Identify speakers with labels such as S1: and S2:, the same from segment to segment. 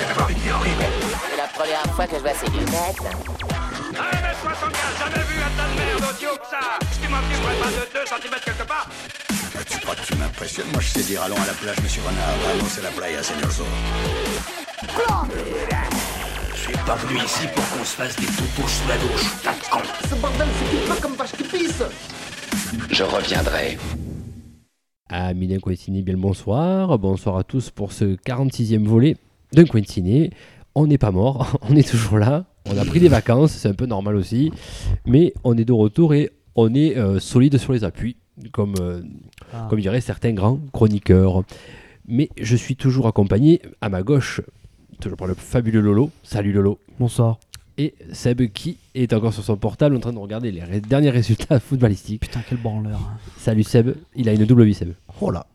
S1: oui, oui.
S2: C'est la première fois que je vois ces lunettes.
S3: 1m75, jamais vu un tas de merde audio que ça Excuse-moi, tu me prends pas de 2 cm quelque part
S1: Tu crois que tu m'impressionnes Moi, je sais dire allons à la plage, monsieur Renard. Allons, c'est la playa, señor Zo.
S4: Je suis pas venu ici pour qu'on se fasse des toutous sous la douche, pas de con.
S1: Je reviendrai.
S5: Amis d'un coin ciné, bien le bonsoir. Bonsoir à tous pour ce 46e volet d'un coin de ciné. On n'est pas mort, on est toujours là. On a pris des vacances, c'est un peu normal aussi. Mais on est de retour et on est euh, solide sur les appuis, comme, euh,
S6: Ah.
S5: comme diraient certains grands chroniqueurs. Mais je suis toujours accompagné à ma gauche, toujours par le fabuleux Lolo. Salut Lolo.
S6: Bonsoir.
S5: Et Seb qui est encore sur son portable en train de regarder les ré- derniers résultats footballistiques.
S6: Putain, quel branleur. hein.
S5: Salut Seb, il a une double vie Seb.
S6: Oh là.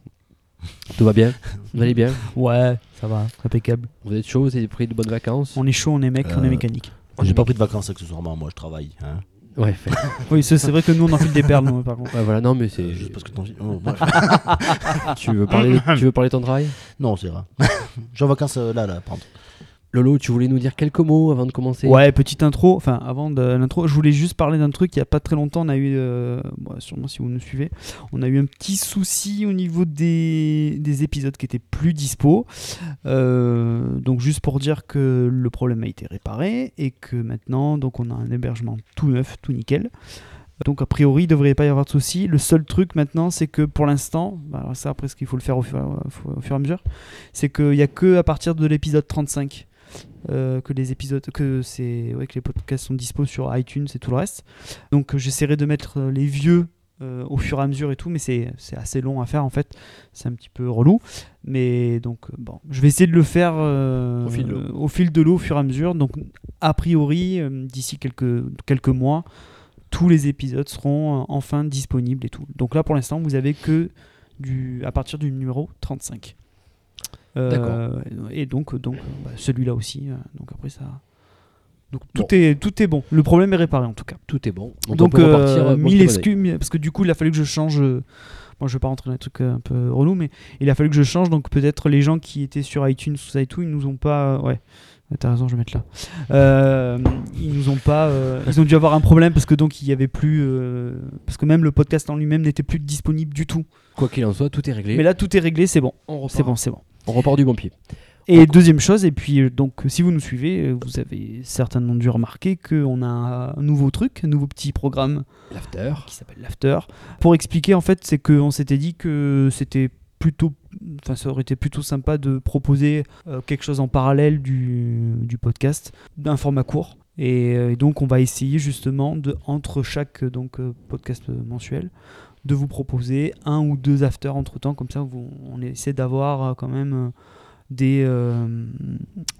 S5: Tout va bien Vous allez bien
S6: Ouais, ça va, impeccable.
S5: Vous êtes chaud, vous avez pris de bonnes vacances
S6: On est chaud, on est mec, on
S7: Euh.
S6: est mécanique.
S7: J'ai pas pris de vacances accessoirement, moi je travaille. Hein.
S5: Ouais, fait-
S6: Oui, c'est c'est vrai que nous on enfile des perles, nous, par contre.
S5: ouais, voilà, non, mais c'est. Ah,
S7: Euh, juste parce que t'en- oh, bref.
S5: Tu veux parler, tu veux parler de ton travail
S7: non, c'est vrai. J'ai en vacances euh, là, là, pardon.
S5: Lolo, tu voulais nous dire quelques mots avant de commencer
S6: Ouais, petite intro. Enfin, avant de l'intro, je voulais juste parler d'un truc. Il y a pas très longtemps, on a eu, euh, bon, sûrement si vous nous suivez, on a eu un petit souci au niveau des, des épisodes qui étaient plus dispo. Euh, donc juste pour dire que le problème a été réparé et que maintenant, donc on a un hébergement tout neuf, tout nickel. Donc a priori, il devrait pas y avoir de souci. Le seul truc maintenant, c'est que pour l'instant, bah, alors ça après ce qu'il faut le faire au fur, au fur et à mesure, c'est qu'il y a que à partir de l'épisode 35 euh, que les épisodes que c'est ouais, que les podcasts sont dispo sur iTunes et tout le reste. Donc euh, j'essaierai de mettre euh, les vieux euh, au fur et à mesure et tout, mais c'est c'est assez long à faire en fait. C'est un petit peu relou, mais donc euh, bon, je vais essayer de le faire euh,
S5: Au fil de l'eau.
S6: euh, au fil de l'eau, au fur et à mesure. Donc a priori, euh, d'ici quelques quelques mois, tous les épisodes seront euh, enfin disponibles et tout. Donc là pour l'instant, vous avez que du à partir du numéro 35. Euh,
S5: D'accord.
S6: Et donc, donc euh, bah, celui-là aussi. euh, donc après ça. Donc tout
S5: Bon.
S6: est tout est bon. Le problème est réparé en tout cas.
S5: Tout est bon.
S6: donc
S5: on peut repartir,
S6: euh,
S5: euh,
S6: mille
S5: bon,
S6: excuses mille- parce que du coup il a fallu que je change. euh, moi je vais pas rentrer dans des trucs euh, un peu relous mais il a fallu que je change donc peut-être les gens qui étaient sur iTunes tout ça et tout ils nous ont pas euh, ouais. ouais, T'as raison, je vais mettre là. Euh, ils nous ont pas. euh, ils ont dû avoir un problème parce que donc il y avait plus. euh, parce que même le podcast en lui-même n'était plus disponible du tout.
S5: Quoi qu'il en soit, tout est réglé.
S6: Mais là tout est réglé, c'est bon,
S5: on repart,
S6: c'est bon, c'est bon.
S5: on repart du bon pied.
S6: Et deuxième chose, et puis euh, donc si vous nous suivez, euh, vous avez certainement dû remarquer qu'on a un nouveau truc, un nouveau petit programme
S5: L'after.
S6: qui s'appelle l'After. Pour expliquer en fait, c'est qu'on s'était dit que c'était plutôt, enfin ça aurait été plutôt sympa de proposer euh, quelque chose en parallèle du, du podcast, d'un format court. Et, euh, et donc on va essayer justement de entre chaque euh, donc euh, podcast euh, mensuel de vous proposer un ou deux afters entre temps comme ça vous- on essaie d'avoir euh, quand même euh, des euh,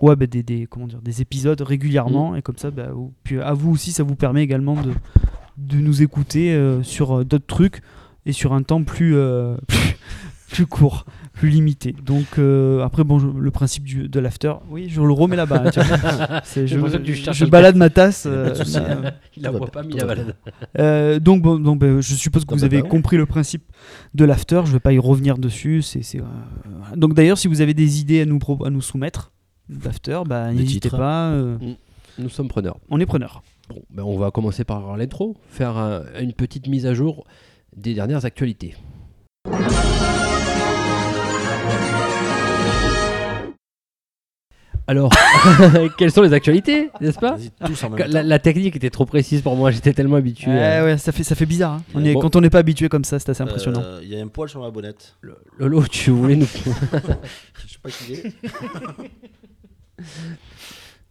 S6: ouais bah, des, des- comment dire des épisodes régulièrement
S7: Mm.
S6: et comme ça bah, vous- puis à vous aussi ça vous permet également de de nous écouter euh, sur euh, d'autres trucs et sur un temps plus euh, plus, plus court plus limité donc euh, après bon je- le principe du, de l'after oui je le remets là-bas hein, tiens. C'est- je,
S5: pour ça que tu cherches
S6: je
S5: le
S6: balade ma tasse
S7: a pas de
S6: euh,
S7: souci.
S6: là.
S5: Il la
S7: Tout va
S5: voit
S7: bien,
S5: pas, mais
S7: tout
S5: il la
S7: va
S5: balade.
S6: Euh, donc, bon, donc, bah, je suppose que
S7: Ah
S6: vous
S7: bah,
S6: avez
S7: bah,
S6: compris le principe de l'after. Je ne vais pas y revenir dessus. C'est, c'est, euh, voilà. Donc d'ailleurs, si vous avez des idées à nous, pro- à nous soumettre d'after, bah,
S7: Des
S6: n'hésitez
S7: titres.
S6: pas. euh,
S5: Nous sommes preneurs.
S6: on est preneur.
S5: Bon, ben on va commencer par l'intro, faire euh, une petite mise à jour des dernières actualités. Alors, quelles sont les actualités, n'est-ce pas
S7: Vas-y, tous en même temps.
S5: La, la technique était trop précise pour moi, j'étais tellement habitué.
S6: Ouais,
S5: à-
S6: ouais, ça fait, ça fait bizarre. hein. On est,
S5: Bon.
S6: Quand on n'est pas habitué comme ça, c'est assez impressionnant.
S7: Euh, Il y a un poil sur ma bonnette.
S5: Lolo, tu voulais nous.
S7: Je sais pas qui il est.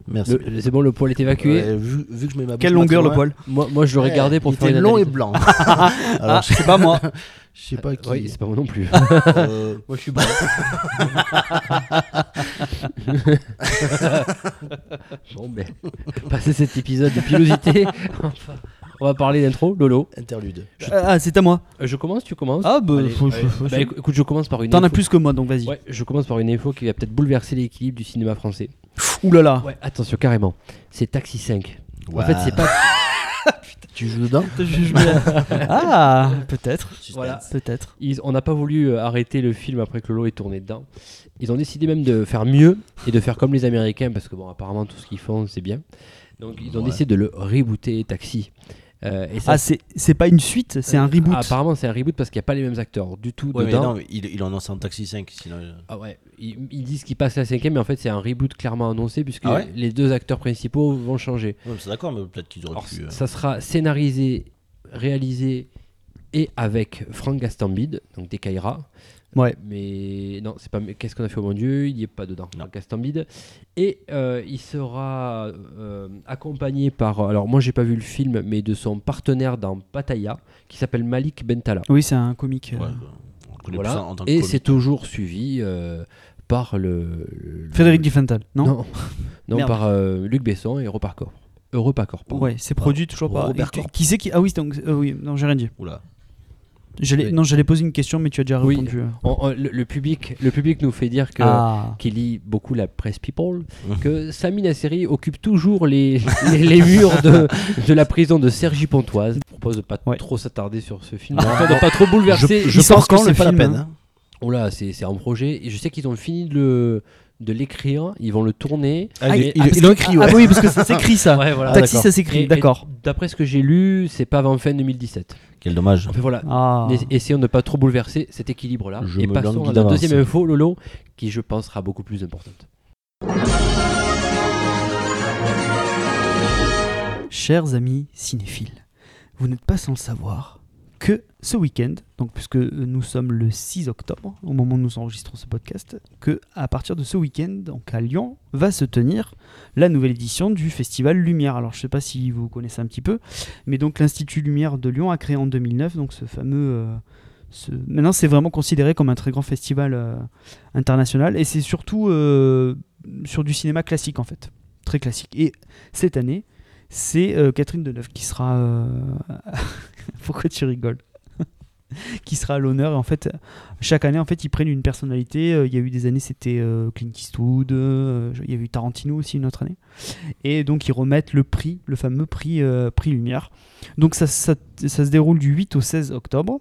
S7: Merci.
S5: Le- le- C'est bon, le poil est évacué.
S7: Ouais, vu, vu que je mets ma
S6: Quelle
S7: bouche
S6: longueur le
S7: maintenant,
S6: poil
S5: Moi, moi, je l'aurais
S7: ouais,
S5: gardé pour
S7: il
S5: faire
S7: était
S5: une
S7: long et
S5: analyse.
S7: blanc.
S6: Ah,
S7: Alors, je-
S6: c'est pas moi.
S7: je sais pas qui.
S5: Oui, c'est pas moi non plus.
S7: euh,
S5: moi, je suis blanc. bon, ben, passer cet épisode de pilosité, on va- on va parler d'intro. Lolo,
S7: interlude.
S6: Ah, c'est à moi.
S5: euh, je commence, tu commences
S6: Ah, bah,
S5: Allez,
S6: faut-
S5: allez.
S6: faut-
S5: Bah, écou- écoute, je commence par une.
S6: T'en as
S5: info-
S6: plus que moi, donc vas-y.
S5: Ouais, je commence par une info qui va peut-être bouleverser l'équilibre du cinéma français.
S6: Ouh là là.
S5: Ouais, attention, carrément. C'est Taxi 5. En
S7: Ouais.
S5: fait, c'est pas.
S7: Tu joues dedans
S6: ah, peut-être.
S5: Voilà.
S6: Peut-être.
S5: Ils- on n'a pas voulu euh, arrêter le film après que Lolo ait tourné dedans. Ils ont décidé même de faire mieux et de faire comme les Américains parce que bon, apparemment tout ce qu'ils font c'est bien. Donc ils ont
S7: Ouais.
S5: décidé de le rebooter Taxi. Euh, et ça, Ah,
S6: Ah, c'est c'est pas une suite, c'est un reboot.
S5: apparemment c'est un reboot parce qu'il n'y a pas les mêmes acteurs du tout
S7: Ouais, mais
S5: dedans.
S7: non, il, il en lance en taxi 5. Sinon, euh,
S5: Ah ouais, ils, ils disent qu'ils passent la cinquième, mais en fait c'est un reboot clairement annoncé puisque
S7: Ah ouais
S5: les deux acteurs principaux vont changer.
S7: ouais, mais c'est d'accord, mais peut-être qu'ils auraient
S5: Alors,
S7: pu. euh,
S5: ça sera scénarisé, réalisé et avec Frank Gastambide, donc des Kaira.
S6: Ouais.
S5: Mais non, c'est pas. mais Qu'est-ce qu'on a fait au bon Dieu Il n'y est pas dedans.
S7: Non.
S5: Frank Gastambide. Et euh, il sera euh, accompagné par. Alors moi, j'ai pas vu le film, mais de son partenaire dans Pattaya, qui s'appelle Malik Bentala.
S6: Oui, c'est un comique. euh,
S7: ouais, on le connaît
S5: Voilà.
S7: plus en, en tant que
S5: Et
S7: comique.
S5: c'est toujours suivi euh, par le. le-
S6: Frédéric Diffental, non,
S5: Non, non,
S6: Merde.
S5: par euh, Luc Besson et Europacorp. Europacorp. pardon.
S6: Ouais, c'est produit toujours par.
S7: Robert
S6: Et-
S7: Corp.
S6: Qui c'est qui Ah oui, c'est donc, euh, oui, non, j'ai rien dit.
S7: Oula.
S6: J'allais-
S5: Oui.
S6: Non, j'allais poser une question, mais tu as déjà
S5: Oui.
S6: répondu. euh.
S5: On- on- le, le public, le public nous fait dire que.
S6: Ah.
S5: qui lit beaucoup la presse People,
S7: Mhm.
S5: que Sami Nasseri occupe toujours les, les, les murs de, de la prison de Sergi Pontoise. Je propose de pas
S6: Ouais.
S5: trop s'attarder sur ce film, en même temps de Ah, pas trop bouleverser.
S7: je
S6: il sort
S7: pense que
S6: quand, le
S7: c'est pas la
S6: film,
S7: peine. hein.
S5: Oh là, c'est c'est en projet. Et je sais qu'ils ont fini de le de l'écrire, ils vont le tourner.
S7: Ah,
S5: Mais-
S7: il-
S6: Ah, parce
S7: il
S6: que-
S7: l'a écrit,
S6: ah,
S7: ouais.
S6: ah oui, parce que ça s'écrit ça.
S5: Ouais, voilà.
S6: Taxi,
S7: d'accord.
S6: ça
S5: Et-
S6: s'écrit,
S5: et
S6: d'accord.
S5: D'après ce que j'ai lu, c'est pas avant fin 2017.
S7: Quel dommage.
S5: Enfin voilà,
S6: Ah.
S5: Mais Essayons de ne pas trop bouleverser cet équilibre-là.
S7: Je
S5: Et
S7: me
S5: passons
S7: languis
S5: à la
S7: d'avance.
S5: deuxième info, Lolo, qui je pense sera beaucoup plus importante.
S6: Chers amis cinéphiles, vous n'êtes pas sans le savoir que ce week-end, donc puisque nous sommes le 6 octobre, au moment où nous enregistrons ce podcast, que à partir de ce week-end, donc à Lyon, va se tenir la nouvelle édition du Festival Lumière. Alors je ne sais pas si vous connaissez un petit peu, mais donc l'Institut Lumière de Lyon a créé en 2009 donc ce fameux... euh, ce- Maintenant, c'est vraiment considéré comme un très grand festival euh, international et c'est surtout euh, sur du cinéma classique en fait, très classique. Et cette année, c'est euh, Catherine Deneuve qui sera. euh, Pourquoi tu rigoles qui sera à l'honneur et en fait chaque année en fait ils prennent une personnalité Euh, il y a eu des années c'était euh, Clint Eastwood euh, il y a eu Tarantino aussi une autre année et donc ils remettent le prix le fameux prix euh, prix Lumière donc ça, ça, ça se déroule du 8 au 16 octobre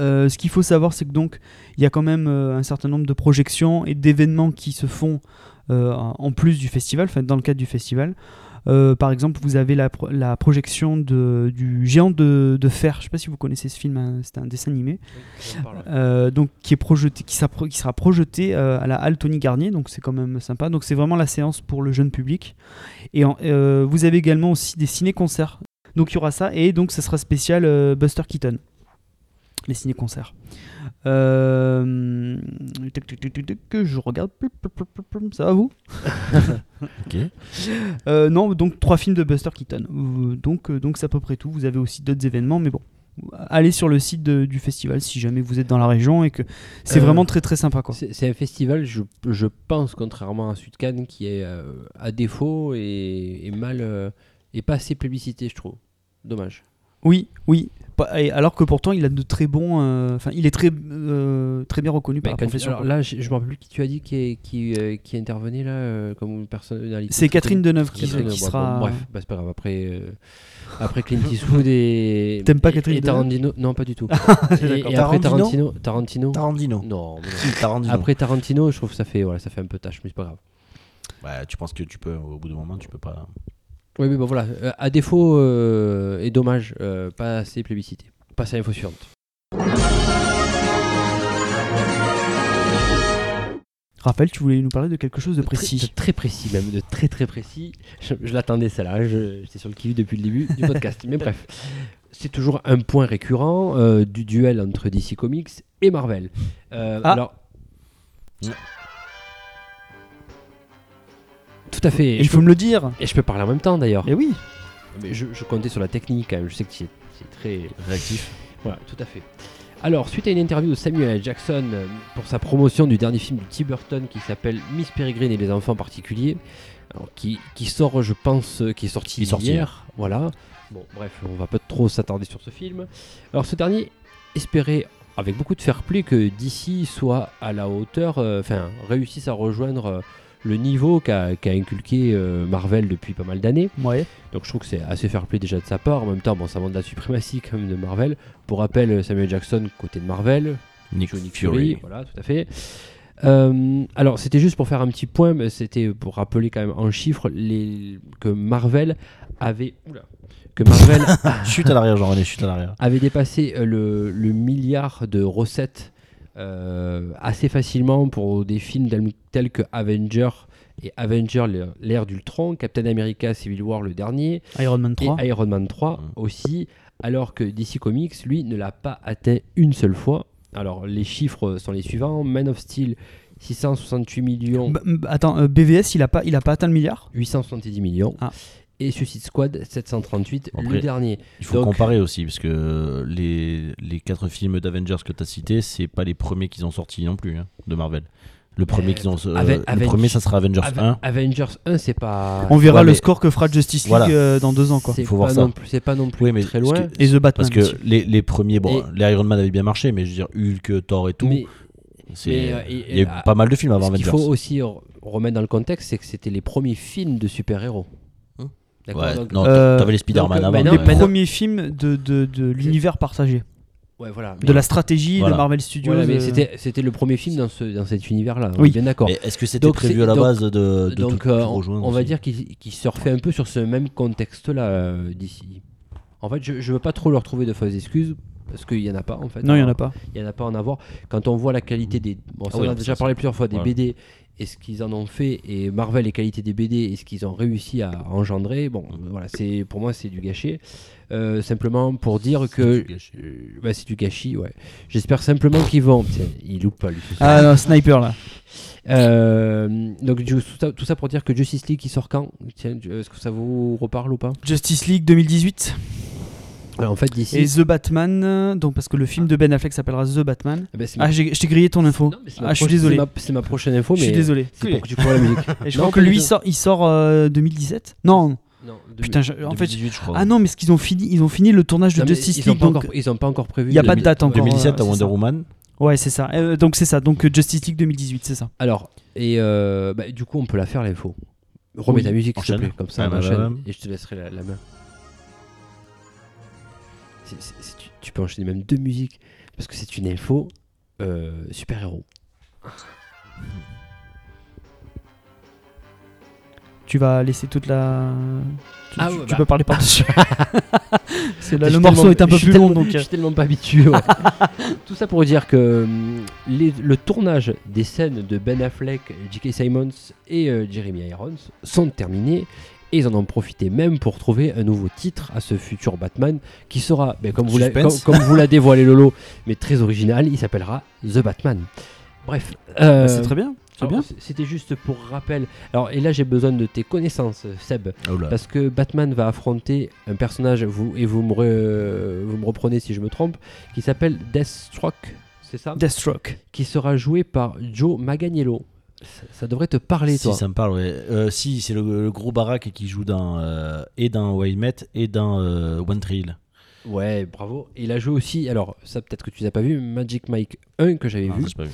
S6: Euh, ce qu'il faut savoir c'est que donc il y a quand même euh, un certain nombre de projections et d'événements qui se font euh, en plus du festival enfin dans le cadre du festival euh, par exemple, vous avez la, pro- la projection de- du géant de, de fer. Je ne sais pas si vous connaissez ce film, hein, c'est un dessin animé. Euh, donc qui est projeté, qui, sera, pro- qui sera projeté euh, à la halle Tony Garnier, donc c'est quand même sympa. Donc c'est vraiment la séance pour le jeune public. Et en- euh, vous avez également aussi des ciné-concerts. Donc il y aura ça et donc ça sera spécial euh, Buster Keaton, les ciné-concerts. Euh, tic, tic, tic, tic, tic, que je regarde. Plum, plum, plum, plum, plum. Ça va vous
S7: Ok.
S6: Euh, non, donc trois films de Buster Keaton. Euh, Donc euh, donc c'est à peu près tout. Vous avez aussi d'autres événements, mais bon. Allez sur le site de- du festival si jamais vous êtes dans la région et que c'est
S5: Euh,
S6: vraiment très très sympa quoi.
S5: C'est c'est un festival, je, je pense, contrairement à Sud-Cannes, qui est euh, à défaut et, et mal. euh, et pas assez publicité, je trouve. Dommage.
S6: Oui, oui. Pas- et Alors que pourtant il a de très bons, euh, enfin il est très euh, très bien reconnu par
S5: Mais
S6: la
S5: quand-
S6: profession.
S5: alors
S6: quoi.
S5: là, je je me rappelle plus qui tu as dit qui, est- qui, euh, qui intervenait là euh, comme personnalité.
S6: C'est
S5: très
S6: Catherine
S5: connue.
S6: Deneuve qui,
S5: Catherine
S6: qui
S5: Deneuve,
S6: sera.
S5: bon, bref, bah, c'est pas grave. Après, euh, après Clint Eastwood et.
S6: T'aimes pas
S5: et-
S6: Catherine Ah,
S5: et Tarantino Non, pas du tout. et, et après Tarantino,
S7: Tarantino
S5: Tarantino.
S7: Tarantino.
S5: Non, mais non.
S7: Si, Tarantino.
S5: Après Tarantino, je trouve que ça fait, voilà, ça fait un peu tâche, mais c'est pas grave.
S7: Ouais, tu penses que tu peux, au bout d'un moment, tu peux pas.
S5: Oui, mais bon, voilà. Euh, à défaut, euh, et dommage, euh, pas assez plébiscité. Passe à l'info suivante.
S6: Raphaël, tu voulais nous parler de quelque chose de
S5: Très,
S6: précis.
S5: de très précis, même, de très très précis. Je, je l'attendais, celle-là. hein. Je- J'étais sur le qui depuis le début du podcast. mais bref, c'est toujours un point récurrent euh, du duel entre DC Comics et Marvel. Euh,
S6: Ah.
S5: Alors. Tout à fait.
S6: Il faut me le dire.
S5: Et je peux parler en même temps d'ailleurs.
S6: Et oui.
S5: Mais je, je comptais sur la technique quand même. Je sais que c'est très.
S7: Réactif.
S5: Voilà, tout à fait. Alors, suite à une interview de Samuel L. Jackson euh, pour sa promotion du dernier film de Tim Burton qui s'appelle Miss Peregrine et les enfants particuliers, alors, qui, qui sort, je pense, euh, qui est sorti
S7: Il est
S5: hier.
S7: sorti
S5: Voilà. Bon, bref, on va pas trop s'attarder sur ce film. Alors, ce dernier espérait, avec beaucoup de fair-play, que DC soit à la hauteur, euh, enfin, réussisse à rejoindre euh, le niveau qu'a qu'a inculqué euh, Marvel depuis pas mal d'années.
S6: Ouais.
S5: Donc je trouve que c'est assez fair play déjà de sa part. En même temps, bon, ça montre la suprématie quand même de Marvel. Pour rappel, euh, Samuel Jackson côté de Marvel,
S7: Nick
S5: Nick Fury, voilà, tout à fait. Euh, alors, c'était juste pour faire un petit point, mais c'était pour rappeler quand même en chiffres les, que Marvel avait, oula, que Marvel
S7: Chute à l'arrière, Jean-René, chute à l'arrière.
S5: avait dépassé euh, le, le milliard de recettes euh, assez facilement pour des films tel- tels que Avenger et Avenger l'ère- l'ère d'Ultron, Captain America Civil War le dernier
S6: Iron Man 3.
S5: et Iron Man 3
S7: Mm.
S5: aussi, alors que DC Comics lui ne l'a pas atteint une seule fois. Alors les chiffres sont les suivants, Man of Steel 668 millions,
S6: Bah, bah, attends, euh, BVS, il a, pas, il a pas atteint le milliard
S5: 870 millions
S6: Ah.
S5: et Suicide Squad 738 le
S7: Après,
S5: dernier.
S7: Il faut
S5: Donc-
S7: comparer aussi, parce que les, les quatre films d'Avengers que tu as cités, c'est pas les premiers qu'ils ont sortis non plus, hein, de Marvel. Le premier,
S5: Euh,
S7: qu'ils ont, euh,
S5: Aven-
S7: le
S5: Aven-
S7: premier, ça sera Avengers
S5: Ave-
S7: 1.
S5: Avengers 1 c'est pas
S6: On verra
S7: Ouais,
S6: le
S7: mais-
S6: score que fera Justice League
S7: Voilà.
S6: euh, dans deux ans. Quoi.
S5: c'est
S7: Faut voir
S5: pas
S7: ça.
S5: non plus, c'est pas non plus
S7: Oui, mais
S5: très
S7: ce
S5: loin.
S7: que-
S6: Et The Batman.
S7: Parce que
S6: aussi.
S7: les, les premiers, bon,
S5: Et-
S7: les Iron Man avaient bien marché, mais je veux dire, Hulk, Thor et tout,
S5: Mais mais,
S7: c'est-
S5: euh, et-
S7: il y a eu
S5: et-
S7: pas mal de films avant
S5: Ce qu'il
S7: Avengers.
S5: faut aussi re- remettre dans le contexte, c'est que c'était les premiers films de super-héros.
S7: Hmm.
S5: D'accord
S7: Ouais,
S5: donc-
S7: non,
S6: Euh,
S7: t'avais les Spider-Man
S5: donc, euh,
S7: avant.
S5: maintenant-
S6: Les
S7: mais-
S5: maintenant-
S6: premiers films de, de, de l'univers partagé,
S5: ouais, voilà.
S6: de la stratégie
S7: Voilà.
S6: de Marvel Studios.
S5: Voilà, mais
S6: euh,
S5: c'était c'était le premier film dans, ce, dans cet univers-là. On
S6: Oui.
S5: est bien d'accord.
S7: Mais Est-ce que c'était
S5: Donc,
S7: prévu
S5: c'est-
S7: à la
S5: donc-
S7: base de, de
S5: Donc,
S7: tout-
S5: euh,
S7: tout
S5: on,
S7: rejoindre
S5: on va
S7: aussi
S5: dire qu'il qu'il surfait un peu sur ce même contexte-là euh, d'ici. En fait, je, je veux pas trop leur trouver de fausses excuses parce qu'il y en a pas en fait.
S6: Non, il n'y en a pas.
S5: Il y en a pas à en avoir. Quand on voit la qualité des. Bon, ça,
S6: Ah
S7: oui,
S5: on a
S7: ça,
S5: déjà
S7: c'est-
S5: parlé plusieurs fois des
S7: voilà.
S5: BD et ce qu'ils en ont fait, et Marvel, les qualités des BD et ce qu'ils ont réussi à engendrer. Bon, voilà, c'est pour moi, c'est du gâché. Euh, simplement pour dire que. euh, bah, c'est du gâchis, ouais. J'espère simplement qu'ils vont. Tiens, il loupe pas, lui. ce soir.
S6: Ah non, Sniper là.
S5: Euh, donc, du- tout ça, tout ça pour dire que Justice League, il sort quand Tiens, je- est-ce que ça vous reparle ou pas
S6: Justice League 2018 Euh,
S5: Ouais, En fait, d'ici.
S6: et The Batman, euh, donc parce que le film de Ben Affleck s'appellera The Batman.
S5: Ah, bah, c'est ma-
S6: Ah, j'ai- je t'ai grillé ton info.
S5: Non, mais c'est ma
S6: Ah, je suis
S5: proche- c'est
S6: désolé.
S5: ma- C'est ma, prochaine info,
S6: Je suis
S5: mais.
S6: désolé.
S5: C'est pour que tu prennes la musique.
S6: Et je
S5: Non,
S6: crois que
S5: pas du
S6: lui il
S5: tout.
S6: sort, il sort euh, 2017. Non,
S5: Non, deux-
S6: putain, je- en fait.
S7: 2018, je crois.
S6: Ah non, mais ce qu'ils ont fini, ils ont fini le tournage de
S5: Non, mais
S6: Justice
S5: ils ont
S6: League.
S5: pas
S6: Donc,
S5: encore, ils ont pas encore prévu.
S6: y a pas de
S5: le-
S6: date encore.
S7: 2017,
S6: euh,
S7: t'as
S6: c'est
S7: Wonder
S6: ça.
S7: Woman.
S6: ouais, c'est ça. Euh, donc c'est ça. Donc euh, Justice League 2018, c'est ça.
S5: Alors, et euh, bah, du coup, on peut la faire l'info. Remets
S6: Oui,
S5: ta musique, s'il te
S7: enchaîne.
S5: plaît, comme ça,
S7: Ah,
S5: on
S7: bah, bah,
S5: enchaîne,
S7: bah.
S5: et je te laisserai la, la main. C'est- c'est- c'est- tu, tu peux enchaîner même deux musiques, parce que c'est une info euh, super-héros.
S6: Tu vas laisser toute la. Tu,
S5: Ah
S6: tu-
S5: ouais,
S6: tu
S5: bah.
S6: peux parler par dessus.
S5: Je
S6: le
S5: suis
S6: morceau
S5: tellement-
S6: est un peu
S5: je suis
S6: plus long,
S5: tellement-
S6: donc,
S5: Je
S6: euh.
S5: suis tellement pas habitué. ouais. Tout ça pour dire que hum, les- le tournage des scènes de Ben Affleck, J.K. Simons et euh, Jeremy Irons sont terminés. Et ils en ont profité même pour trouver un nouveau titre à ce futur Batman qui sera, ben, comme, vous l'a- comme,
S7: Suspense.
S5: comme vous l'a dévoilé Lolo, mais très original, il s'appellera The Batman. Bref. euh,
S6: Bah, c'est très bien. C'est
S5: alors,
S6: bien.
S5: c- C'était juste pour rappel. Alors, et là, j'ai besoin de tes connaissances, Seb.
S7: Oh là.
S5: Parce que Batman va affronter un personnage, vous, et vous me, re- vous me reprenez si je me trompe, qui s'appelle Deathstroke, c'est ça
S6: Deathstroke.
S5: Qui sera joué par Joe Magagnello. Ça, ça devrait te parler,
S7: si,
S5: toi.
S7: ça me parle, ouais. Euh, si, c'est le, le gros baraque qui joue dans, euh, et dans Why Met et dans euh, One Tree Hill.
S5: Ouais, bravo. Et il a joué aussi, alors ça peut-être que tu n'as pas vu, Magic Mike 1 que j'avais
S7: Ah,
S5: vu,
S7: j'ai pas vu.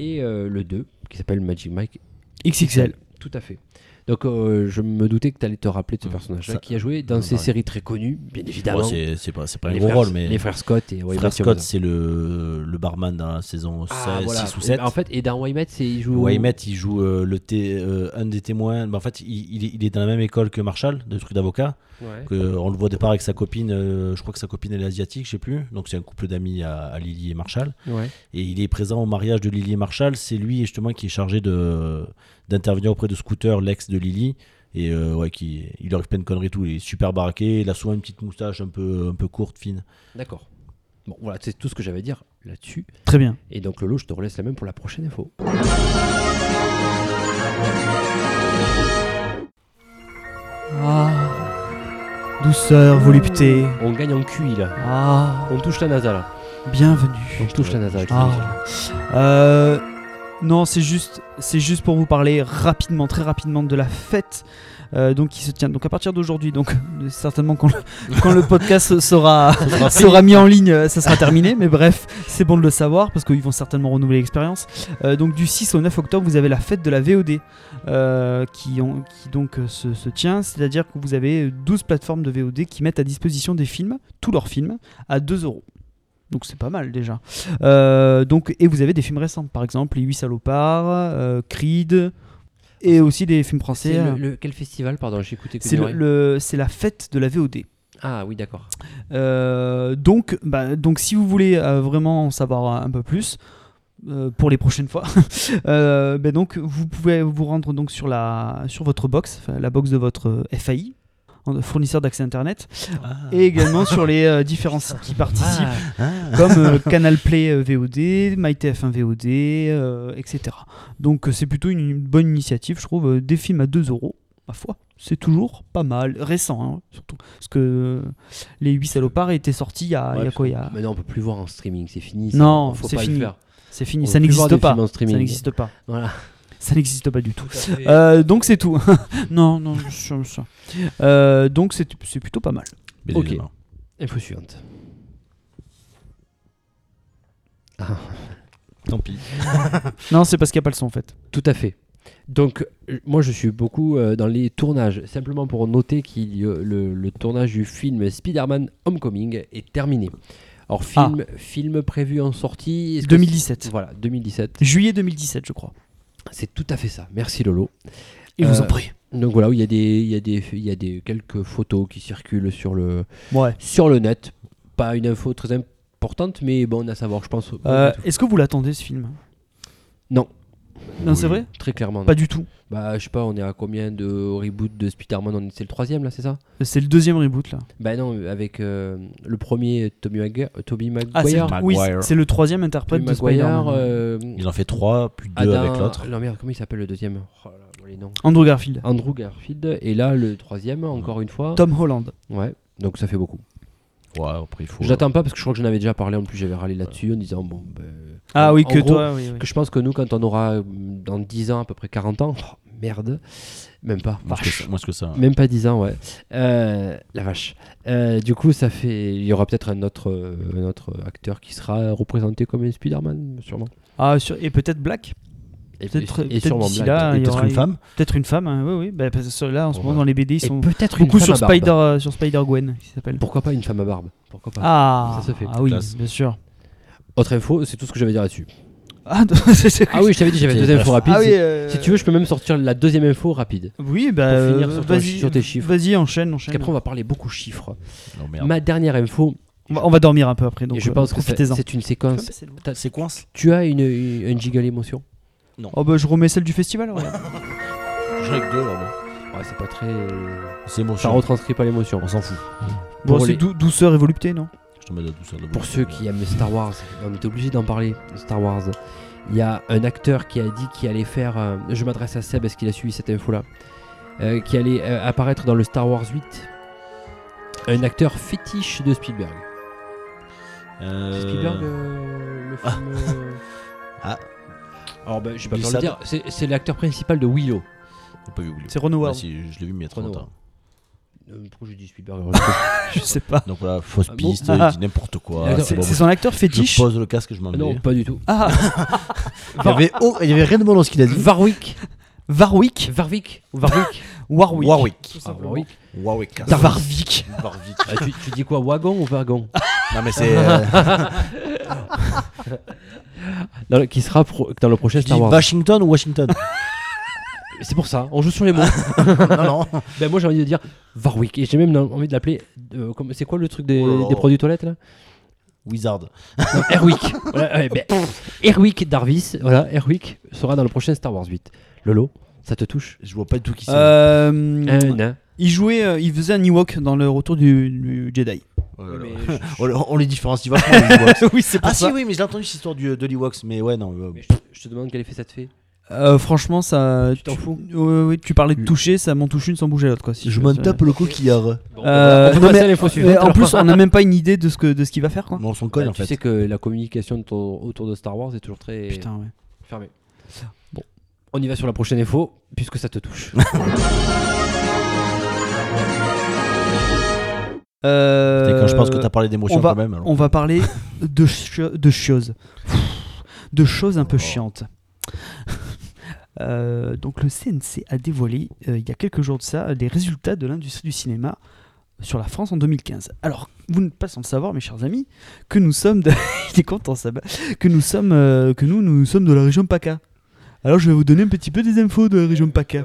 S5: et euh, le 2 qui s'appelle Magic Mike
S6: XXL.
S5: Tout à fait. Donc euh, je me doutais que tu allais te rappeler de ce
S7: Mm,
S5: personnage-là
S7: ça-
S5: qui a joué dans
S7: ça
S5: ces
S7: me parle.
S5: séries très connues, bien évidemment.
S7: Ouais, c'est- c'est pas, c'est pas un
S5: les,
S7: gros
S5: frères,
S7: rôle, mais
S5: les frères Scott et Wayne
S7: Frère
S5: Matthews.
S7: Scott, c'est le, le barman dans la saison
S5: Ah,
S7: 16,
S5: voilà.
S7: 6 ou 7.
S5: En fait, et dans Waymet, c'est il joue.
S7: Waymet, il joue euh, le té- euh, un des témoins. Bah, en fait, il, il est- il est dans la même école que Marshall, de truc d'avocat.
S5: Ouais.
S7: Que, euh, On le voit au départ avec sa copine, euh, je crois que sa copine elle est asiatique, je sais plus. Donc c'est un couple d'amis à, à Lily et Marshall.
S5: Ouais.
S7: Et il est présent au mariage de Lily et Marshall. C'est lui justement qui est chargé de d'intervenir auprès de Scooter, l'ex de Lily. Et euh, ouais, qui, il leur fait plein de conneries et tout. Il est super baraqué. Il a souvent une petite moustache un peu, un peu courte, fine.
S5: D'accord. Bon, voilà, c'est tout ce que j'avais à dire là-dessus.
S6: Très bien.
S5: Et donc, Lolo, je te relaisse la même pour la prochaine info.
S6: Ah. Douceur, volupté.
S5: On gagne en QI là.
S6: Ah.
S5: On touche la NASA là. Ah,
S6: Bienvenue.
S5: On touche la NASA. avec
S6: Ah.
S5: ça.
S6: Euh, Non, c'est juste, c'est juste pour vous parler rapidement, très rapidement de la fête euh, donc qui se tient donc à partir d'aujourd'hui. Donc euh, certainement quand le, quand le podcast sera
S7: sera
S6: sera mis en ligne, euh, ça sera terminé. Mais bref, c'est bon de le savoir parce qu'ils vont certainement renouveler l'expérience. Euh, donc du 6 au 9 octobre, vous avez la fête de la VOD euh, qui, ont, qui donc euh, se, se tient. C'est-à-dire que vous avez 12 plateformes de VOD qui mettent à disposition des films, tous leurs films, à 2 euros. Donc c'est pas mal déjà. Euh, donc, et vous avez des films récents, par exemple Les 8 salopards, euh, Creed, et aussi des films français.
S5: Ah, C'est
S6: euh,
S5: le, le- quel festival Pardon, j'ai écouté que
S6: C'est
S5: du
S6: le-
S5: ré-
S6: le- c'est la fête de la VOD.
S5: Ah oui, d'accord.
S6: Euh, donc, bah, donc, si vous voulez euh, vraiment en savoir un peu plus euh, pour les prochaines fois, euh, bah, donc vous pouvez vous rendre donc sur la sur votre box, enfin, la box de votre euh, FAI en- fournisseur d'accès internet et également sur les euh, différents sites qui participent
S5: Ah.
S6: comme euh, Canal Play euh, VOD, MyTF1 VOD, euh, etc. Donc euh, c'est plutôt une, une bonne initiative, je trouve. euh, Des films à 2 euros, ma foi, c'est toujours pas mal. Récent, hein, surtout. Parce que euh, Les 8 salopards étaient sortis il y a, il y a
S7: Ouais,
S6: quoi il y a-
S5: Maintenant, Ah. on peut plus voir en streaming, c'est fini. ça.
S6: Non,
S5: Faut
S6: c'est
S5: pas le
S6: fini.
S5: faire.
S6: C'est
S5: On
S6: fini,
S5: peut
S6: ça
S5: plus voir
S6: n'existe
S5: des
S6: pas.
S5: films en
S6: Ça
S5: streaming.
S6: n'existe pas.
S5: Voilà.
S6: Ça n'existe pas du tout. Euh, donc c'est tout. non, non, je suis méchant. Euh, donc c'est c'est plutôt pas mal.
S7: Bien
S5: Ok.
S7: évidemment.
S5: Info suivante.
S7: Tant pis.
S6: Non, c'est parce qu'il n'y a pas le son en fait.
S5: Tout à fait. Donc, euh, moi, je suis beaucoup euh, dans les tournages. Simplement pour noter que le, le tournage du film Spider-Man Homecoming est terminé. Alors,
S6: Ah.
S5: film, film prévu en sortie. est-ce que
S6: 2017.
S5: c'est- Voilà, 2017.
S6: Juillet 2017, je crois.
S5: C'est tout à fait ça. Merci Lolo.
S6: Ils vous
S5: Euh,
S6: ont pris.
S5: Donc voilà, il y a des, il y a des, il y a des quelques photos qui circulent sur le,
S6: Ouais.
S5: sur le net. Pas une info très importante, mais bon, à savoir, je pense.
S6: Euh, Est-ce que vous l'attendez ce film
S5: Non.
S6: Non, c'est vrai
S5: Très clairement. non.
S6: Pas du tout.
S5: Bah, je sais pas, on est à combien de reboot de Spider-Man On est- C'est le troisième là, c'est ça
S6: C'est le deuxième reboot là.
S5: Bah non, avec euh, le premier Tommy Maguire, Toby Maguire,
S6: Ah, c'est le,
S7: Maguire.
S6: oui, c'est- c'est le troisième interprète
S5: Tobey
S6: de Spider-Man.
S5: Maguire, euh,
S7: Il en fait trois, plus deux
S5: Adam- Ah
S7: avec l'autre.
S5: Non merde, comment il s'appelle le deuxième Oh là là, bon, les noms.
S6: Andrew Garfield.
S5: Andrew Garfield et là le troisième encore une fois.
S6: Tom Holland.
S5: Ouais, donc ça fait beaucoup.
S7: Ouais, après il faut. euh,
S5: Je n'attends pas parce que je crois que j'en avais déjà parlé en plus, j'avais râlé là-dessus en disant bon. bah,
S6: Ah oui,
S5: en
S6: que
S5: gros,
S6: toi. oui, oui.
S5: Que je pense que nous, quand on aura euh, dans 10 ans à peu près 40 ans, oh, merde, même pas.
S7: Moi, ce que ça- moi, ce que ça.
S5: Même pas 10 ans, ouais. Euh, la vache. Euh, du coup, ça fait. Il y aura peut-être un autre, euh, un autre acteur qui sera représenté comme un Spider-Man, sûrement.
S6: Ah, sur- Et peut-être Black.
S5: Et
S6: Peut-être-
S5: et- et
S6: peut-être
S5: sûrement
S6: d'ici
S5: Black.
S6: là,
S7: Et
S6: il y
S7: Peut-être
S6: aura
S7: une femme
S6: Peut-être une femme. hein, Oui, oui. Bah, parce que là, en ce
S5: On
S6: moment,
S5: va-
S6: dans les BD, ils
S5: Et
S6: sont
S5: peut-être une
S6: beaucoup
S5: femme
S6: sur
S5: à barbe.
S6: Spider, euh, sur Spider Gwen, qui s'appelle.
S5: Pourquoi pas une femme à barbe Pourquoi pas
S6: Ah,
S5: Ça se fait.
S6: ah oui,
S7: Classe.
S6: bien sûr.
S5: Autre info, c'est tout ce que j'avais à dire là-dessus.
S6: Ah, c'est- c'est-
S5: Ah oui, je t'avais dit, j'avais
S7: C'est
S5: deux
S7: classe.
S5: infos rapides.
S6: Ah oui,
S5: Si-
S6: euh,
S5: Si tu veux, je peux même sortir la deuxième info rapide.
S6: Oui, bah,
S5: Pour finir
S6: euh,
S5: sur ton-
S6: vas-y,
S5: sur tes chiffres.
S6: Vas-y, enchaîne, enchaîne.
S5: Parce qu'après, on va parler beaucoup chiffres.
S7: Non, merde.
S5: Ma dernière info,
S6: On va- on va dormir un peu après, donc
S5: et je
S6: euh,
S5: pense que c'est
S6: profitez-en.
S5: c'est une séquence.
S7: C'est coince
S5: Tu as une, une, un jiggle émotion
S6: Oh bah je remets celle du festival. ouais.
S7: J'en ai que deux là-bas.
S5: Ouais, c'est pas très. euh,
S7: C'est
S5: Ça
S7: émotion.
S5: retranscrit pas l'émotion.
S7: On s'en fout.
S6: Bon,
S5: Pour
S6: c'est
S5: les-
S6: dou- douceur et volupté, non
S7: Je te mets de tout ça là-bas.
S5: Pour ceux qui aiment Star Wars, on est obligé d'en parler, Star Wars. Il y a un acteur qui a dit qu'il allait faire, euh, je m'adresse à Seb parce qu'il a suivi cette info-là, euh, qui allait euh, apparaître dans le Star Wars 8. Un acteur fétiche de Spielberg. C'est
S7: Euh,
S5: Spielberg euh, le film euh,
S7: Ah.
S5: Alors ben, j'ai pas
S7: Oublie
S5: peur de le
S7: ça.
S5: dire, c'est c'est l'acteur principal de Willow.
S7: J'ai pas vu oublier.
S6: C'est Renaud
S7: Ah,
S6: Ward.
S7: si, je l'ai vu, mais il y a trop
S5: Renaud
S7: longtemps.
S5: Euh, pourquoi j'ai dit Spielberg
S6: je sais pas.
S7: Donc voilà, fausse
S5: Ah bon
S7: piste,
S6: Ah.
S7: il dit n'importe quoi.
S5: Ah,
S7: c'est
S6: C'est
S7: pas
S6: c'est
S7: bon.
S6: son acteur
S7: Je
S6: fétiche.
S7: pose le casque, je m'en vais.
S5: Non, pas du tout.
S6: Ah,
S7: Il y avait, oh, il y avait rien de bon dans ce qu'il a dit.
S5: Warwick
S6: Varwick,
S5: Warwick Warwick
S6: Warwick.
S7: Warwick.
S5: Ah, Warwick.
S7: Warwick.
S6: Dar- Warwick.
S7: Warwick.
S5: Ah, tu, tu dis quoi Wagon ou Wagon
S7: Non, mais c'est. euh,
S5: Dans le- Qui sera pro- dans le prochain
S7: je dis
S5: Star Wars
S7: Washington ou Washington
S5: C'est pour ça, on joue sur les mots.
S7: Non, non.
S5: ben moi j'ai envie de dire Warwick et j'ai même envie de l'appeler. euh, comme- c'est quoi le truc des,
S7: Oh là là.
S5: des produits toilettes là
S7: Wizard.
S5: Non, Erwick. Voilà, ouais, ben, Erwick Darvis, voilà, Erwick sera dans le prochain Star Wars 8. Lolo, ça te touche
S7: Je vois pas du tout qui c'est.
S6: Euh,
S5: Un nain.
S6: Il jouait, euh, il faisait un Ewok dans le retour du, du Jedi.
S7: Oh là là.
S5: Mais
S7: On, on les différencie vachement. les Ewoks.
S6: oui, c'est
S7: ah, si, oui, mais j'ai entendu cette histoire du, euh, de l'Ewoks, mais ouais, non. euh,
S5: je, mais je- je te demande quel effet ça te fait.
S6: Euh, franchement, ça.
S5: Tu t'en fous
S6: Ouais, ouais, ouais, tu parlais de toucher, ça m'en touche une sans bouger l'autre, quoi. si
S7: je
S6: peux
S7: m'en
S6: dire.
S7: tape le coquillard.
S5: Bon,
S6: Euh,
S5: on peut
S6: non,
S5: passer
S6: mais-
S5: à l'info
S6: mais
S5: suivante.
S6: en
S5: alors.
S6: plus, on n'a même pas une idée de ce que de ce qu'il va faire, quoi.
S7: Mais on s'en
S5: Bah,
S7: colle en
S5: tu
S7: fait.
S5: sais que la communication autour autour de Star Wars est toujours très
S6: Putain, ouais.
S5: fermée. On y va sur la prochaine info, puisque ça te touche.
S6: Euh,
S7: Putain, quand je pense que t'as parlé d'émotion
S6: on va-
S7: quand même. alors.
S6: On va parler de, cho- de choses. De choses un peu chiantes. Euh, donc le CNC a dévoilé euh, il y a quelques jours de ça les résultats de l'industrie du cinéma sur la France en 2015. Alors vous n'êtes pas sans le savoir mes chers amis que nous sommes de... il est content ça que nous sommes euh, que nous nous sommes de la région PACA. Alors je vais vous donner un petit peu des infos de la région PACA.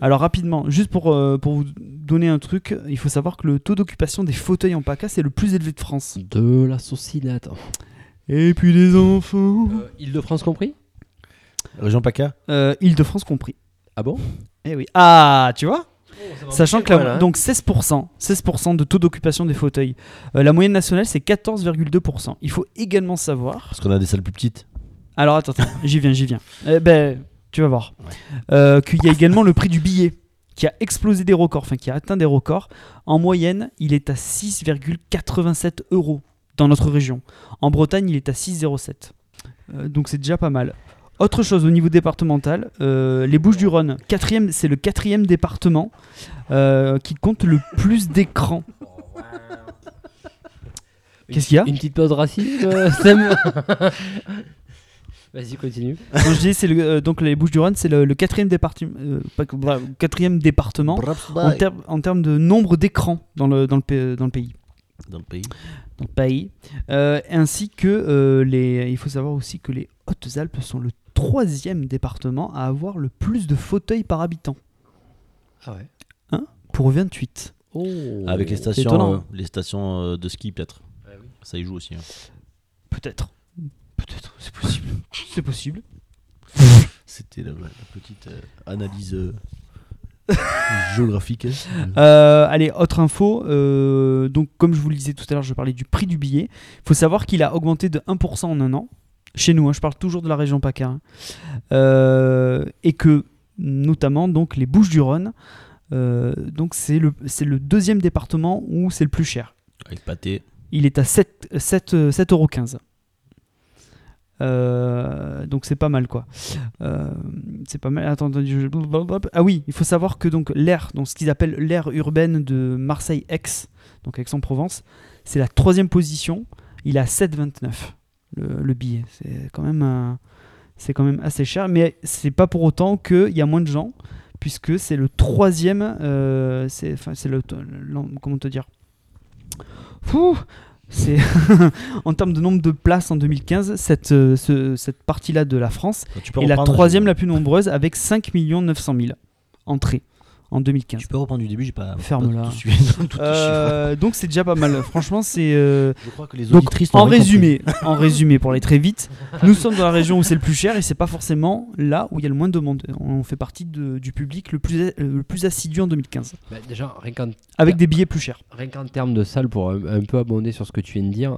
S6: Alors rapidement, juste pour, euh, pour vous donner un truc, il faut savoir que le taux d'occupation des fauteuils en PACA c'est le plus élevé de France.
S5: De la saucinette.
S6: Et puis les enfants.
S5: Euh, Île-de-France compris
S7: Région PACA
S6: Euh, Île-de-France compris.
S5: Ah bon
S6: Eh oui. Ah, tu vois Sachant que la- donc 16%, 16% de taux d'occupation des fauteuils. Euh, la moyenne nationale c'est 14,2%. Il faut également savoir.
S7: Parce qu'on a des salles plus petites.
S6: Alors attends, attends, j'y viens, j'y viens. Eh ben, tu vas voir. Euh, Qu'il y a également le prix du billet qui a explosé des records, enfin qui a atteint des records. En moyenne, il est à 6,87 euros dans notre région. En Bretagne, il est à 6,07. Euh, donc c'est déjà pas mal. Autre chose au niveau départemental, euh, les Bouches-du-Rhône, quatrième, c'est le quatrième département euh, qui compte le plus d'écrans. Qu'est-ce qu'il y a
S5: Une petite pause raciste, euh, Sam Vas-y, continue.
S6: Quand je dis c'est le- euh, donc les Bouches-du-Rhône, c'est le, le quatrième département, euh, pas que- bah, quatrième département en, termes- en termes de nombre d'écrans dans le, dans, le, pa- dans le pays.
S7: Dans le pays.
S6: Dans le pays. Euh, ainsi que euh, les, il faut savoir aussi que les Hautes-Alpes sont le troisième département à avoir le plus de fauteuils par habitant
S5: Ah ouais.
S6: pour 28.
S5: Oh.
S7: Avec les
S6: étonnant,
S7: stations, euh,
S6: hein.
S7: les stations euh, de ski peut-être. Ça y joue aussi. hein.
S6: Peut-être. Peut-être, c'est possible. C'est possible.
S7: C'était la, la petite euh, analyse euh, géographique. hein.
S6: Euh, allez, autre info. euh, donc, comme je vous le disais tout à l'heure, je parlais du prix du billet. Il faut savoir qu'il a augmenté de 1% en un an. Chez nous, hein, je parle toujours de la région PACA. hein. Euh, et que, notamment, donc, les Bouches-du-Rhône, euh, donc, c'est le, c'est le deuxième département où c'est le plus cher.
S7: Avec pâté.
S6: Il est à 7 7, euh, 7,15€. Euh, donc c'est pas mal quoi. Euh, c'est pas mal. Attends, attends, je- blablabla. Ah oui, il faut savoir que donc l'aire, donc ce qu'ils appellent l'aire urbaine de Marseille-Aix, donc Aix-en-Provence, c'est la troisième position. Il a 7,29 le, le billet. C'est quand même un- c'est quand même assez cher, mais c'est pas pour autant qu'il y a moins de gens puisque c'est le troisième. euh, c'est enfin, c'est le, l'en- comment te dire. Fou. C'est en termes de nombre de places en 2015, cette, euh, ce- cette partie-là de la France
S7: Enfin, tu peux
S6: est la
S7: reprendre, euh,
S6: troisième
S7: je-
S6: la plus nombreuse avec 5 900 000 entrées en 2015.
S7: Tu peux reprendre du début, j'ai pas.
S6: Ferme-la.
S7: pas tout suivi, tout de suite.
S6: Euh, donc c'est déjà pas mal. Franchement, c'est euh,
S7: Je crois que les
S6: donc
S7: auditrices
S6: en
S7: n'ont rien
S6: résumé, en résumé pour aller très vite, nous sommes dans la région où c'est le plus cher et c'est pas forcément là où il y a le moins de monde. On fait partie de- du public le plus le plus assidu en 2015
S5: Bah, déjà, rien qu'en
S6: avec des billets plus chers.
S5: Rien qu'en termes de salle, pour un, un peu abonder sur ce que tu viens de dire,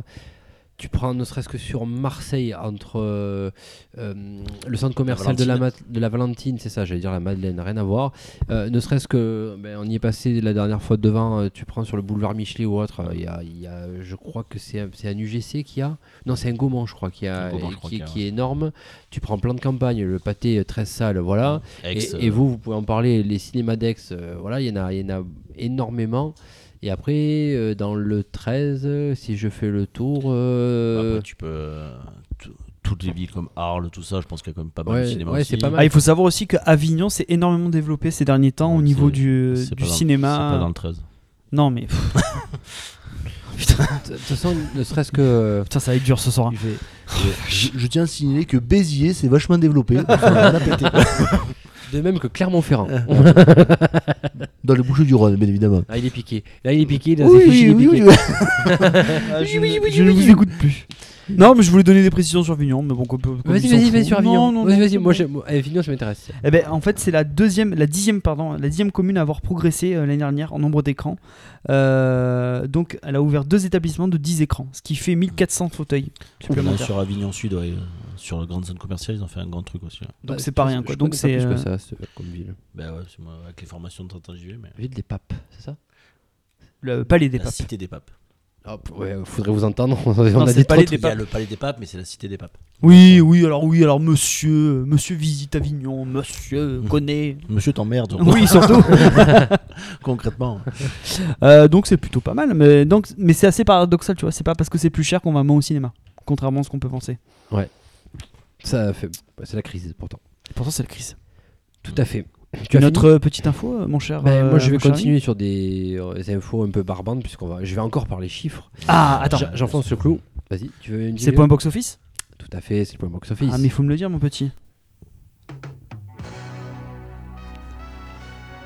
S5: tu prends ne serait-ce que sur Marseille, entre euh, euh, le centre commercial de la, Ma- de la Valentine, c'est ça, j'allais dire la Madeleine, rien à voir. Euh, ne serait-ce que, ben, on y est passé la dernière fois devant, euh, tu prends sur le boulevard Michelet ou autre, euh, il y a- il y a, je crois que c'est un, c'est un UGC qui a. Non, c'est un Gaumont, je crois, qui, a, euh,
S7: Un Gaumont, je
S5: qui,
S7: crois
S5: est-
S7: qu'il y a,
S5: qui est énorme. Tu prends plan de campagne, le pâté euh, 13 salles, voilà.
S7: fait. Ex,
S5: Et, et
S7: euh,
S5: vous, vous pouvez en parler, les cinémas d'Aix, euh, voilà, il y, en a- il y en a énormément. Et après, euh, dans le 13, euh, si je fais le tour, euh,
S7: Après, tu peux. euh, tout- Toutes les villes comme Arles, tout ça, je pense qu'il y a quand même pas mal
S5: Ouais,
S7: de cinéma
S5: ouais,
S7: aussi.
S5: c'est pas mal.
S6: Ah, il faut savoir aussi que Avignon s'est énormément développé ces derniers temps au
S7: Ouais,
S6: niveau
S7: c'est-
S6: du,
S7: C'est
S6: euh, du
S7: pas dans-
S6: cinéma.
S7: C'est pas dans le 13.
S6: Non mais pff, Bah,
S5: de toute façon, ne serait-ce que.
S6: putain ça va être dur ce soir. hein.
S7: je, je tiens à signaler que Béziers s'est vachement développé.
S5: De même que Clermont-Ferrand.
S7: dans le bouchon du Rhône, bien évidemment.
S5: Ah, il est piqué. Là, il est piqué. Là,
S7: Oui,
S5: c'est
S7: oui,
S5: fichu, il est
S7: oui,
S5: piqué.
S7: oui.
S6: Ah, je ne- je ne vous écoute plus. Non, mais je voulais donner des précisions sur Avignon, mais bon, qu'on peut- qu'on
S5: Vas-y,
S6: s'en
S5: vas-y,
S6: fout.
S5: vas-y sur
S6: Non,
S5: Avignon.
S6: non,
S5: vas-y,
S6: non,
S5: vas-y,
S6: c'est
S5: moi,
S6: bon.
S5: j'aime- moi, Avignon, ça m'intéresse.
S6: Eh ben, en fait, c'est la deuxième, la dixième, pardon, la dixième commune à avoir progressé euh, l'année dernière en nombre d'écrans. Euh, donc, elle a ouvert deux établissements de 10 écrans, ce qui fait 1400 fauteuils supplémentaires.
S7: Sur Avignon Sud, ouais, euh, sur la grande zone commerciale, ils ont fait un grand truc aussi. ouais.
S6: Donc,
S5: Bah,
S6: c'est pas
S5: je-
S6: rien,
S5: je
S6: quoi.
S5: connais
S6: Donc,
S5: pas
S6: c'est.
S5: plus que
S6: euh,
S5: ça, c'est- comme ville.
S7: Ben ouais, c'est moi, avec les formations de 30 ans j'y vais, mais.
S5: Ville des papes, c'est ça
S6: le palais des
S7: la
S6: papes.
S7: cité des papes.
S5: Hop, Ah, ouais, faudrait vous entendre. On
S6: Non,
S5: a
S6: c'est
S5: dit
S6: pas
S5: trop
S6: les
S5: de-
S7: Il y a
S6: papes.
S7: le palais des papes, mais c'est la cité des papes.
S6: Oui, oui, alors oui, alors monsieur, euh, monsieur visite Avignon,
S7: Hmm.
S6: monsieur connaît.
S7: Monsieur t'emmerde,
S6: Oui, surtout.
S7: concrètement.
S6: Euh, donc c'est plutôt pas mal, mais donc mais c'est assez paradoxal, tu vois. C'est pas parce que c'est plus cher qu'on va moins au cinéma, contrairement à ce qu'on peut penser.
S5: Ça fait... bah, c'est la crise pourtant.
S6: Et pourtant c'est la crise.
S5: Tout à fait.
S6: Mm.
S5: Tu as
S6: Une
S5: fini
S6: autre euh, petite info, euh, mon cher.
S5: Ben,
S6: euh,
S5: moi, je vais
S6: mon cher
S5: continuer sur des, euh, des infos un peu barbantes, puisqu'on va, je vais encore parler chiffres.
S6: ami Ah, attends.
S5: J'a- J'enfonce le clou. Vas-y, tu veux une
S6: C'est le
S5: vidéo
S6: point box office
S5: Tout à fait, c'est le point box-office.
S6: Ah mais faut me le dire, mon petit.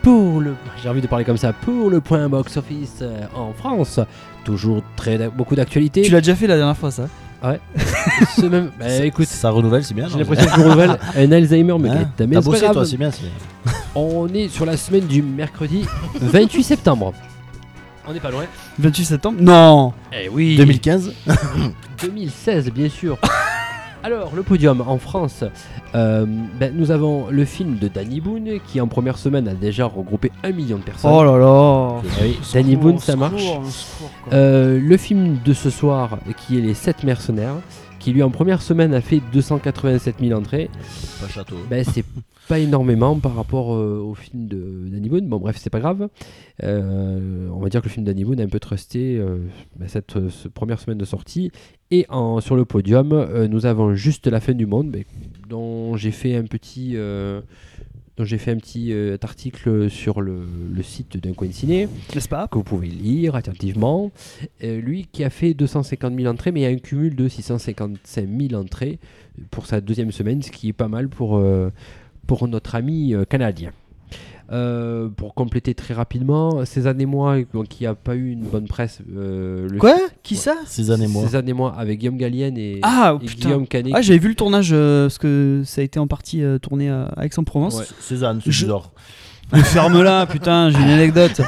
S5: pour le, j'ai envie de parler comme ça, pour le point box-office euh, en France, toujours très d'ac- beaucoup d'actualité.
S6: Tu l'as déjà fait la dernière fois, ça.
S5: Ce même, ben, écoute,
S7: ça renouvelle, c'est bien.
S5: j'ai l'impression que je renouvelle un Alzheimer, mais
S7: Hein
S5: t'as ta
S7: T'as
S5: mère, c'est pas
S7: bossé,
S5: grave.
S7: toi, c'est bien. c'est-
S5: On est sur la semaine du mercredi 28 septembre. On n'est pas loin.
S6: 28 septembre Non
S5: Eh oui.
S7: 2015
S5: 2016, bien sûr. Alors, le podium en France, euh, ben, nous avons le film de Danny Boone qui, en première semaine, a déjà regroupé un million de personnes. Eh
S6: Oh là là Oh,
S5: oui, Danny
S6: Secours,
S5: Boone, ça
S6: secours,
S5: marche.
S6: secours, quoi.
S5: Euh, le film de ce soir, qui est Les 7 mercenaires, qui lui, en première semaine, a fait 287 000 entrées,
S7: Pas château.
S5: ben, c'est pas énormément par rapport euh, au film de Danny Boone. Bon, bref, c'est pas grave. Euh, on va dire que le film de Danny Boone a un peu trusté euh, ben, cette euh, ce- première semaine de sortie. Et en, sur le podium, euh, nous avons juste La fin du monde, ben, dont j'ai fait un petit. euh, dont j'ai fait un petit euh, article sur le, le site d'un coin de ciné
S6: N'est-ce pas
S5: que vous pouvez lire attentivement. Euh, lui qui a fait 250 000 entrées, mais a un cumul de 655 000 entrées pour sa deuxième semaine, ce qui est pas mal pour, euh, pour notre ami euh, canadien. Euh, pour compléter très rapidement, Cézanne et moi, donc, qui a pas eu une bonne presse. euh, le
S6: Quoi Qui ça
S7: Ces années, moi.
S5: Cézanne et moi avec Guillaume Gallienne et,
S6: Ah, oh,
S5: et
S6: putain
S5: Guillaume Canet.
S6: Ah, j'avais vu le tournage, euh, parce que ça a été en partie euh, tourné à Aix-en-Provence.
S5: Ouais.
S7: Cézanne, c'est
S6: Je-
S7: bizarre.
S6: Mais Ferme-la, putain, j'ai une anecdote.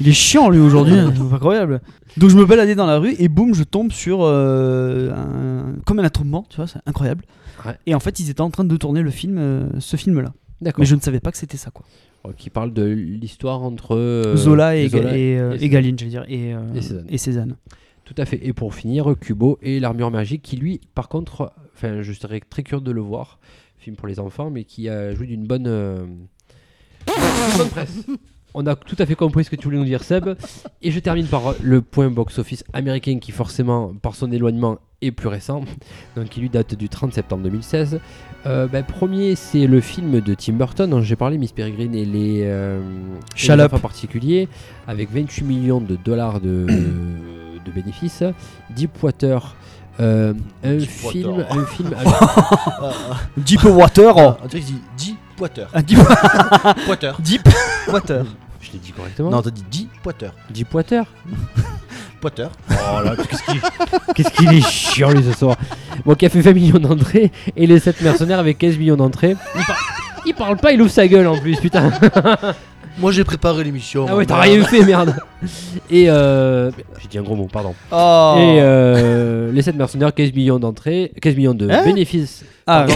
S6: Il est chiant, lui, aujourd'hui. C'est incroyable. Donc, je me baladais dans la rue et boum, je tombe sur euh, un- comme un attroupement, tu vois, c'est incroyable.
S5: Ouais.
S6: Et en fait, ils étaient en train de tourner le film, euh, ce film-là.
S5: D'accord.
S6: Mais je ne savais pas que c'était ça, quoi.
S5: Euh, Qui parle de l'histoire entre euh,
S6: Zola et, et, euh,
S5: et
S6: et Galine, je veux dire, et, euh,
S5: et Cézanne.
S6: et Cézanne.
S5: Tout à fait. Et pour finir, Kubo et l'armure magique, qui lui, par contre, enfin, je serais très curieux de le voir, film pour les enfants, mais qui a joué d'une bonne, euh, d'une bonne presse. On a tout à fait compris ce que tu voulais nous dire, Seb. Et je termine par le point box-office américain qui, forcément, par son éloignement, est plus récent. Donc, qui lui date du 30 septembre 2016. Euh, ben, premier, c'est le film de Tim Burton dont j'ai parlé, Miss Peregrine et les. Euh, et les
S6: Shut up.
S5: enfants particuliers, avec 28 millions de dollars de, de bénéfices. Deepwater. euh, un,
S7: Deepwater.
S5: film, un film avec-
S6: Deep Water
S7: Ah, on dirait qu'il dit 10 Poiter.
S6: Deep,
S7: Poiter.
S6: Deep Water
S5: je l'ai dit correctement
S7: Non, t'as dit 10 Poiter.
S5: Deepwater
S7: Poiter.
S5: Qu'est-ce qu'il est chiant lui ce soir. Bon, qui a fait 20 millions d'entrées et les 7 mercenaires avec 15 millions d'entrées. Il, par- il parle pas, il ouvre sa gueule en plus, putain.
S7: Moi, j'ai préparé l'émission.
S5: Ah ouais, t'as rien fait, merde. Et euh... J'ai dit un gros mot, pardon.
S6: Oh.
S5: Et euh... les 7 mercenaires, 15 millions d'entrées, 15 millions de
S6: Hein
S5: bénéfices.
S6: Ah,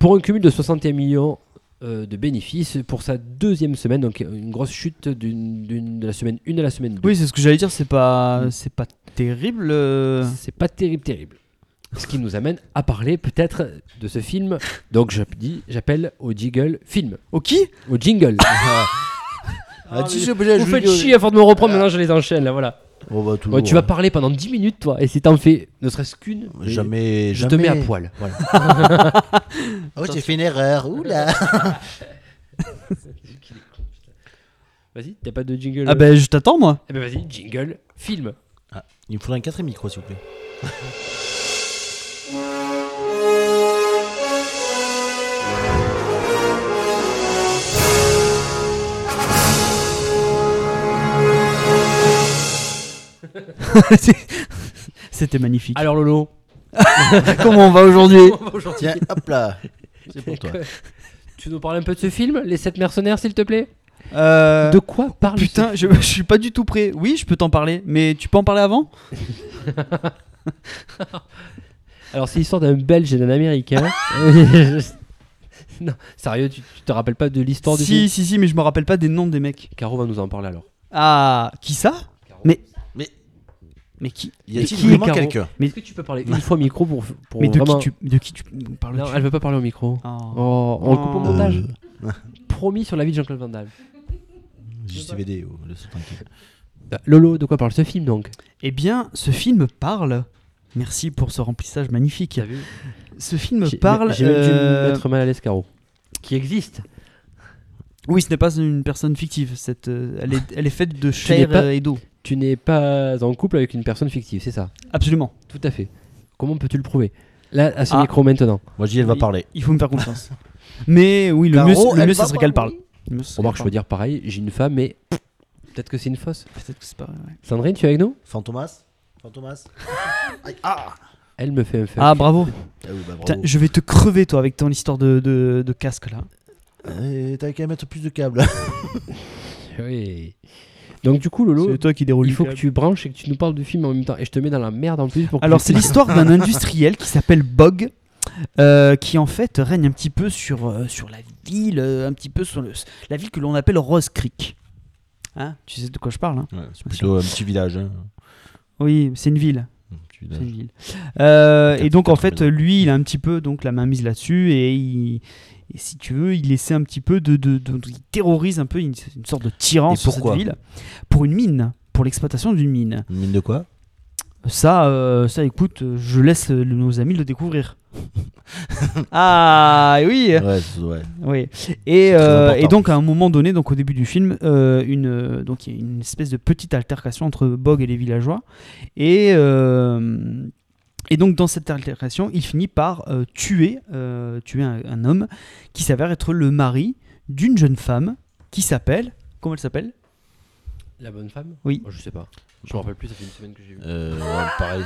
S5: Pour un cumul de 61 millions euh, de bénéfices pour sa deuxième semaine. Donc une grosse chute d'une, d'une- de la semaine 1 à la semaine 2.
S6: oui, c'est ce que j'allais dire, c'est pas, c'est pas terrible. euh.
S5: C'est pas terrible, terrible. Ce qui nous amène à parler peut-être de ce film. Donc je dis, j'appelle au jingle film.
S6: Au qui
S5: Au jingle.
S7: Ah, tu sais,
S5: Vous faites chier avant de me reprendre, maintenant je les enchaîne là, voilà.
S7: Bon, bah, toujours.
S5: Ouais, tu vas parler pendant 10 minutes toi, et si t'en fais ne serait-ce qu'une,
S7: hein. Jamais.
S5: je te
S7: jamais.
S5: mets à poil. Voilà.
S7: Oh, j'ai fait une erreur. Oula.
S5: Vas-y, t'as pas de jingle
S6: Ah,
S5: euh
S6: ben, je t'attends, moi.
S5: Eh ben vas-y, jingle, film.
S7: Il me faudrait un quatrième micro, s'il vous plaît.
S6: C'est- C'était magnifique.
S5: Alors Lolo,
S6: comment on va aujourd'hui
S7: Tiens, hop là. C'est pour toi.
S5: tu nous parles un peu de ce film, Les 7 mercenaires s'il te plaît
S6: Euh,
S5: De quoi parle ce
S6: Putain, je, je suis pas du tout prêt. Oui, je peux t'en parler, mais tu peux en parler avant
S5: Alors, c'est l'histoire d'un Belge et d'un Américain. Euh, non, sérieux, tu, tu te rappelles pas de l'histoire du
S6: Si,
S5: film
S6: si, si, mais je me rappelle pas des noms des mecs.
S5: Caro va nous en parler alors.
S6: Ah, qui ça
S7: Mais
S6: Mais qui
S7: Y a-t-il
S5: qui est
S7: vraiment
S5: Caro
S7: quelqu'un
S5: Est-ce que tu peux parler une fois au micro pour, pour
S6: Mais de
S5: vraiment...
S6: qui tu de qui tu parles
S5: Non, elle veut pas parler au micro. Oh, on le coupe au
S6: Oh.
S5: montage.
S7: Euh,
S5: Promis sur la vie de Jean-Claude Van Damme.
S7: JCVD, oh, laisse tranquille.
S5: Lolo, de quoi parle ce film donc
S6: Eh bien, ce film parle. Merci pour ce remplissage magnifique.
S5: vu
S6: Ce film parle.
S5: J'ai même dû
S6: euh,
S5: me mettre mal à l'aise, Caro. Qui existe
S6: Oui, ce n'est pas une personne fictive. Cette, euh, elle, est, elle est faite de
S5: n'es
S6: chair
S5: pas-
S6: euh, et d'eau.
S5: Tu n'es pas en couple avec une personne fictive, c'est ça
S6: Absolument.
S5: Tout à fait. Comment peux-tu le prouver Là, à ce
S6: Ah.
S5: micro maintenant.
S7: Moi, je dis, elle va parler.
S6: Il faut me faire confiance. Mais oui, le
S7: Caro,
S6: mieux, le
S7: elle
S6: mieux
S7: va
S6: ce serait qu'elle parle. Le mieux, ce serait
S5: Remarque, je
S6: qu'elle
S5: peux dire pareil, j'ai une femme, mais peut-être que c'est une fausse.
S6: parle. Peut-être que c'est pas- ouais.
S5: Sandrine, tu es avec nous
S7: Fantomas Fantomas
S5: Elle me fait un feu.
S6: Ah, bravo.
S7: Ah oui, bah, bravo.
S6: Putain, je vais te crever, toi, avec ton histoire de, de- de casque là.
S7: Euh, T'avais qu'à mettre plus de câbles.
S5: Oui. Donc du coup, Lolo,
S6: toi qui déroule
S5: il faut que tu branches et que tu nous parles du film en même temps. Et je te mets dans la merde en plus pour que
S6: Alors,
S5: tu-
S6: c'est l'histoire d'un industriel qui s'appelle Bog, euh, qui en fait règne un petit peu sur, euh, sur la ville, euh, un petit peu sur le, la ville que l'on appelle Rose Creek. Hein tu sais de quoi je parle hein
S7: c'est plutôt un petit village. hein.
S6: Oui, c'est une ville.
S7: Un petit
S6: c'est
S7: village.
S6: une ville. Euh, et
S7: Quatre-
S6: donc, en
S7: quatre
S6: fait,
S7: maisons.
S6: lui, il a un petit peu donc, la main mise là-dessus et il. et si tu veux, il essaie un petit peu de, de- de- de- il terrorise un peu une, une sorte de tyran
S7: Et
S6: sur
S7: pourquoi
S6: cette ville pour une mine, pour l'exploitation d'une mine.
S7: Une mine de quoi
S6: Ça, euh, ça, écoute, euh, je laisse euh, nos amis le découvrir. ah oui,
S7: Ouais, c'est- ouais.
S6: oui. Et,
S7: très
S6: euh,
S7: important.
S6: et donc à un moment donné, donc au début du film, euh, une euh, donc il y a une espèce de petite altercation entre Bog et les villageois, et euh, et donc dans cette altercation, il finit par euh, tuer euh, tuer un, un homme qui s'avère être le mari d'une jeune femme qui s'appelle comment elle s'appelle
S5: La bonne femme
S6: Oui.
S5: Oh, je sais pas. Je me rappelle plus, ça fait une semaine que j'ai vu.
S7: Euh, ouais, pareil.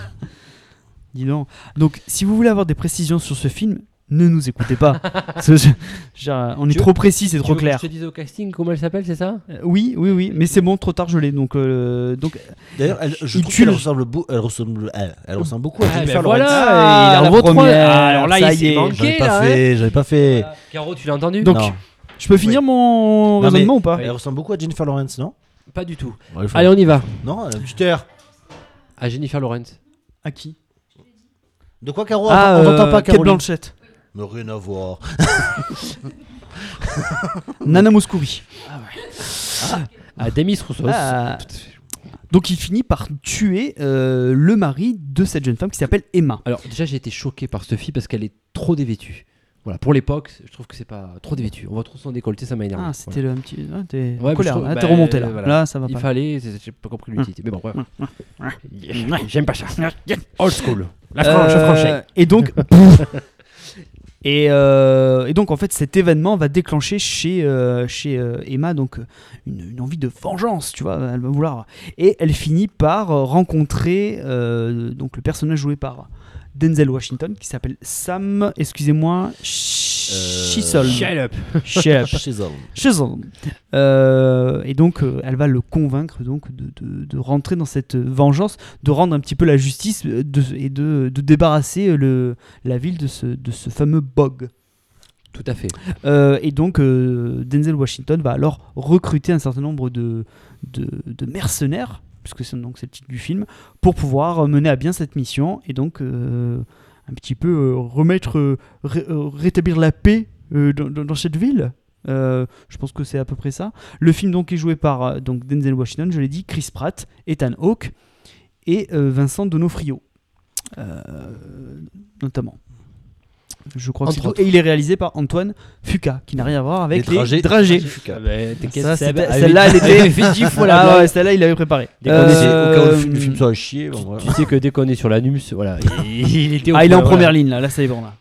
S6: Dis donc. Donc, si vous voulez avoir des précisions sur ce film, ne nous écoutez pas. Parce que je- je- on est
S5: Tu veux-
S6: trop précis, c'est
S5: Tu
S6: trop
S5: veux que
S6: clair.
S5: Je te disais au casting comment elle s'appelle, c'est ça
S6: Euh, Oui, oui, oui, mais c'est bon, trop tard, je l'ai. Donc, euh, donc,
S7: D'ailleurs, elle, je
S6: Il
S7: trouve
S6: tue
S7: qu'elle
S6: le-
S7: ressemble, beau- elle ressemble, elle, elle ressemble beaucoup à
S5: Ah,
S7: Jennifer
S5: ben
S7: Lawrence.
S5: voilà,
S6: Ah,
S5: il en
S6: la
S5: vaut trois.
S6: première,
S5: Ah, alors là,
S6: ça
S5: il
S6: y
S5: s'est
S6: est.
S5: manqué.
S7: J'avais pas
S5: là, hein.
S7: fait, j'avais pas fait.
S5: Caro, tu l'as entendu
S6: Donc-
S7: Non.
S6: je peux finir mon
S7: Non, mais-
S6: raisonnement ou pas
S7: Elle ressemble beaucoup à Jennifer Lawrence, non
S5: Pas du tout.
S7: Ouais, je-
S5: Allez, on y va.
S7: Non, euh, tu t'es-
S5: À Jennifer Lawrence.
S6: À qui
S7: De quoi, Caro
S6: Ah,
S7: On t'entend
S6: euh,
S7: pas,
S6: Kate
S7: Caroline.
S6: Blanchett.
S7: Mais rien à voir.
S6: Nana Mouskouri.
S5: À Demis Roussos.
S6: Ah. Donc, il finit par tuer euh, le mari de cette jeune femme qui s'appelle Emma.
S5: Alors, déjà, j'ai été choqué par cette fille parce qu'elle est trop dévêtue. Voilà, pour l'époque, je trouve que c'est pas trop dévêtu. On voit trop son décolleté, ça m'a énervé.
S6: Ah,
S5: Voilà.
S6: c'était le un petit. ah, t'es
S5: Ouais,
S6: en colère,
S5: mais je
S6: là,
S5: trouve-
S6: t'es
S5: bah,
S6: remonté là.
S5: voilà.
S6: Là, ça va
S5: Il
S6: pas.
S5: fallait, c'est- j'ai pas compris l'utilité.
S6: Mmh.
S5: Mais bon, bref. J'aime pas ça.
S7: Old school.
S5: La franche,
S6: Euh,
S5: franchée.
S6: Et donc. Et, euh, et donc en fait cet événement va déclencher chez, euh, chez euh, Emma donc euh, une, une envie de vengeance tu vois elle va vouloir et elle finit par euh, rencontrer euh, donc le personnage joué par Denzel Washington qui s'appelle Sam excusez-moi Chisholm
S5: Shut up.
S6: Shep.
S7: Chez elle.
S6: Chez un- Euh, et donc, euh, elle va le convaincre donc de, de- de rentrer dans cette vengeance, de rendre un petit peu la justice euh, de- et de, de débarrasser euh, le, la ville de ce, de ce fameux bog.
S5: Tout à fait.
S6: Euh, et donc, euh, Denzel Washington va alors recruter un certain nombre de, de, de mercenaires, puisque c'est donc c'est le titre du film, pour pouvoir euh, mener à bien cette mission et donc euh, un petit peu euh, remettre, euh, ré- euh, rétablir la paix euh, dans, dans- dans cette ville. Euh, je pense que c'est à peu près ça. Le film donc est joué par euh, donc Denzel Washington, je l'ai dit, Chris Pratt, Ethan Hawke et euh, Vincent Donofrio, Euh, notamment. Je crois que
S5: Entre
S6: c'est tout.
S5: autres.
S6: Et il est réalisé par Antoine Fuca, qui n'a rien à voir avec les,
S7: dragées.
S6: dragées.
S7: Fuka.
S6: Ça,
S5: bah,
S6: c'était-
S5: T'inquiète, Seb,
S6: Celle-là, elle était.
S5: fait dix fois la
S6: Ah
S5: blague.
S6: ouais, celle-là, il l'avait préparée. ah,
S5: Dès qu'on
S7: Au
S5: Euh,
S7: cas où le fi- le film soit à chier, bon, voilà.
S5: Tu sais que dès qu'on est sur l'anus, voilà, il, il était au
S6: Ah, il est en
S5: euh, voilà.
S6: première ligne là, là c'est bon là.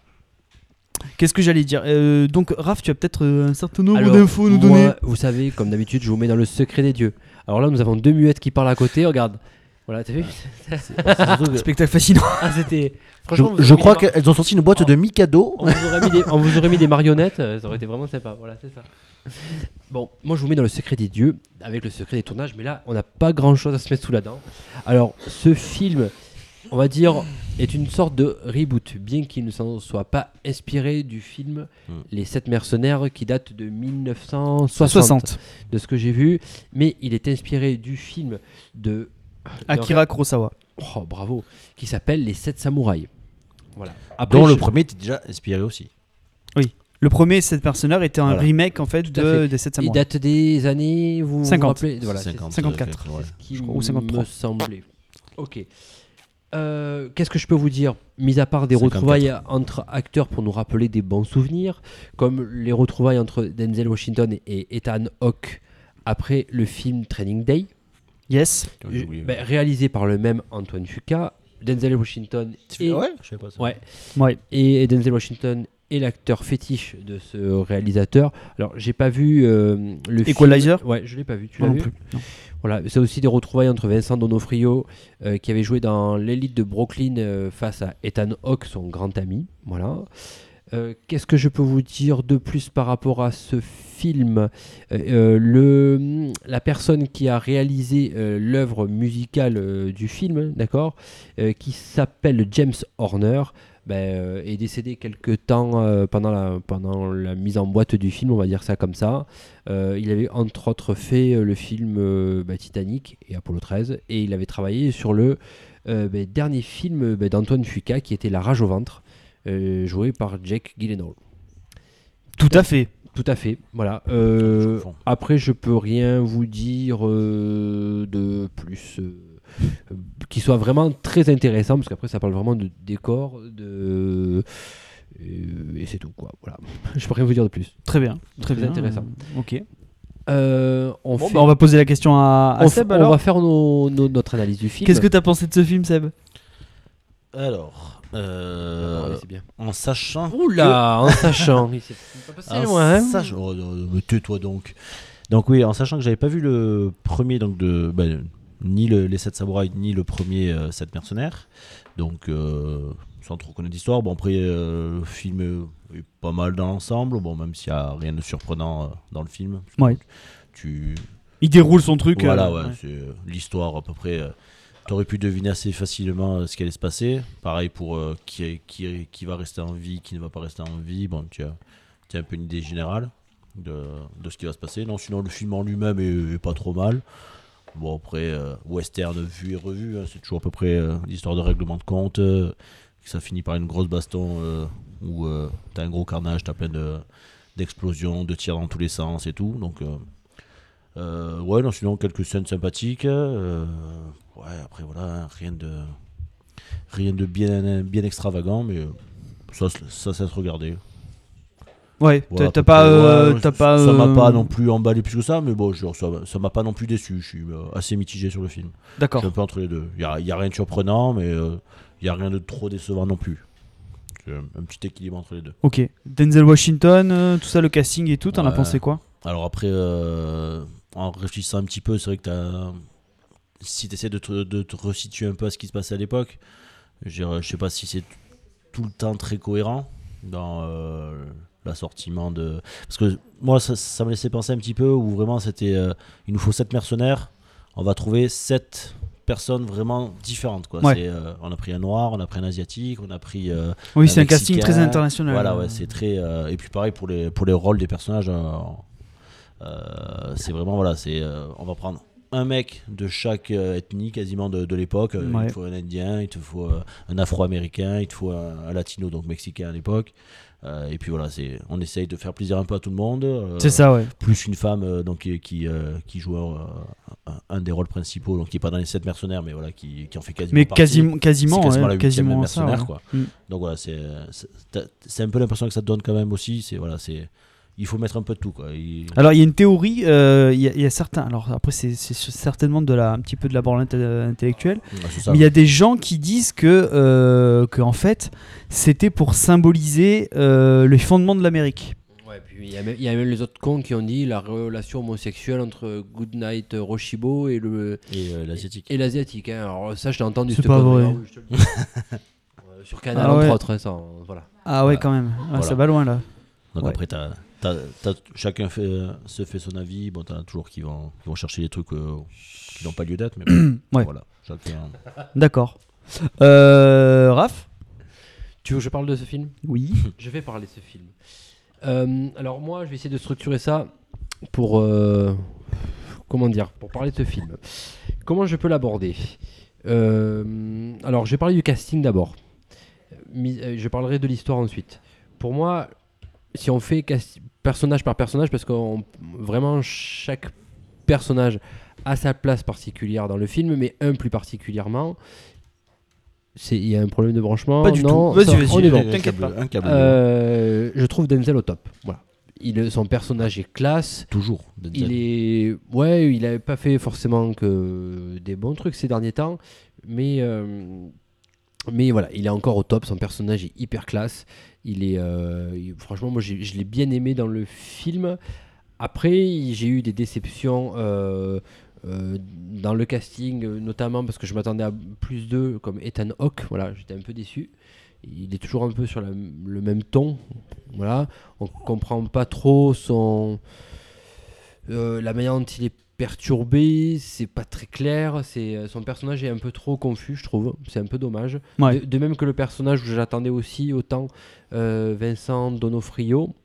S6: Qu'est-ce que j'allais dire Euh, Donc, Raph, tu as peut-être euh, un certain nombre
S5: Alors,
S6: d'infos à nous
S5: moi,
S6: donner.
S5: Vous savez, comme d'habitude, je vous mets dans le secret des dieux. Alors là, nous avons deux muettes qui parlent à côté, regarde. Voilà, t'as vu
S6: Spectacle fascinant.
S5: Ah, c'était.
S7: Je,
S5: Franchement, on vous
S7: je
S5: aurait
S7: crois
S5: mis des
S7: qu'elles ont sorti une boîte de Mikado.
S5: mar- On vous, aurait mis des... on vous aurait mis des marionnettes, euh, ça aurait été vraiment sympa. Voilà, c'est ça. Bon, moi je vous mets dans le secret des dieux, avec le secret des tournages, mais là on n'a pas grand chose à se mettre sous la dent. Alors, ce film, on va dire, est une sorte de reboot, bien qu'il ne s'en soit pas inspiré du film
S7: Mm.
S5: Les Sept Mercenaires qui date de 1960.
S6: 60.
S5: de ce que j'ai vu, mais il est inspiré du film de
S6: Akira Kurosawa.
S5: oh, bravo, qui s'appelle Les 7 Samouraïs. Voilà. Après,
S7: Dont
S5: je-
S7: le premier était déjà inspiré aussi.
S6: Le premier, cette personne-là, était un
S7: Voilà.
S6: remake en fait,
S5: Tout à
S6: de,
S5: fait.
S6: des 7
S5: Il
S6: samouraïs.
S5: date des années, vous vous
S6: 50.
S5: rappelez voilà, c'est-
S6: 54.
S7: euh, ouais.
S5: qui
S6: crois, ou
S5: me
S6: 53.
S5: semblait. Ok. Euh, Qu'est-ce que je peux vous dire Mis à part des
S7: 54.
S5: retrouvailles entre acteurs pour nous rappeler des bons souvenirs, comme les retrouvailles entre Denzel Washington et Ethan Hawke après le film Training Day,
S6: Yes.
S7: Putain, Ah, j'ai oublié.
S5: ben, réalisé par le même Antoine Fuqua, Denzel Washington
S7: Tu-
S5: et,
S7: ouais, je sais pas ça.
S5: ouais,
S6: Ouais.
S5: et Denzel Washington est l'acteur fétiche de ce réalisateur. Alors j'ai pas vu euh, le film-
S6: Equalizer
S5: Ouais, je l'ai pas vu. Tu
S6: Moi
S5: l'as
S6: non
S5: vu
S6: plus. Non.
S5: voilà, c'est aussi des retrouvailles entre Vincent Donofrio, euh, qui avait joué dans l'élite de Brooklyn euh, face à Ethan Hawke, son grand ami. Voilà. Euh, Qu'est-ce que je peux vous dire de plus par rapport à ce film Euh, euh, le, La personne qui a réalisé euh, l'œuvre musicale euh, du film, d'accord, euh, qui s'appelle James Horner, ben, euh, est décédé quelques temps euh, pendant, la, pendant la mise en boîte du film, on va dire ça comme ça. Euh, il avait entre autres fait euh, le film euh, bah, Titanic et Apollo 13 et il avait travaillé sur le euh, bah, dernier film euh, bah, d'Antoine Fuqua qui était La rage au ventre, euh, joué par Jack Gyllenhaal.
S6: Tout à fait.
S5: Tout à fait, voilà. Euh,
S7: Je confonds.
S5: après, je peux rien vous dire euh, de plus euh, euh, qui soit vraiment très intéressant parce qu'après ça parle vraiment de décor, de euh, et c'est tout quoi. Voilà, je peux rien vous dire de plus.
S6: Très bien. Très
S5: Très
S6: bien.
S5: intéressant.
S6: Euh, Ok.
S5: Euh, on
S6: Bon,
S5: fait-
S6: bah, on va poser la question à, à
S5: on,
S6: Seb
S5: f- on
S6: alors.
S5: va faire nos- nos- notre analyse du film.
S6: Qu'est-ce que t'as pensé de ce film, Seb
S7: Alors,
S5: Euh,
S7: euh,
S5: bien.
S7: en sachant.
S5: Oula, en sachant.
S7: en sachant- oh, non, non, mais tais-toi donc. Donc oui, en sachant que j'avais pas vu le premier donc de bah, ni le- les 7 samouraïs ni le premier 7 mercenaires. Donc euh, sans trop connaître l'histoire. Bon après euh, le film euh, est pas mal dans l'ensemble. Bon même s'il y a rien de surprenant euh, dans le film.
S6: Ouais.
S7: Tu
S6: Il déroule son truc. euh,
S7: voilà, ouais,
S6: ouais.
S7: c'est euh, l'histoire à peu près. euh, T'aurais pu deviner assez facilement euh, ce qui allait se passer. Pareil pour euh, qui, qui, qui va rester en vie, qui ne va pas rester en vie. Bon, tu as, tu as un peu une idée générale de, de ce qui va se passer. Non, sinon, le film en lui-même est, est pas trop mal. Bon, après, euh, western vu et revu, hein, c'est toujours à peu près euh, l'histoire de règlement de compte. euh, que ça finit par une grosse baston euh, où euh, t'as un gros carnage, t'as plein de- d'explosions, de, tirs dans tous les sens et tout. Donc. euh, euh, ouais, non, sinon quelques scènes sympathiques. euh, ouais, après voilà, hein, rien de rien de bien bien extravagant, mais euh, ça se- ça, ça se regardait.
S6: Ouais, t'as-
S7: Voilà, à
S6: t'as
S7: peu
S6: pas.
S7: près.
S6: euh,
S7: Ouais,
S6: t'as
S7: ça-
S6: pas
S7: Ça m'a
S6: euh,
S7: pas non plus emballé plus que ça, mais bon, genre, ça ça m'a pas non plus déçu. Je suis euh, assez mitigé sur le film. Je
S6: D'accord.
S7: suis un peu entre les deux. Il y a, y a rien de surprenant, mais il y a rien de trop décevant non plus. C'est un un petit équilibre entre les deux.
S6: Ok. Denzel Washington, euh, tout ça, le casting et tout, t'en as
S7: Ouais.
S6: pensé quoi
S7: Alors après, euh, en réfléchissant un petit peu, c'est vrai que t'as- si tu essaies de te, de te resituer un peu à ce qui se passait à l'époque, je ne sais pas si c'est t- tout le temps très cohérent dans euh, l'assortiment de... Parce que moi, ça, ça me laissait penser un petit peu où vraiment c'était... euh, il nous faut sept mercenaires, on va trouver sept personnes vraiment différentes. Quoi.
S6: Ouais.
S7: C'est, euh, on a pris un noir, on a pris un asiatique, on a pris... euh,
S6: Oui, c'est un
S7: Mexicain,
S6: casting très international.
S7: voilà,
S6: euh,
S7: ouais, c'est très. euh, et puis pareil pour les, pour les rôles des personnages. euh, euh, c'est vraiment, voilà, c'est. euh, on va prendre un mec de chaque euh, ethnie quasiment de, de l'époque. Euh, Il
S6: Ouais.
S7: te faut un Indien, il te faut euh, un Afro-Américain, il te faut un, un Latino, donc Mexicain à l'époque. Euh, et puis voilà, c'est, on essaye de faire plaisir un peu à tout le monde. euh,
S6: C'est ça, ouais.
S7: Plus une femme euh, donc, qui, qui, euh, qui joue euh, un, un des rôles principaux, donc qui est pas dans les 7 mercenaires, mais voilà, qui, qui en fait quasiment
S6: Mais
S7: partie.
S6: quasiment, quasiment,
S7: C'est quasiment
S6: ouais,
S7: la huitième
S6: quasiment ça.
S7: mercenaire,
S6: ouais.
S7: quoi.
S6: Mm.
S7: Donc voilà, c'est c'est- t'as- c'est un peu l'impression que ça te donne quand même aussi. C'est voilà, c'est il faut mettre un peu de tout quoi. Il-
S6: Alors il y a une théorie, euh, il y, a- il y a certains. Alors après c'est c'est certainement de la, un petit peu de la branlette euh, intellectuelle,
S7: Ah, c'est ça.
S6: mais il y a des gens qui disent que, euh, que en fait c'était pour symboliser euh, le fondement de l'Amérique.
S5: il y, a même- il y a même les autres cons qui ont dit la relation homosexuelle entre Goodnight Roshibo et le
S7: Et euh, l'asiatique.
S5: et l'asiatique. hein. Alors ça, je l'ai entendu.
S6: C'est
S5: cette
S6: pas
S5: connerie,
S6: vrai.
S5: ah oui, je te le dis. Euh, Sur Canal
S6: Ah ouais.
S5: entre autres, hein, ça, euh, voilà.
S6: Ah ouais
S7: Voilà.
S6: quand même, Ah,
S7: Voilà.
S6: ça va loin là.
S7: Donc
S6: Ouais.
S7: après t'as t'as- t'as- chacun fait, euh, se fait son avis. Bon t'as toujours qui vont qui vont chercher des trucs euh, qui n'ont pas lieu d'être. Mais bon,
S6: Ouais.
S7: voilà. Chacun.
S6: D'accord. Euh, Raph
S5: Tu veux que je parle de ce film
S6: Oui.
S5: Je vais parler de ce film. Euh, alors moi, je vais essayer de structurer ça pour euh, comment dire, pour parler de ce film. Comment je peux l'aborder Euh, alors, j'ai parlé du casting d'abord. Mi- euh, Je parlerai de l'histoire ensuite. Pour moi, si on fait cast- personnage par personnage, parce que vraiment chaque personnage a sa place particulière dans le film, mais un plus particulièrement. c'est- Il y a un problème de branchement
S6: Pas du
S5: non,
S6: tout. Vas-y,
S5: ça-
S6: vas-y,
S5: on est bon.
S6: vas-y. T'inquiète
S7: câble-
S6: pas.
S7: Un câble.
S5: Euh, je trouve Denzel au top. Voilà. Il, son personnage est classe.
S7: Toujours. Denzel.
S5: Il est, ouais, il n'avait pas fait forcément que des bons trucs ces derniers temps, mais euh, mais voilà, il est encore au top. Son personnage est hyper classe. Il est, euh, il- franchement, moi j'ai- je l'ai bien aimé dans le film. Après, il- j'ai eu des déceptions. euh, euh, dans le casting, euh, notamment parce que je m'attendais à plus d'eux comme Ethan Hawke, voilà, j'étais un peu déçu. Il est toujours un peu sur la- le même ton, voilà. On comprend pas trop son, euh, la manière dont il est perturbé, c'est pas très clair. C'est euh, son personnage est un peu trop confus, je trouve. C'est un peu dommage.
S6: Ouais.
S5: De, de même que le personnage où je l'attendais aussi autant, euh, Vincent Donofrio,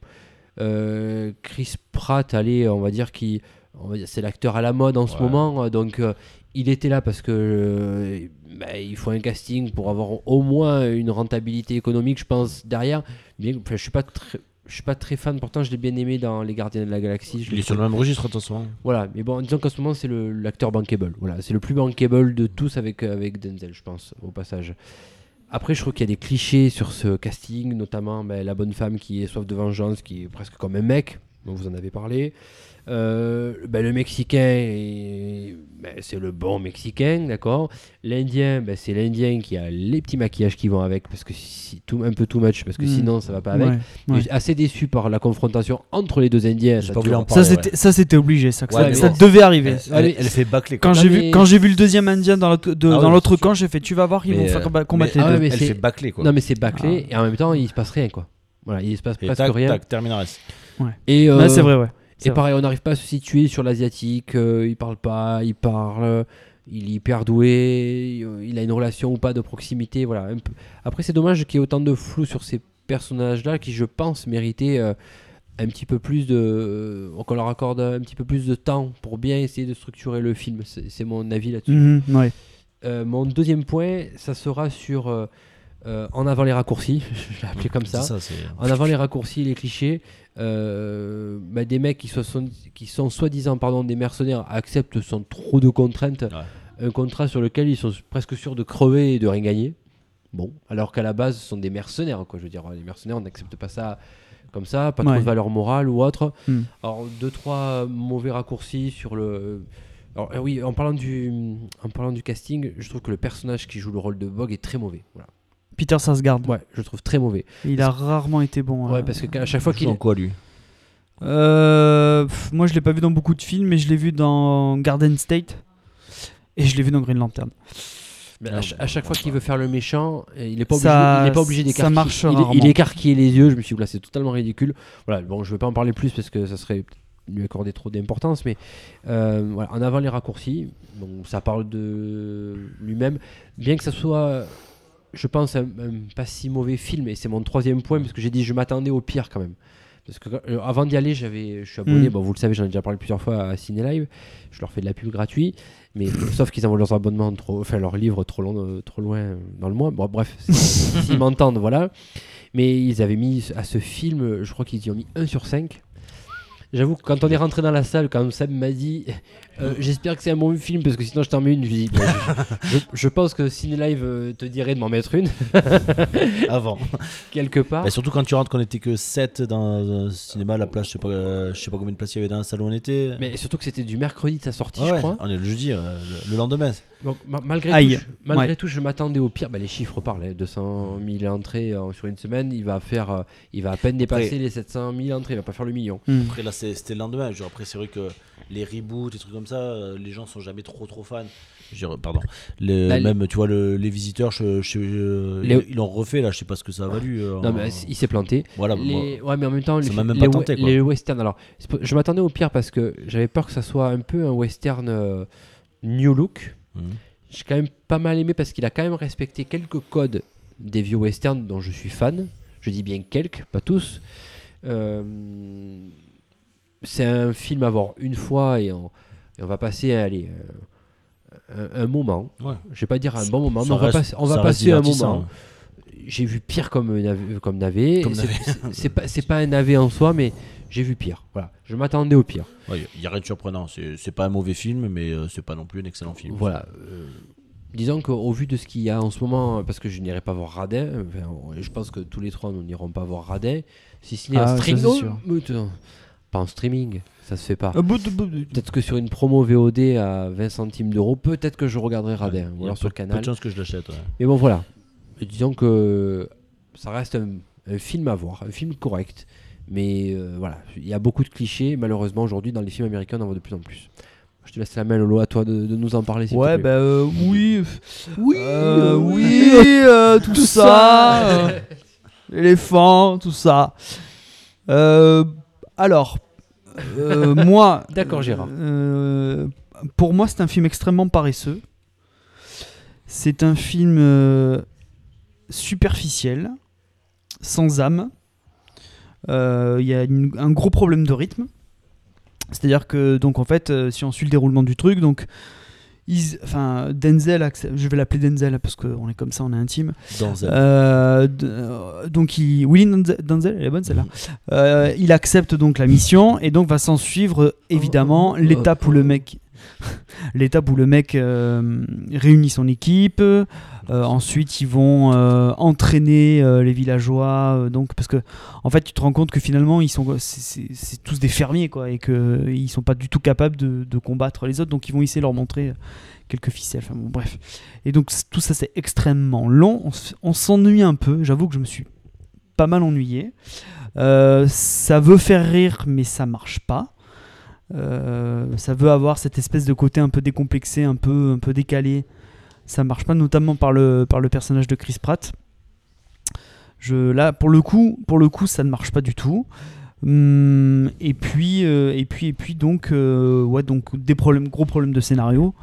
S5: euh, Chris Pratt, allez, on va dire qui, on va dire, c'est l'acteur à la mode en ce
S7: Ouais.
S5: moment, euh, donc. euh, il était là parce que euh, bah, il faut un casting pour avoir au moins une rentabilité économique, je pense, derrière. Bien, enfin, je suis pas très, je suis pas très fan. Pourtant, je l'ai bien aimé dans Les Gardiens de la Galaxie. Je
S7: Il
S5: l'ai
S7: est sur le même registre, attention. hein.
S5: voilà, mais bon, disons qu'en ce moment, c'est le- l'acteur bankable. Voilà, c'est le plus bankable de tous avec, euh, avec Denzel, je pense, au passage. Après, je trouve qu'il y a des clichés sur ce casting, notamment ben, la bonne femme qui est soif de vengeance, qui est presque comme un mec, dont vous en avez parlé. Euh, ben, le Mexicain, est- ben, c'est le bon Mexicain, d'accord L'Indien, ben, c'est l'Indien qui a les petits maquillages qui vont avec, parce que si, tout, un peu too much, parce que
S6: Mm.
S5: sinon, ça va
S7: Bah,
S5: pas avec.
S6: Ouais, ouais.
S5: Et j'ai Assez déçu par la confrontation entre les deux Indiens.
S7: J'ai
S5: ça
S7: pas voulu
S5: dure-
S7: en parler.
S6: Ça, c'était- ça, c'était obligé, ça, que
S7: Ouais,
S6: ça-
S7: mais
S6: ça
S7: bon.
S6: devait arriver.
S7: Elle,
S5: Allez.
S7: elle fait bâcler. quoi.
S6: Quand j'ai vu,
S5: mais-
S6: quand j'ai vu le deuxième Indien dans l'autre de-
S7: Ah ouais,
S6: dans
S7: mais
S6: l'autre
S7: c'est
S6: camp, j'ai fait tu vas voir ils
S7: Mais,
S6: vont faire
S7: euh,
S6: comba- combattre les
S5: mais- ah ouais,
S6: deux.
S5: mais
S7: Elle
S5: c'est-
S7: fait bâcler, quoi.
S5: Non, mais c'est bâclé
S6: Ah.
S5: et en même temps, il se passe rien, quoi. Voilà, il se passe
S7: Et
S5: presque
S7: tac,
S5: rien.
S7: tac, terminaris.
S5: Et, euh,
S6: Ouais, c'est vrai ouais. c'est
S5: et pareil, on n'arrive pas à se situer sur l'asiatique. euh, il parle pas, il parle, il est hyper doué, euh, il il a une relation ou pas de proximité. Voilà. un peu. Après, c'est dommage qu'il y ait autant de flou sur ces personnages-là qui, je pense, méritaient euh, un petit peu plus de. euh, qu'on leur accorde un petit peu plus de temps pour bien essayer de structurer le film. C'est c'est mon avis là-dessus.
S6: Mhm, ouais.
S5: Euh, mon deuxième point, ça sera sur euh, euh, En avant les raccourcis, je l'ai appelé comme ça.
S7: C'est c'est-
S5: En avant les raccourcis, les clichés, euh, bah, des mecs qui, se sont, qui sont soi-disant pardon, des mercenaires acceptent sans trop de contraintes un contrat sur lequel ils sont presque sûrs de crever et de rien gagner. Bon, alors qu'à la base, ce sont des mercenaires, quoi. Je veux dire, les mercenaires, on n'accepte pas ça comme ça, pas trop
S6: Ouais.
S5: de valeur morale ou autre.
S6: Hmm.
S5: Alors, deux, trois mauvais raccourcis sur le. Alors, euh, oui, en parlant, du, en parlant du casting, je trouve que le personnage qui joue le rôle de Bog est très mauvais. Voilà.
S6: Peter Sarsgaard.
S5: Ouais, je le trouve très mauvais.
S6: Il a rarement été bon.
S5: Ouais,
S6: hein.
S5: parce qu'à chaque fois
S7: Il
S5: qu'il
S7: joue en quoi, lui
S6: Euh, pff, moi, je l'ai pas vu dans beaucoup de films, mais je l'ai vu dans Garden State et je l'ai vu dans Green Lantern.
S5: Mais à, ch- à chaque fois qu'il veut faire le méchant, et il n'est pas obligé,
S6: Ça-
S5: il est pas obligé d'écarquiller.
S6: ça marche
S5: il,
S6: rarement.
S5: il écarquille les yeux. Je me suis dit, Oula, c'est totalement ridicule. Voilà, bon, je ne vais pas en parler plus parce que ça serait lui accorder trop d'importance, mais euh, voilà, en avant les raccourcis. Donc ça parle de lui-même, bien que ça soit, je pense, un, un pas si mauvais film. Et c'est mon troisième point parce que j'ai dit, je m'attendais au pire quand même. Parce que euh, avant d'y aller, j'avais, je suis abonné.
S6: Mm.
S5: Bon, vous le savez, j'en ai déjà parlé plusieurs fois à Ciné Live. Je leur fais de la pub gratuite. Mais sauf qu'ils envoient leurs abonnements trop, enfin leurs livres trop long, euh, trop loin euh, dans le mois. Bon, bref, c'est- s'ils m'entendent, voilà. Mais ils avaient mis à ce film, euh, je crois qu'ils y ont mis 1 sur 5. J'avoue que quand on est rentré dans la salle, quand Sam m'a dit euh, J'espère que c'est un bon film parce que sinon je t'en mets une, je lui ai dit, Bah, je, je- je pense que Ciné Live euh, te dirait de m'en mettre une
S7: Avant.
S5: quelque part.
S7: Bah, surtout quand tu rentres qu'on était que 7 dans un cinéma, la place, je sais pas, euh, je sais pas combien de places il y avait dans un salon on était.
S5: Mais surtout que c'était du mercredi de sa sortie,
S7: Ah
S5: je
S7: ouais,
S5: crois.
S7: On est le jeudi, euh, le, le lendemain.
S5: Donc, ma- malgré,
S6: Aïe.
S5: tout, je, malgré
S6: Ouais.
S5: tout, je m'attendais au pire. Bah, les chiffres parlent. hein. 200 000 entrées euh, sur une semaine, il va faire, euh, il va à peine dépasser
S7: Après-
S5: les 700 000 entrées. Il va pas faire le million.
S6: Mhm.
S7: Après là c'est- c'était le lendemain. Genre, après c'est vrai que les reboots, les trucs comme ça, euh, les gens sont jamais trop trop fans. Je veux dire, pardon. Le-
S5: Là,
S7: même tu vois le- les visiteurs, je- je- je-
S5: Les-
S7: ils l'ont refait là. Je sais pas ce que ça a valu.
S6: Oh.
S7: euh,
S5: Non,
S7: en-
S5: mais il s'est planté.
S7: voilà. moi-
S5: Les- ouais, mais en même temps,
S7: ça
S5: les,
S7: m'a même
S5: les
S7: pas
S5: we-
S7: tenté, quoi.
S5: les westerns. Alors, c'est pour- je m'attendais au pire parce que j'avais peur que ça soit un peu un western euh, new look.
S7: Mhm.
S5: J'ai quand même pas mal aimé parce qu'il a quand même respecté quelques codes des vieux westerns dont je suis fan. Je dis bien quelques, pas tous. Euh, c'est un film à voir une fois et on, et on va passer allez, euh, un, un moment.
S7: Ouais.
S5: Je vais pas dire un bon moment, mais
S7: Ça
S5: on va,
S7: reste-
S5: passer- on va
S7: ça reste
S5: passer un
S7: divertissant, hein.
S5: moment. hein. J'ai vu pire comme nav- comme navet.
S7: Comme
S5: C'est-
S7: navet.
S5: c'est- C'est pas c'est pas un navet en soi, mais j'ai vu pire. Voilà, je m'attendais au pire.
S7: Il n'y a rien de surprenant. C'est c'est pas un mauvais film, mais euh, c'est pas non plus un excellent film.
S5: Voilà. euh, disons qu'au vu de ce qu'il y a en ce moment, parce que je n'irai pas voir Radin, enfin, on- je pense que tous les trois nous n'irons pas voir Radin, si ce n'est
S6: Ah,
S5: en
S6: ça,
S5: streaming.
S6: c'est
S5: Oh,
S6: sûr.
S5: mais attends, pas en streaming, ça se fait pas.
S6: Ah, bout de- bout de-
S5: Peut-être que sur une promo VOD à 20 centimes d'euros, peut-être que je regarderai Radin,
S7: Il y
S5: ou
S7: a
S5: alors
S7: peu-
S5: sur
S7: Peu
S5: Canal.
S7: de chance que je l'achète. ouais.
S5: Mais bon, voilà. Disons que ça reste un, un film à voir, un film correct. Mais euh, voilà, il y a beaucoup de clichés, malheureusement, aujourd'hui, dans les films américains, on en voit de plus en plus. Je te laisse la main, Lolo, à toi de, de nous en parler. s'il
S6: Ouais,
S5: te plaît.
S6: bah euh, oui,
S5: Oui,
S6: euh, oui, euh, tout, ça, euh, l'éléphant, tout ça. Euh, alors, euh, moi,
S5: D'accord, Gérard.
S6: euh, pour moi, c'est un film extrêmement paresseux. C'est un film euh, superficiel, sans âme. Euh, Il y a une- un gros problème de rythme. C'est-à-dire que, donc en fait, euh, si on suit le déroulement du truc, donc, ils- enfin, Denzel, accep- je vais l'appeler Denzel parce qu'on est comme ça, on est intime.
S7: Dans un-
S6: Euh, d- euh, donc, il, Willie Denzel, Denzel, elle est bonne celle-là. Euh, il accepte donc la mission et donc va s'en suivre euh, évidemment l'étape où le mec, l'étape où le mec euh, réunit son équipe. Euh, ensuite, ils vont euh, entraîner euh, les villageois. euh, donc, parce que en fait, tu te rends compte que finalement, ils sont, c'est- c'est c'est tous des fermiers quoi, et que euh, ils sont pas du tout capables de, de combattre les autres. Donc, ils vont essayer de leur montrer euh, quelques ficelles. Enfin bon, bref. Et donc c- tout ça c'est extrêmement long, on, s- on s'ennuie un peu, j'avoue que je me suis pas mal ennuyé. Euh, ça veut faire rire mais ça marche pas. Euh, ça veut avoir cette espèce de côté un peu décomplexé, un peu, un peu décalé. Ça marche pas, notamment par le, par le personnage de Chris Pratt. Je, là, pour le, coup, pour le coup, ça ne marche pas du tout. Hum, et puis, euh, et puis, et puis donc, euh, ouais, donc des problèmes, gros problèmes de scénario.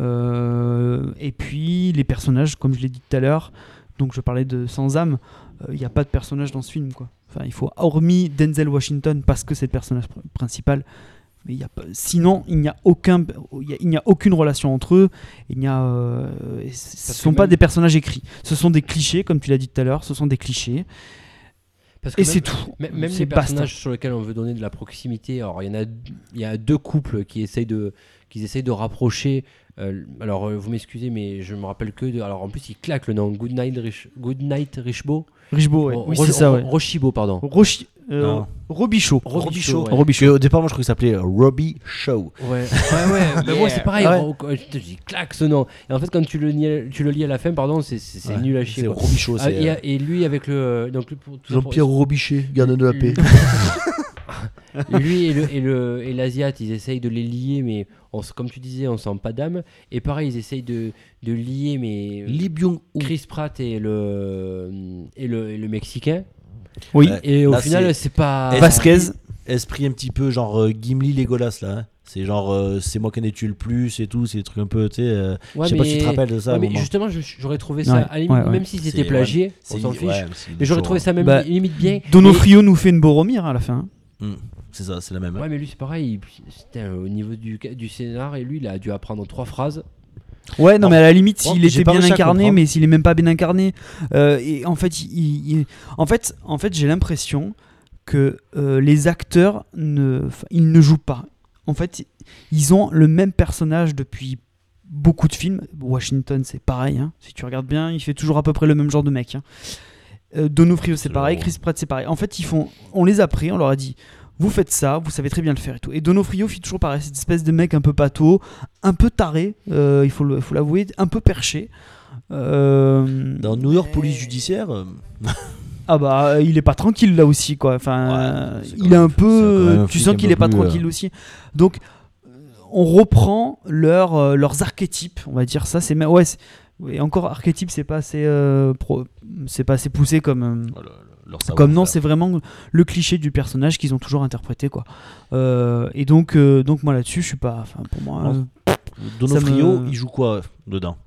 S6: Euh, et puis les personnages, comme je l'ai dit tout à l'heure, donc je parlais de sans âme, il n'y a pas de personnage dans ce film quoi. Enfin, il faut hormis Denzel Washington parce que c'est le personnage pr- principal. Mais il y a pas, sinon, il n'y a aucun, il y a- il n'y a aucune relation entre eux. Il n'y a, euh, et c- ce
S5: Parce que
S6: sont pas
S5: même-
S6: des personnages écrits. Ce sont des clichés, comme tu l'as dit tout à l'heure. Ce sont des clichés.
S5: Parce que
S6: Et
S5: même-
S6: c'est tout.
S5: m- Même
S6: C'est
S5: les
S6: basta.
S5: personnages sur lesquels on veut donner de la proximité, alors il y en a, il y a deux couples qui essayent de, qui essayent de rapprocher. euh, alors euh, vous m'excusez, mais je me rappelle que de. Alors en plus, il claque le nom Goodnight Rich, Goodnight Richbo.
S6: Richbo, ouais.
S5: Ro-
S6: oui,
S5: Ro-
S6: c'est ça,
S5: Ro-
S6: ouais.
S5: Rochibo, pardon.
S6: Rochi- euh,
S7: Non.
S6: Robichaud.
S5: Robichaud, ouais.
S7: Robbie Shaw. Au départ, moi, je crois que ça s'appelait euh, Robbie Show.
S5: Ouais, ouais, ouais. mais moi, c'est pareil.
S6: Ah ouais.
S5: Ro- quoi, je te dis, claque ce nom. Et en fait, quand tu le, niais- tu le lis à la fin, pardon, c'est c'est- c'est nul à chier.
S7: C'est
S5: quoi.
S7: Robbie Shaw.
S5: Ah,
S7: c'est,
S5: et,
S7: euh,
S5: et lui avec le euh, donc le- pour- toujours pour-
S8: Jean-Pierre Robichet, gardien
S5: Mm.
S8: de la paix.
S5: lui et le et le et l'asiate ils essayent de les lier mais on, s- comme tu disais on sent pas d'âme et pareil ils essayent de, de lier mais
S7: Libyong Hu.
S5: Chris Pratt et le et le, et le mexicain
S6: Oui.
S7: Ouais.
S5: et au
S7: Là,
S5: final c'est pas
S7: Est-ce-
S6: Vasquez.
S7: esprit un petit peu genre euh, Gimli Legolas là. hein. C'est genre euh, c'est moi qui en ai tué le plus et tout, c'est des trucs un peu, tu sais. euh,
S5: Ouais,
S7: je sais pas si tu te
S5: mais-
S7: rappelles de ça.
S5: ouais,
S7: à un
S5: mais
S7: moment.
S5: justement je- j'aurais trouvé ça
S6: Ouais,
S5: à la limite,
S6: ouais, ouais.
S5: même si c'était
S7: C'est-
S5: plagié on
S7: C'est-
S5: s'en
S7: ouais,
S5: fiche
S7: c'est
S5: mais j'aurais
S7: chaud,
S5: trouvé
S7: hein.
S5: ça même
S6: Bah,
S5: limite bien
S6: Donofrio nous fait une Boromir à la fin.
S7: C'est ça, c'est la même.
S5: Mais-
S7: hein.
S5: ouais mais lui c'est pareil il- c'était euh, au niveau du du scénar et lui il a dû apprendre trois phrases
S6: Ouais, non,
S7: Non.
S6: mais à la limite,
S7: Bon,
S6: s'il
S7: j'ai
S6: était
S7: pas
S6: bien
S7: réussi à
S6: incarné,
S7: comprendre.
S6: mais s'il est même pas bien incarné, euh, et en fait, il- il- en fait, en fait, j'ai l'impression que euh, les acteurs ne, enfin, ils ne jouent pas. En fait, ils ont le même personnage depuis beaucoup de films. Washington, c'est pareil. hein. Si tu regardes bien, il fait toujours à peu près le même genre de mec. hein. Euh, Donofrio, c'est
S7: C'est
S6: pareil.
S7: le-
S6: Chris Pratt, c'est pareil. En fait, ils font, on les a pris, on leur a dit. Vous faites ça, vous savez très bien le faire et tout. Et Donofrio fait toujours pareil, cette espèce de mec un peu pâteau, un peu taré, euh, il faut le- faut l'avouer, un peu perché. Euh,
S7: Dans New York Police Judiciaire, euh,
S6: Ah bah, il est pas tranquille là aussi quoi. Enfin,
S7: Ouais, c'est quand
S6: il est un
S7: même- c'est quand même
S6: peu.
S7: un
S6: Tu
S7: flic
S6: sens
S7: un
S6: qu'il
S7: peu
S6: est pas
S7: plus,
S6: tranquille aussi. Donc, euh, on reprend leur, euh, leurs archétypes, on va dire ça. C'est ma- ouais. c'est- Et encore archétype, c'est pas assez, euh, pro- c'est pas assez poussé comme. euh,
S7: voilà, leur savoir-faire.
S6: comme non, c'est vraiment le cliché du personnage qu'ils ont toujours interprété quoi. Euh, et donc, euh, donc moi là-dessus, je suis pas. Enfin, pour moi,
S7: Non,
S6: euh,
S7: Donofrio,
S6: ça me-
S7: il joue quoi euh, dedans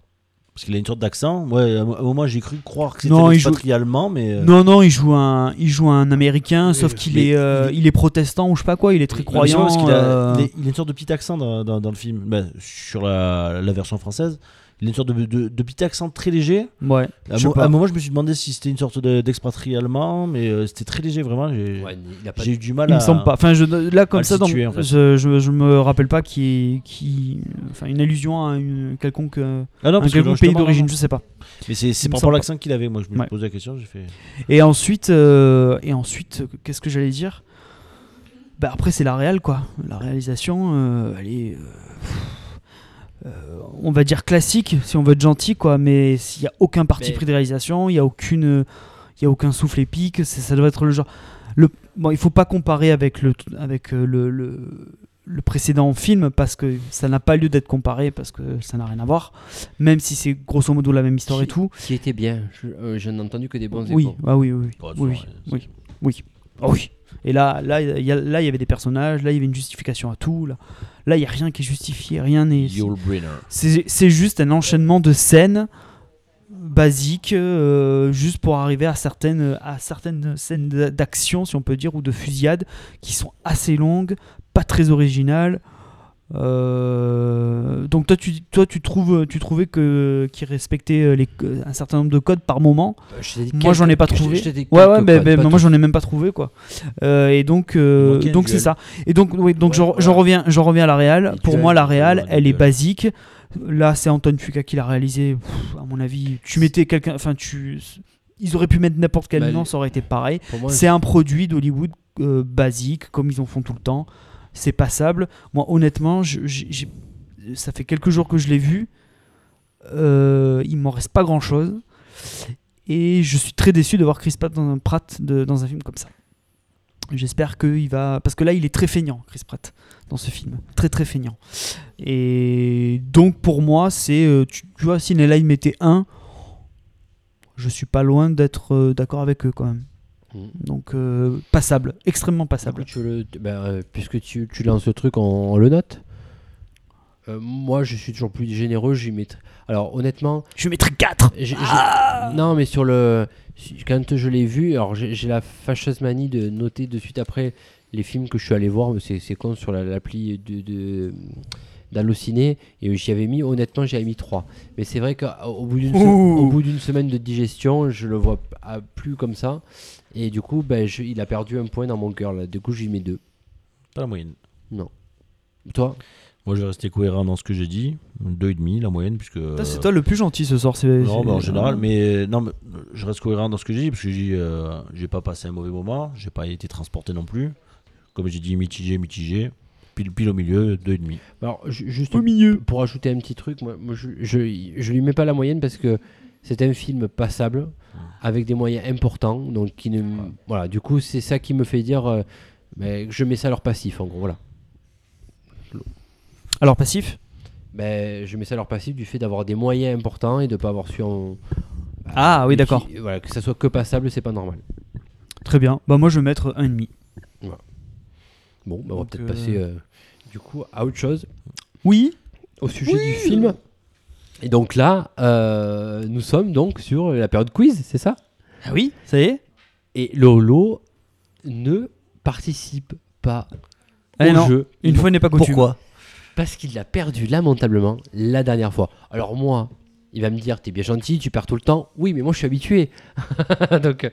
S7: Parce qu'il a une sorte d'accent. Moi, à un moment, j'ai cru croire que c'était
S6: Non,
S7: un
S6: il joue-
S7: expatrié allemand, mais. euh,
S6: Non, non, il joue un, il joue un américain, sauf qu'il
S7: mais-
S6: est, euh, il est protestant ou je sais pas quoi, il est très
S7: Non, mais c'est
S6: croyant.
S7: vrai, parce qu'il a,
S6: euh,
S7: il a- il a une sorte de petit accent dans, dans- dans le film, Ben, sur la, la version française. Il a une sorte de, de- de petit accent très léger.
S6: Ouais.
S7: À,
S6: Je sais
S7: mo-
S6: pas.
S7: à un moment, je me suis demandé si c'était une sorte de- d'expatrié allemand, mais euh, c'était très léger, vraiment. J'ai
S5: Ouais, il a pas
S7: j'ai eu du mal
S6: Il
S7: à.
S6: me semble pas. Enfin, je, là,
S7: à
S6: comme
S7: le
S6: ça, dans-
S7: situer, en fait.
S6: je, je, je me rappelle pas qui est. Qui, enfin, une allusion à une quelconque, euh,
S7: Ah non,
S6: un
S7: parce que
S6: quelconque
S7: justement,
S6: pays d'origine,
S7: non.
S6: je sais pas.
S7: Mais c'est c'est
S6: me
S7: par
S6: semble
S7: rapport à
S6: pas.
S7: l'accent qu'il avait. Moi, je me
S6: Ouais.
S7: posais la question, j'ai fait.
S6: Et ensuite, euh, et ensuite euh, qu'est-ce que j'allais dire bah Après, c'est la réal, quoi. La réalisation, euh, elle est. euh, pff, euh, on va dire classique, si on veut être gentil, quoi. Mais s'il n'y a aucun parti
S5: Mais-
S6: pris de réalisation, il n'y a, aucune- il y a aucun souffle épique, c'est- ça doit être le genre. Le, bon, il faut pas comparer avec le, avec euh, le, le, le précédent film parce que ça n'a pas lieu d'être comparé parce que ça n'a rien à voir. Même si c'est grosso modo la même histoire et
S5: Qui-
S6: tout.
S5: Qui était bien. Je, euh, je n'ai entendu que des bons
S6: Oui,
S5: échos.
S6: ah oui, oui, oui.
S7: Oh,
S6: oui,
S7: c'est vrai,
S6: oui, oui, Ah oui. Et là, là, il y a- là, il y avait des personnages, là, il y avait une justification à tout. Là, là, il y a rien qui est justifié, rien n'est. C'est c'est juste un enchaînement de scènes basiques, euh, juste pour arriver à certaines, à certaines scènes d'a- d'action, si on peut dire, ou de fusillade, qui sont assez longues, pas très originales. Euh, donc toi, tu, toi, tu trouves, tu trouvais que qui respectait euh, les, un certain nombre de codes par moment.
S5: Euh, Je t'ai dit
S6: Moi, j'en ai
S5: quelques-
S6: pas
S5: je-
S6: trouvé.
S5: je t'ai dit
S6: Ouais, ouais,
S5: quelques Bah,
S6: mais,
S5: codes,
S6: mais
S5: pas
S6: moi
S5: tous.
S6: j'en ai même pas trouvé quoi. Euh, et donc,
S7: Il
S6: euh,
S7: manquait un
S6: donc c'est
S7: duel.
S6: ça. Et donc, oui, donc
S7: Ouais,
S6: j'en
S7: voilà.
S6: j'en reviens, j'en reviens à la Real.
S7: Il
S6: Pour
S7: duel,
S6: moi, la
S7: il
S6: Real,
S7: duel,
S6: elle
S7: il
S6: est
S7: duel.
S6: basique. Là, c'est Anton Fuca qui l'a réalisé. Pff, à mon avis, tu mettais quelqu'un, enfin tu, ils auraient pu mettre n'importe quel
S5: Bah,
S6: nom,
S5: les-
S6: ça aurait été pareil.
S5: Pour moi,
S6: C'est un produit d'Hollywood euh, basique, comme ils en font tout le temps. C'est passable. Moi, honnêtement, je- j'ai- j'ai- ça fait quelques jours que je l'ai vu. Euh, il m'en reste pas grand chose. Et je suis très déçu de voir Chris Pratt dans un, Pratt de- dans un film comme ça. J'espère qu'il va. Parce que là, il est très feignant, Chris Pratt, dans ce film. Très, très feignant. Et donc, pour moi, c'est. euh, Tu, tu vois, si Nella, il mettait 1, je suis pas loin d'être euh, d'accord avec eux quand même.
S7: Mm.
S5: Mhm.
S6: Donc, euh, passable. Extrêmement passable.
S5: Du coup, tu le- tu- ben, euh, puisque tu, tu lances le truc, on, on le note. Euh, moi, je suis toujours plus généreux. J'y mettrai- Alors, honnêtement,
S6: Je mettrais 4
S5: j'ai- j'ai- non, mais sur le si- quand je l'ai vu, alors j'ai j'ai la fâcheuse manie de noter de suite après les films que je suis allé voir. mais C'est c'est con sur la- l'appli de. de d'Hallociné, et j'y avais mis honnêtement j'y avais mis 3 mais c'est vrai qu'au bout d'une se-
S6: Ouh.
S5: au bout d'une semaine de digestion je le vois p- à- plus comme ça et du coup ben, je- il a perdu un point dans mon cœur là du coup j'y mets 2
S7: Pas la moyenne.
S5: toi
S7: Moi, je vais rester cohérent dans ce que j'ai dit. 2,5 la moyenne, puisque.
S6: C'est toi le plus gentil ce soir. c'est-
S7: Non,
S6: c'est- Ah.
S7: mais en général, mais euh, non, mais je reste cohérent dans ce que j'ai dit parce que j'ai euh, j'ai pas passé un mauvais moment, j'ai pas été transporté non plus. Comme j'ai dit, mitigé, mitigé, pile pile au milieu, deux et demi.
S5: Alors, ju- juste
S6: Au milieu.
S5: pour ajouter un petit truc, moi, moi, je, je, je lui mets pas la moyenne parce que c'est un film passable
S6: Ah.
S5: avec des moyens importants, donc qui ne, voilà. Du coup, c'est ça qui me fait dire, euh, mais je mets ça à leur passif, en gros, voilà.
S6: Alors, passif
S5: Ben, je mets ça à leur passif du fait d'avoir des moyens importants et de pas avoir su en.
S6: Ah, oui,
S5: et
S6: d'accord.
S5: puis, Voilà, que ça soit que passable, c'est pas normal.
S6: Très bien. Bah, moi, je vais mettre 1,5.
S5: Bon, ben, on va
S6: Donc,
S5: peut-être
S6: euh,
S5: passer euh, du coup à autre chose.
S6: Oui
S5: au sujet du film. Et donc là, euh, nous sommes donc sur la période quiz, c'est ça
S6: Ah oui Ça y est
S5: Et Lolo ne participe pas
S6: Eh
S5: au
S6: non.
S5: jeu.
S6: Une fois n'est pas coutume.
S7: Pourquoi
S5: Parce qu'il l'a perdu lamentablement la dernière fois. Alors moi, il va me dire, t'es bien gentil, tu perds tout le temps. Oui, mais moi je suis habitué. donc euh,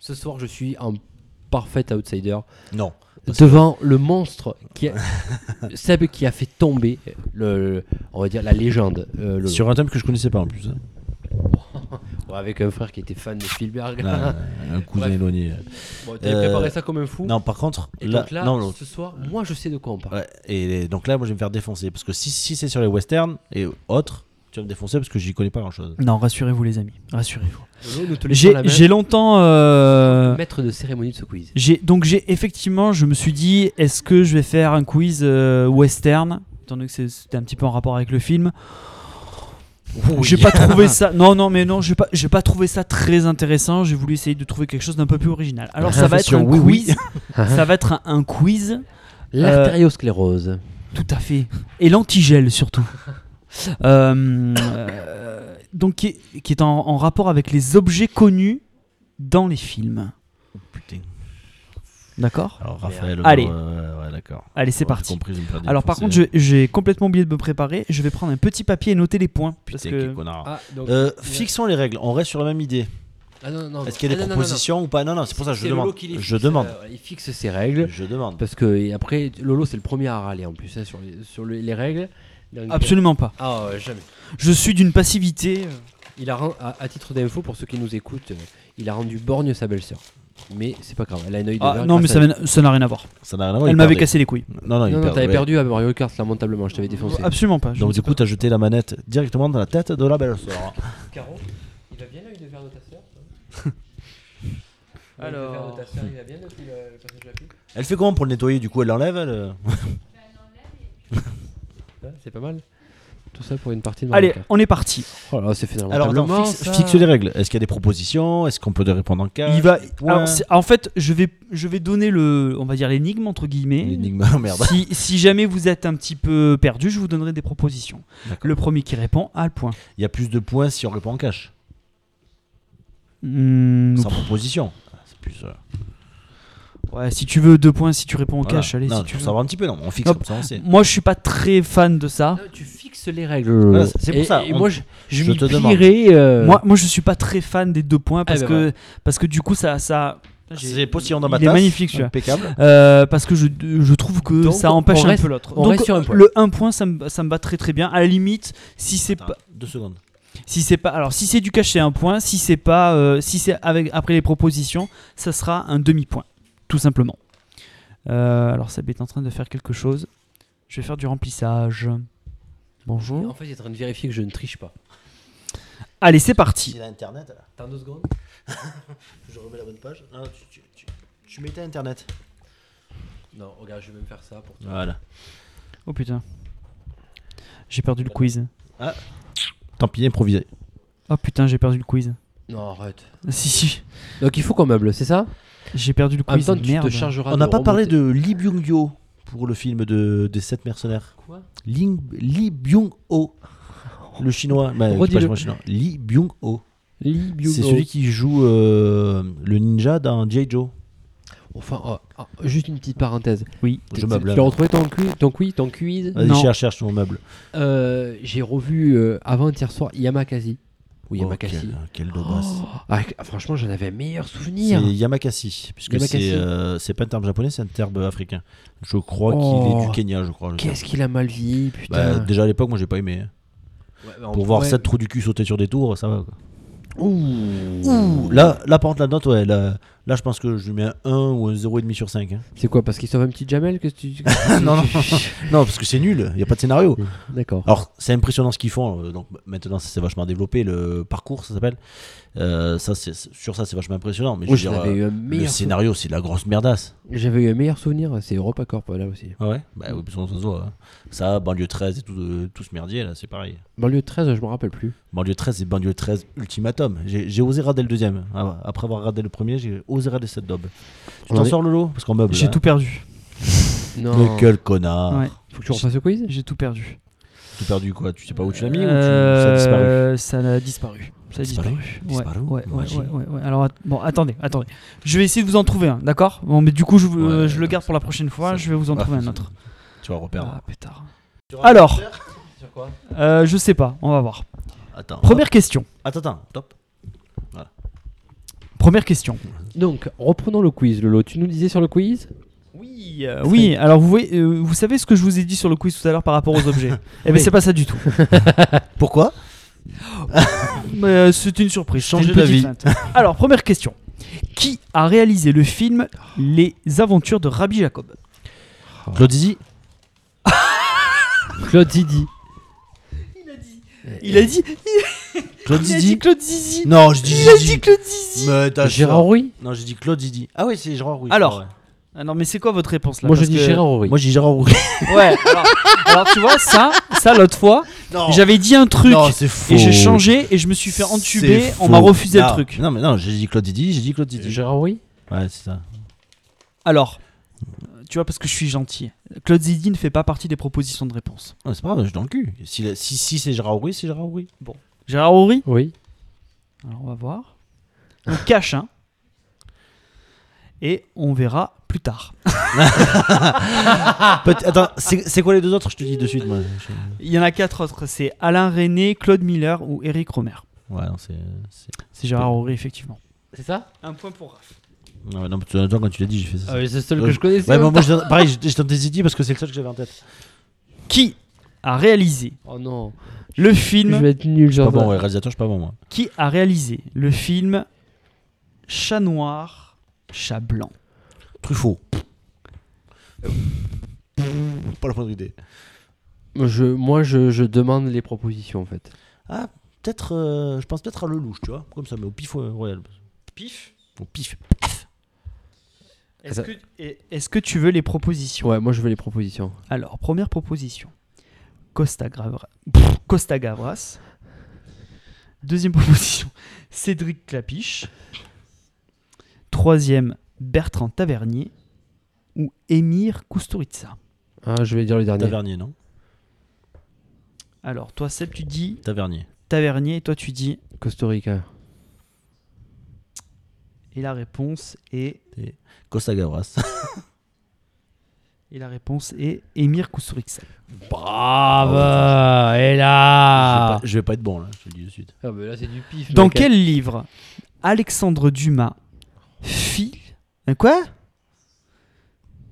S5: ce soir, je suis en parfait outsider.
S7: Non. Parce
S5: Devant le monstre qui a, Seb qui a fait tomber, le, le- on va dire, la légende. euh, Lolo.
S7: Sur un thème que je connaissais pas en plus. hein.
S5: Ouais, avec un frère qui était fan de Spielberg.
S7: Là, Ah, un cousin
S5: Bref.
S7: éloigné.
S5: Bon, t'avais
S7: Euh,
S5: préparé ça comme un fou.
S7: Non, par contre,
S5: et
S7: là,
S5: donc là,
S7: non, non.
S5: ce soir, moi je sais de quoi on parle.
S7: Ouais, et donc là, moi, je vais me faire défoncer parce que si, si c'est sur les westerns et autres, tu vas me défoncer parce que j'y connais pas grand chose.
S6: Non, rassurez-vous, les amis. Rassurez-vous.
S5: Lolo, nous te laissons
S6: J'ai
S5: la main,
S6: j'ai longtemps. euh,
S5: maître de cérémonie de ce quiz.
S7: Euh,
S6: J'ai donc j'ai effectivement, je me suis dit, est-ce que je vais faire un quiz euh, western, étant donné que c'est- c'était un petit peu en rapport avec le film.
S7: Oh
S6: J'ai pas trouvé ça. Non, non, mais non, j'ai pas, j'ai pas trouvé ça très intéressant. J'ai voulu essayer de trouver quelque chose d'un peu plus original. Alors ça va être un
S7: Attention, oui, oui.
S6: quiz. ça va être un, un quiz,
S5: L'artériosclérose.
S6: tout à fait, et l'antigel surtout. Euh, euh, donc qui est, qui est en, en rapport avec les objets connus dans les films.
S7: Putain.
S6: D'accord
S7: Alors, Raphaël.
S6: Allez.
S7: euh, ouais, d'accord.
S6: Allez, c'est
S7: Ouais,
S6: parti.
S7: j'ai compris, je vais me faire
S6: Alors par contre,
S7: défoncer.
S6: je- j'ai complètement oublié de me préparer. Je vais prendre un petit papier et noter les points. Parce
S7: Putain, quel
S6: que...
S7: connard.
S5: Ah, donc,
S7: Euh, fixons les règles, on reste sur la même idée.
S5: ah, non, non,
S7: Est-ce qu'il y a
S5: ah,
S7: des
S5: non, non, non.
S7: propositions ou pas Non, non, c'est pour ça que je
S5: C'est Lolo
S7: demande.
S5: qui les fixe,
S7: Je demande.
S5: euh, il fixe ses règles.
S7: Je demande.
S5: Parce que et après, Lolo, c'est le premier à râler en plus hein, sur, les, sur les, les règles. Donc,
S6: Absolument pas.
S5: euh, Ah, ouais, jamais.
S6: Je suis d'une passivité. euh,
S5: Il a, ren- à, à titre d'info, pour ceux qui nous écoutent, euh, il a rendu borgne sa belle-sœur. Mais c'est pas grave, elle a un œil de
S6: ah,
S5: verre
S6: non mais
S5: grâce
S6: ça
S5: à-
S6: n'a ça n'a rien à voir.
S7: Ça n'a rien à voir.
S6: Elle
S7: il
S6: m'avait
S7: perdait.
S6: cassé les couilles.
S7: Non, non, il
S5: Non, non,
S7: perdait,
S5: t'avais
S7: ouais.
S5: perdu à Mario Kart, lamentablement, je t'avais défoncé.
S6: Absolument pas. je ne
S7: Donc,
S6: sais
S7: du coup, t'as jeté la manette directement dans la tête de la belle sœur.
S5: Caro, il a bien l'œil de verre de ta sœur
S6: de Alors- verre de ta
S5: il a bien depuis le passage de la
S7: Elle fait comment pour le nettoyer Du coup, elle euh l'enlève elle...
S5: C'est pas mal. Tout ça pour une partie de
S6: pas.
S5: Mario
S6: Allez,
S5: Kart.
S6: on est parti.
S5: Oh là, c'est finalement
S7: Alors, attends,
S5: tablement,
S7: fixe,
S5: ça.
S7: fixe les règles. Est-ce qu'il y a des propositions Est-ce qu'on peut les répondre en cas
S6: Il va.
S7: Point.
S6: alors, c'est- en fait, je vais, je vais donner le, on va dire l'énigme entre guillemets.
S7: L'énigme, merde.
S6: Si, si jamais vous êtes un petit peu perdu, je vous donnerai des propositions.
S7: D'accord.
S6: Le premier qui répond a le point.
S7: Il y a plus de points si on répond en cash.
S6: Hmm,
S7: Sans proposition. Ah, C'est plus. euh,
S6: ouais, si tu veux deux points, si tu réponds en
S7: voilà.
S6: cash, allez.
S7: Non,
S6: si tu
S7: pour
S6: veux.
S7: savoir un petit peu, non. On fixe
S6: Hop.
S7: comme ça, on sait.
S6: Moi, je suis pas très fan de ça.
S5: Non, tu fixes les règles. Lolo.
S7: Voilà, Euh, c'est pour
S5: Et-
S7: ça,
S5: Et
S7: on-
S5: moi, je, je,
S7: je
S5: m'y
S7: te demande.
S5: plierais, euh,
S6: Moi, moi, je suis pas très fan des deux points parce
S5: ben Ah,
S6: que parce que du coup, ça ça.
S7: C'est postillon dans ma
S6: Il est
S7: tasse.
S6: magnifique, celui-là.
S7: Impeccable.
S6: Euh, parce que je, je trouve que
S5: Donc,
S6: ça
S5: on
S6: empêche
S5: reste-
S6: un peu l'autre.
S5: on
S6: Donc
S5: reste sur un point.
S6: le 1 point ça me, ça me va très très bien. À la limite, si c'est pas
S7: Attends, Deux secondes.
S6: si c'est pas alors si c'est du cash c'est un point, si c'est pas euh, si c'est avec après les propositions, ça sera un demi-point tout simplement. Euh, alors Seb est en train de faire quelque chose. Je vais faire du remplissage.
S5: En
S6: Bonjour.
S5: fait, il est en train de vérifier que je ne triche pas.
S6: Allez, c'est parti.
S7: S'il a internet, là.
S5: Attends deux secondes.
S7: Je remets la bonne page. Non, tu, tu, tu, tu mettais internet.
S5: Non, regarde, je vais même faire ça pour toi.
S7: Voilà.
S6: Oh putain. J'ai perdu le quiz.
S7: Tant pis, improvisé.
S6: Oh putain, j'ai perdu le quiz.
S5: Non, arrête.
S6: Si si,
S5: Donc, il faut qu'on meuble, c'est ça
S6: j'ai perdu le
S5: En même
S6: quiz.
S5: temps, tu
S6: Merde.
S5: te chargeras
S7: Ah, On
S5: n'a
S7: n'a pas parlé de Lee Byung-yo pour le film de, des 7 mercenaires.
S5: Quoi
S7: Ling- Lee Byung-ho, le chinois. Bah,
S5: Redis-le.
S7: je sais pas, je suis pas chinois. Lee Byung-ho. C'est
S5: C'est
S7: celui qui joue euh, le ninja dans G.I. Joe.
S5: Enfin, oh, oh, juste une petite parenthèse.
S6: Oui.
S7: Je
S5: Tu- tu-
S7: meuble,
S5: Tu as
S7: hein.
S5: retrouvé ton, cu- ton, quiz- ton quiz
S7: Vas-y,
S6: Non.
S7: cherche, cherche ton meuble.
S5: Euh, J'ai revu euh, avant hier soir Yamakasi. Ou
S7: Oh,
S5: Yamakasi.
S7: quel, quel daubasse.
S5: Ah, franchement, j'en avais un meilleur souvenir.
S7: C'est Yamakasi, puisque
S5: Yamakasi.
S7: c'est euh, c'est pas un terme japonais, c'est un terme africain. Je crois
S5: Oh.
S7: qu'il est du Kenya, je crois. le terme.
S5: Qu'est-ce qu'il a mal vieilli,
S7: Bah,
S5: putain.
S7: déjà à l'époque, moi j'ai pas aimé. hein.
S5: Ouais, bah, on-
S7: Pour voir
S5: ouais.
S7: sept trous du cul sauter sur des tours, ça va. quoi.
S5: Ouh.
S7: Là, là, par contre, la note, ouais, là, là, je pense que je lui mets un 1 ou un 0,5 sur 5. hein.
S5: C'est quoi Parce qu'il sauve un petit Jamel que tu...
S7: non, Ah, non, non, parce que c'est nul, il n'y a pas de scénario.
S5: D'accord.
S7: Alors, c'est impressionnant ce qu'ils font. euh, Donc, maintenant, ça s'est vachement développé, le parcours, ça s'appelle. Euh, ça, c'est- sur ça, c'est vachement impressionnant. Mais je
S5: Moi,
S7: veux dire,
S5: Oh, j'avais
S7: euh,
S5: eu un
S7: le
S5: meilleur, sou-
S7: scénario, c'est de la grosse merdasse.
S5: j'avais eu un meilleur souvenir. C'est Europa Corp, là aussi.
S7: Ouais, bah oui, parce qu'on se voit, hein. Ça, banlieue 13 et tout, euh, tout ce merdier, là, c'est pareil.
S5: Banlieue 13, je me rappelle plus.
S7: Banlieue 13 et banlieue 13 ultimatum. J'ai j'ai osé rader le deuxième. Ah, Après avoir radé le premier, j'ai osé rader cette daube. Tu
S5: On
S7: t'en
S5: avait-
S7: sors, Lolo Parce qu'on meuble.
S6: J'ai
S7: hein.
S6: tout perdu.
S5: Non.
S7: Mais quel connard
S6: Ouais,
S5: Faut que tu refasses le quiz
S6: j'ai tout perdu.
S7: Tout perdu quoi Tu sais pas où tu l'as mis
S6: Euh,
S7: ou tu... ça
S6: Ça a
S7: a disparu
S6: disparu. Ça a
S7: Disparu
S6: disparu. Ouais,
S7: Disparu
S6: ouais, ouais,
S7: Magie.
S6: ouais, ouais, ouais. Alors, att- bon, attendez, attendez. Je vais essayer de vous en trouver un, d'accord Bon, mais du coup, je, euh,
S7: Ouais,
S6: je le
S7: non,
S6: garde pour la prochaine fois. Je vais vous en
S7: Ah,
S6: trouver un
S7: c'est-
S6: autre.
S7: Tu vas reperdre.
S6: Ah, pétard. Alors, euh, je sais pas. On va voir.
S7: Attends.
S6: Première question.
S7: Attends, attends. Top.
S6: Première question.
S5: Donc, reprenons le quiz, Lolo. Tu nous disais sur le quiz
S6: Oui,
S7: euh,
S6: oui. Alors, vous voyez, euh, vous savez ce que je vous ai dit sur le quiz tout à l'heure par rapport aux objets Eh ben,
S5: Oui.
S6: c'est pas ça du tout.
S7: Pourquoi
S6: Mais euh, c'était une surprise.
S7: Changer
S6: C'était une
S7: d'avis.
S6: petite feinte. Alors, première question. Qui a réalisé le film
S7: Oh.
S6: Les Aventures de Rabbi Jacob
S7: Claude Zizi
S5: Claude Zidi.
S6: Il a dit
S7: Claude
S6: Il a dit
S7: Zizi
S6: Claude Zizi.
S7: Non, je dis
S6: Il a
S7: Zizi.
S6: dit Claude Zizi.
S7: Mais t'as
S5: Gérard
S7: chaud.
S5: Rouy
S7: Non, j'ai dit Claude Zizi. Ah oui, c'est Gérard Rouy.
S6: Alors.
S7: c'est vrai.
S6: Ah non, mais c'est quoi votre réponse là
S5: Moi, je
S6: Parce
S5: dis
S6: que-
S5: Gérard Rouy.
S7: Moi, j'ai dit Gérard Rouy.
S6: Ouais, alors, alors, tu vois, ça, ça l'autre fois,
S7: Non,
S6: j'avais dit un truc
S7: non c'est faux.
S6: et j'ai changé et je me suis fait
S7: C'est
S6: entuber, on
S7: faux.
S6: m'a refusé
S7: Non,
S6: le truc.
S7: Non, mais non, j'ai dit Claude Didi, j'ai dit Claude Didi.
S5: Gérard Rouy
S7: Ouais, c'est ça.
S6: Alors, tu vois, parce que je suis gentil. Claude Zidi ne fait pas partie des propositions de réponse.
S7: Ah, c'est pas grave, je suis dans le cul. Si, la- si, si c'est Gérard Oury, c'est Gérard Oury.
S6: Gérard Horry
S5: Oui.
S6: Alors on va voir. On cache un. Et on verra plus tard.
S7: Peut- Attends, c'est c'est quoi les deux autres Je te dis de suite, moi. Je-
S6: Il y en a quatre autres. C'est Alain René, Claude Miller ou Eric Romer.
S7: Ouais, non, c'est. c'est-
S6: C'est Gérard Horry, effectivement.
S5: C'est ça
S6: Un point pour Raph.
S7: Non, mais non, parce que toi, quand tu l'as dit, j'ai fait ça.
S5: Ah C'est le seul
S7: Euh,
S5: que je connaissais. hein.
S7: Ouais, mais moi, je donne- pareil, je, je donne des idées parce que c'est le seul que j'avais en tête.
S6: Qui a réalisé
S5: Oh non.
S6: le
S5: Je
S6: film
S5: vais être nul,
S7: Je suis
S5: genre.
S7: pas bon, ouais, réalisateur, je suis pas bon, moi.
S6: Qui a réalisé le film Chat noir, chat blanc
S7: Truffaut. pas la moindre idée.
S5: Je, moi, je, je demande les propositions en fait.
S7: Ah, peut-être. euh, je pense peut-être à Lelouch, tu vois. Comme ça, mais au pif euh, royal.
S6: Pif.
S7: Au pif.
S6: Est-ce que, et- est-ce que tu veux les propositions
S5: Ouais, moi je veux les propositions.
S6: Alors, première proposition. Costa, Gravra- Pff, Costa Gavras. Deuxième proposition. Cédric Clapiche. Troisième, Bertrand Tavernier. Ou Émir Kusturica.
S5: Ah, je vais dire le dernier.
S7: Tavernier, non
S6: Alors, toi, Seb, tu dis
S7: Tavernier.
S6: Tavernier. Et toi, tu dis.
S5: Costa Rica.
S6: Et la réponse est.
S7: Costa Gavras.
S6: Et la réponse est Émir Kusturica.
S7: Ah, bah,
S5: Brave Et là
S7: Je vais pas- je vais pas être bon, là, je te le dis de suite.
S5: Ah, mais là c'est du pif.
S6: Dans
S5: mec. hein.
S6: quel livre Alexandre Dumas fit. Un Quoi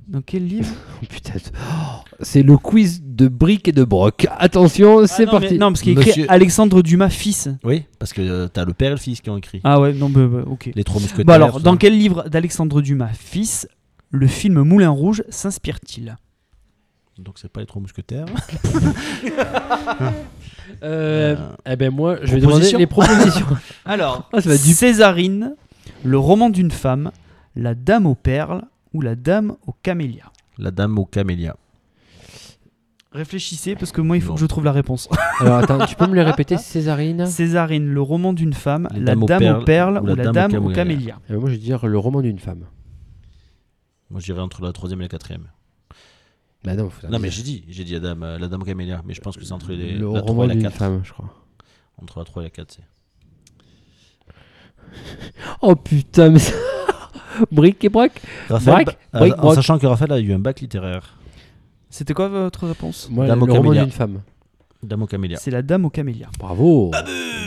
S6: Dans quel livre
S5: Oh, putain. Oh, c'est le quiz de briques et de broc. Attention,
S6: Ah
S5: c'est
S6: non,
S5: parti.
S6: mais- non, parce qu'il y a écrit
S7: Monsieur-
S6: Alexandre Dumas fils.
S7: Oui, parce que euh, t'as le père et le fils qui ont écrit.
S6: Ah ouais, non, bah, bah, ok.
S7: Les trois mousquetaires.
S6: Bah alors,
S7: tout
S6: dans
S7: ça.
S6: quel livre d'Alexandre Dumas fils le film Moulin Rouge s'inspire-t-il
S7: Donc c'est pas les trois mousquetaires.
S5: Euh, eh ben moi, je vais demander
S7: Proposition
S5: les propositions.
S6: Alors,
S5: Ah, ça va du-
S6: Césarine, le roman d'une femme, la dame aux perles ou la dame aux camélias
S7: La dame aux camélias.
S6: Réfléchissez parce que moi il faut
S7: Non.
S6: que je trouve la réponse.
S5: Alors attends, tu peux me les répéter, Césarine
S6: Césarine, le roman d'une femme,
S7: Les
S6: la
S7: dames aux
S6: dame aux perles ou la dame aux
S7: camélias.
S6: camélias.
S5: Eh ben Moi, je vais dire le roman d'une femme.
S7: Moi j'irais entre la troisième et la quatrième.
S5: Bah non, faut
S7: Non mais j'ai dit, j'ai dit la dame, euh, la dame aux camélias, mais je pense que c'est entre les,
S5: le
S7: la 3
S5: roman
S7: et la
S5: d'une
S7: 4.
S5: femme, je crois.
S7: Entre la 3 et la 4, c'est.
S5: Oh putain, mais ça... Brique et broc
S7: Raphaël,
S5: Braque,
S7: bah-
S5: braque,
S7: en
S5: braque.
S7: sachant que Raphaël a eu un bac littéraire.
S6: C'était quoi votre réponse
S5: Moi, le
S7: Dame au
S5: roman
S7: camélia.
S5: d'une femme.
S7: Dame aux camélias.
S6: C'est la dame aux camélias.
S5: Bravo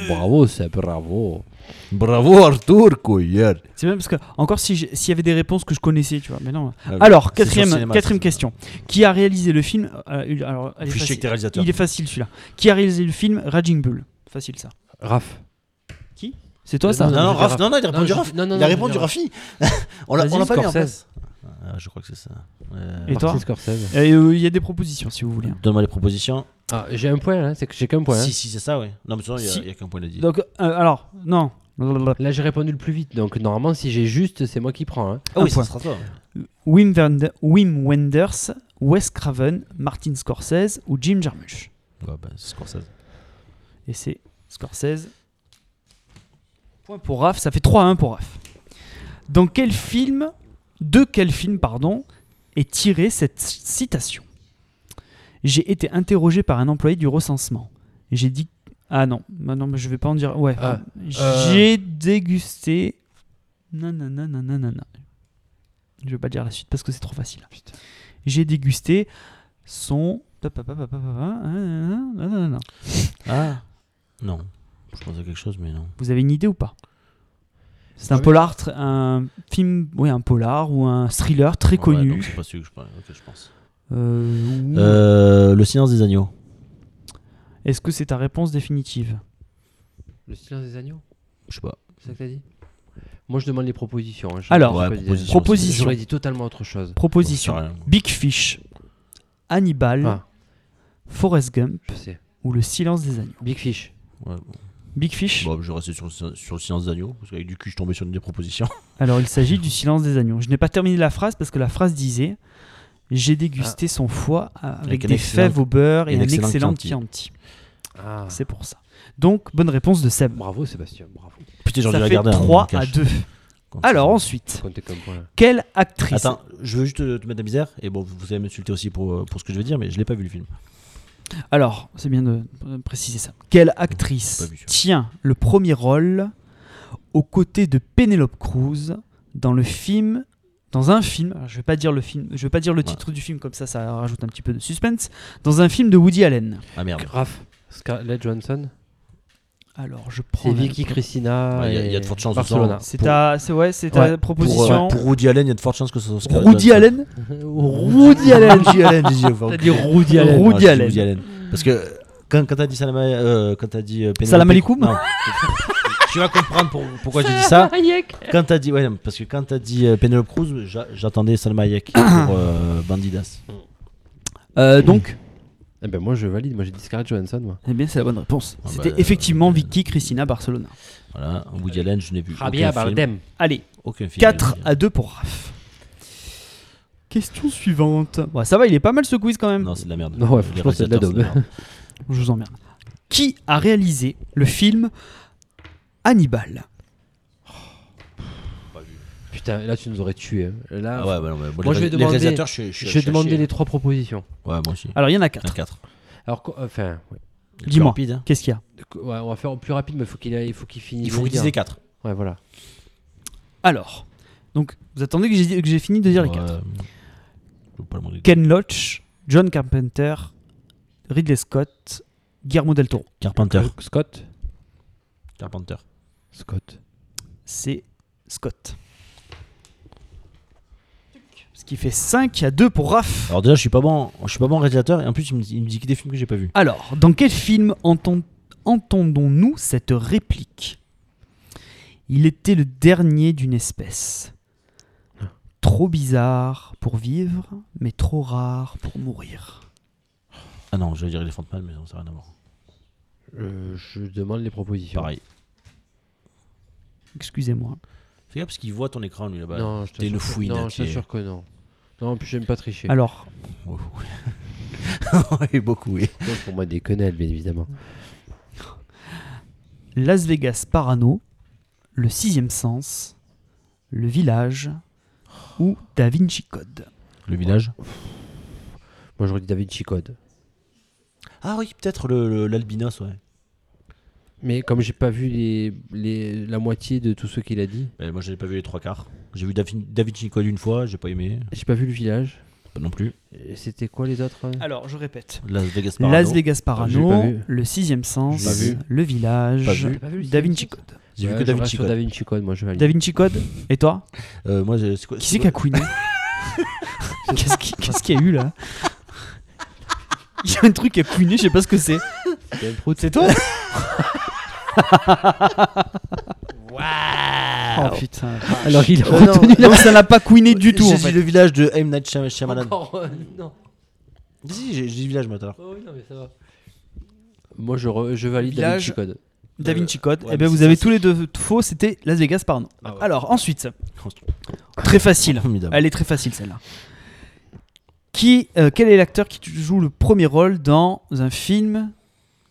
S5: Bravo, c'est bravo
S7: Bravo Arthur Couillard.
S6: C'est même parce que, encore si j'ai- s'il y avait des réponses que je connaissais, tu vois, mais non.
S7: Ah oui,
S6: Alors,
S7: c'est sur
S6: quatrième,
S7: cinéma,
S6: quatrième
S7: ça.
S6: question. Qui a réalisé le film euh, il- alors, elle est
S7: Puis je sais que t'es
S6: facile.
S7: réalisateur.
S6: Il est facile celui-là. Qui a réalisé le film Raging Bull Facile ça.
S5: Raph.
S6: C'est toi ça
S7: Non, Euh, non,
S5: Non, j'ai
S7: Raph,
S5: dit
S7: non, non, il a
S5: Non, j'ai-
S7: répondu Raph.
S5: non, non,
S7: il
S5: non,
S7: a
S5: j'ai
S7: répondu
S5: dit
S7: Rafi. on l'a
S5: Vas-y,
S7: on l'a pas mis en
S5: Scorsese.
S7: place. Ah, je crois que c'est ça.
S6: Et toi
S5: Martin
S6: Euh,
S5: Scorsese.
S6: euh, Il y a des propositions si vous voulez.
S7: Donne-moi les propositions.
S5: Ah, j'ai un point là, c'est que j'ai qu'un point. hein.
S7: Si, si, c'est ça, oui. Non, mais sinon, il n'y a,
S6: Si.
S7: il y a qu'un point dit.
S6: Donc, euh, alors, non.
S5: Là, j'ai répondu le plus vite, donc normalement, si j'ai juste, c'est moi qui prends. hein.
S7: Ah
S6: un
S7: oui, ça
S6: point.
S7: sera toi.
S6: Wim, Wende- Wim Wenders, Wes Craven, Martin Scorsese ou Jim Jarmusch
S7: Ouais, bah, c'est Scorsese.
S6: Et c'est Scorsese. Point pour Raph, ça fait 3-1 pour Raph. Dans quel film, de quel film, pardon, est tirée cette citation J'ai été interrogé par un employé du recensement. J'ai dit. Ah non, bah non, mais je vais pas en dire. Ouais.
S5: Ah,
S6: J'ai dégusté. Non, non, non, non, non, non, non. Je vais pas dire la suite parce que c'est trop facile. J'ai dégusté son. hein,
S7: Ah Non. Je pense à quelque chose, mais non.
S6: Vous avez une idée ou pas C'est un
S5: Oui.
S6: polar, tr- un film, oui, un polar ou un thriller très
S7: Ouais,
S6: connu.
S7: donc c'est pas celui que je pense. auquel je pense.
S6: Euh, ou-
S7: Euh, le silence des agneaux.
S6: Est-ce que c'est ta réponse définitive
S5: Le silence des agneaux,
S7: Je sais pas.
S5: c'est ça que t'as dit Moi, je demande les propositions. hein, je-
S6: Alors,
S5: j'aurais
S7: Ouais,
S5: dit-
S7: proposition.
S6: proposition.
S5: J'aurais dit totalement autre chose.
S6: Proposition.
S7: Ouais,
S6: Big Fish, Hannibal,
S5: Ah,
S6: Forrest Gump
S5: je sais.
S6: ou Le Silence des Agneaux.
S5: Big Fish.
S7: bon.
S6: Big Fish.
S7: Bon, Bah, je restais sur, le sil- sur le silence des agneaux, parce qu'avec du cul, je tombais sur une des propositions.
S6: Alors il s'agit du Silence des Agneaux. Je n'ai pas terminé la phrase parce que la phrase disait j'ai dégusté son foie avec,
S7: Ah. Avec un
S6: des
S7: excellent-
S6: fèves au beurre et,
S7: et
S6: un
S7: un
S6: excellent,
S7: excellent
S6: Chianti.
S5: Ah.
S6: C'est pour ça. Donc bonne réponse de Seb.
S5: Bravo, Sébastien, bravo.
S7: Putain, j'aurais dû
S6: Ça
S7: la
S6: fait
S7: garder. hein,
S6: 3
S7: mon
S6: à
S7: cache.
S6: 2.
S7: Continue.
S6: Alors ensuite,
S5: Comptez comme point.
S6: quelle actrice
S7: Attends, je veux juste te, te mettre la misère, et bon, vous allez m'insulter aussi pour, euh, pour ce que je vais dire, mais je l'ai pas vu le film.
S6: Alors, c'est bien de de préciser ça. Quelle
S7: Pas
S6: actrice
S7: vu, sûr.
S6: tient le premier rôle aux côtés de Penelope Cruz dans le film dans un film, alors je vais pas dire le film, je vais pas dire le
S7: Ouais.
S6: titre du film comme ça ça rajoute un petit peu de suspense dans un film de Woody Allen.
S7: Ah merde.
S5: Raph, Scarlett Johansson,
S6: Alors, je
S5: c'est
S6: prends
S5: Vicky
S6: un-
S5: Cristina.
S7: Ouais, il y a-
S5: et
S7: il y a de fortes chances de
S5: Barcelona.
S6: C'est
S7: Pour-
S6: ta c'est ouais, c'est ta
S7: Ouais, Pour, euh,
S6: proposition.
S7: pour Woody Allen, il y a de fortes chances que ce soit Oscar.
S6: Woody Allen
S5: Woody Allen.
S7: Woody Allen, j'ai dit, enfin,
S5: T'as dit Woody Allen.
S6: Woody
S7: Ah, j'ai dit
S6: Allen.
S7: Woody Allen. Parce que euh, quand, quand t'as dit Salama, euh, quand t'as dit euh, Penelope-
S6: Salam alaikum
S7: Non. tu vas comprendre pour- pourquoi j'ai dit ça. Quand t'as dit, ouais, non, parce que quand t'as dit euh, Penelope Cruz, j'a- j'attendais Salma Hayek pour euh, Bandidas.
S6: Euh, donc
S5: Eh ben moi je valide, moi j'ai dit Scarlett Johansson moi.
S6: eh bien c'est la bonne réponse.
S7: Ah
S6: C'était
S7: bah,
S6: effectivement Vicky Cristina Barcelona.
S7: Voilà, Woody Allen, je n'ai vu.
S5: Javier
S7: aucun film.
S5: Bardem.
S6: Allez,
S7: Aucun film.
S6: 4 à 2 pour Raph. Question suivante. Ouais, ça va, il est pas mal ce quiz quand même.
S7: Non, c'est de la merde.
S5: Non, ouais,
S7: Les
S5: je pense que c'est de la
S7: réalisateurs,
S5: daube.
S7: merde.
S6: Je vous emmerde. Qui a réalisé le film Hannibal
S5: Putain, là tu nous aurais tué. hein. Là,
S7: Ah ouais, bah non, mais bon,
S5: Moi,
S7: les,
S5: je vais
S7: les
S5: demander-
S7: réalisateurs, je, suis- je, suis
S5: je vais
S7: à chercher.
S5: demander les trois propositions.
S7: Ouais, moi aussi.
S6: Alors il y en a
S7: Un
S6: 4.
S7: 4.
S5: hein. Alors co- enfin, ouais.
S6: Dis-moi.
S7: Rapide, hein.
S6: Qu'est-ce qu'il y a
S5: Ouais, on va faire au plus rapide, mais faut qu'il aille- il faut qu'il finisse.
S7: Il faut
S5: de
S7: qu'ils disent
S5: dire.
S7: les 4.
S5: Ouais, voilà.
S6: Alors, donc vous attendez que j'ai que j'ai fini de dire les 4. Ken Loach, John Carpenter, Ridley Scott, Guillermo del Toro.
S7: Carpenter.
S5: Euh, Scott.
S7: Carpenter.
S5: Scott.
S6: C'est Scott. Ce qui fait 5 à 2 pour Raph.
S7: Alors déjà, je suis pas bon, je suis pas bon réalisateur et en plus il me, dit- il me dit que des films que j'ai pas vus.
S6: Alors, dans quel film entend- entendons-nous cette réplique Il était le dernier d'une espèce. Trop bizarre pour vivre, mais trop rare pour mourir.
S7: Ah non, j'allais dire Elephant Man, mais non, ça n'a rien à voir.
S5: Euh, je demande les propositions.
S7: Pareil.
S6: Excusez-moi.
S7: Fais gaffe parce qu'il voit ton écran lui là-bas.
S5: Non, je
S7: bah, T'es une
S5: t'assure que-
S7: fouine,
S5: Non,
S7: là,
S5: je
S7: t'es-
S5: t'assure que non. Non, en plus j'aime pas tricher.
S6: Alors,
S7: oui, beaucoup. Oui.
S5: Donc, pour moi des quenelles, bien évidemment.
S6: Las Vegas Parano, Le Sixième Sens, Le Village ou Da Vinci Code.
S7: Le village.
S5: Moi j'aurais dit Da Vinci Code.
S7: Ah oui, peut-être le- le- l'albinos, ouais.
S5: Mais comme j'ai pas vu les, les- la moitié de tout ce qu'il a dit,
S7: Mais moi, j'avais pas vu les trois quarts. J'ai vu David, David Nicole une fois, j'ai pas aimé,
S5: j'ai pas vu le village.
S7: pas non plus.
S5: Et C'était quoi les autres hein
S6: Alors, je répète.
S7: Las Vegas. Parano.
S6: Las Vegas
S5: Ah, J'ai pas
S6: Parano,
S5: vu.
S6: Le Sixième
S5: Pas
S6: Sens,
S5: vu.
S6: Le
S7: Pas
S6: Village,
S7: vu.
S5: J'ai pas vu Le
S6: Da
S5: Sixième
S6: Vinci
S5: Sens.
S6: Code.
S7: J'ai
S5: Ouais,
S7: vu que
S5: je
S7: David
S5: reste sur
S7: Nicole.
S5: Da Vinci Code, moi je valide.
S6: Da Vinci Code, et toi
S7: Euh, moi, je- c'est quoi
S6: Qui
S7: c'est
S6: c'est qui a
S7: quoi-
S6: couiné Qu'est-ce qui- qu'est-ce qu'il y a eu là Il y a un truc qui a couiné, je sais pas ce que c'est. C'est toi Oh putain.
S5: Ah, Alors il a
S6: Euh, non,
S5: retenu
S6: donc ça n'a pas couiné du tout
S7: J'ai
S6: en
S7: dit
S6: fait.
S7: le village de M Night Shyam- Shyamalan.
S5: non.
S7: Si, si, j'ai j'ai dit village moi tout à l'heure.
S5: Moi je, re- je valide Da
S6: Village.
S5: Vinci Code.
S6: Da Vinci Code.
S7: ouais,
S6: eh bien,
S7: mais
S6: vous
S7: c'est
S6: avez
S7: ça,
S6: tous les deux faux, c'était Las Vegas, pardon.
S7: Ah ouais.
S6: Alors, ensuite, très facile.
S7: Formidable.
S6: Elle est très facile celle-là. Qui, euh, quel est l'acteur qui joue le premier rôle dans un film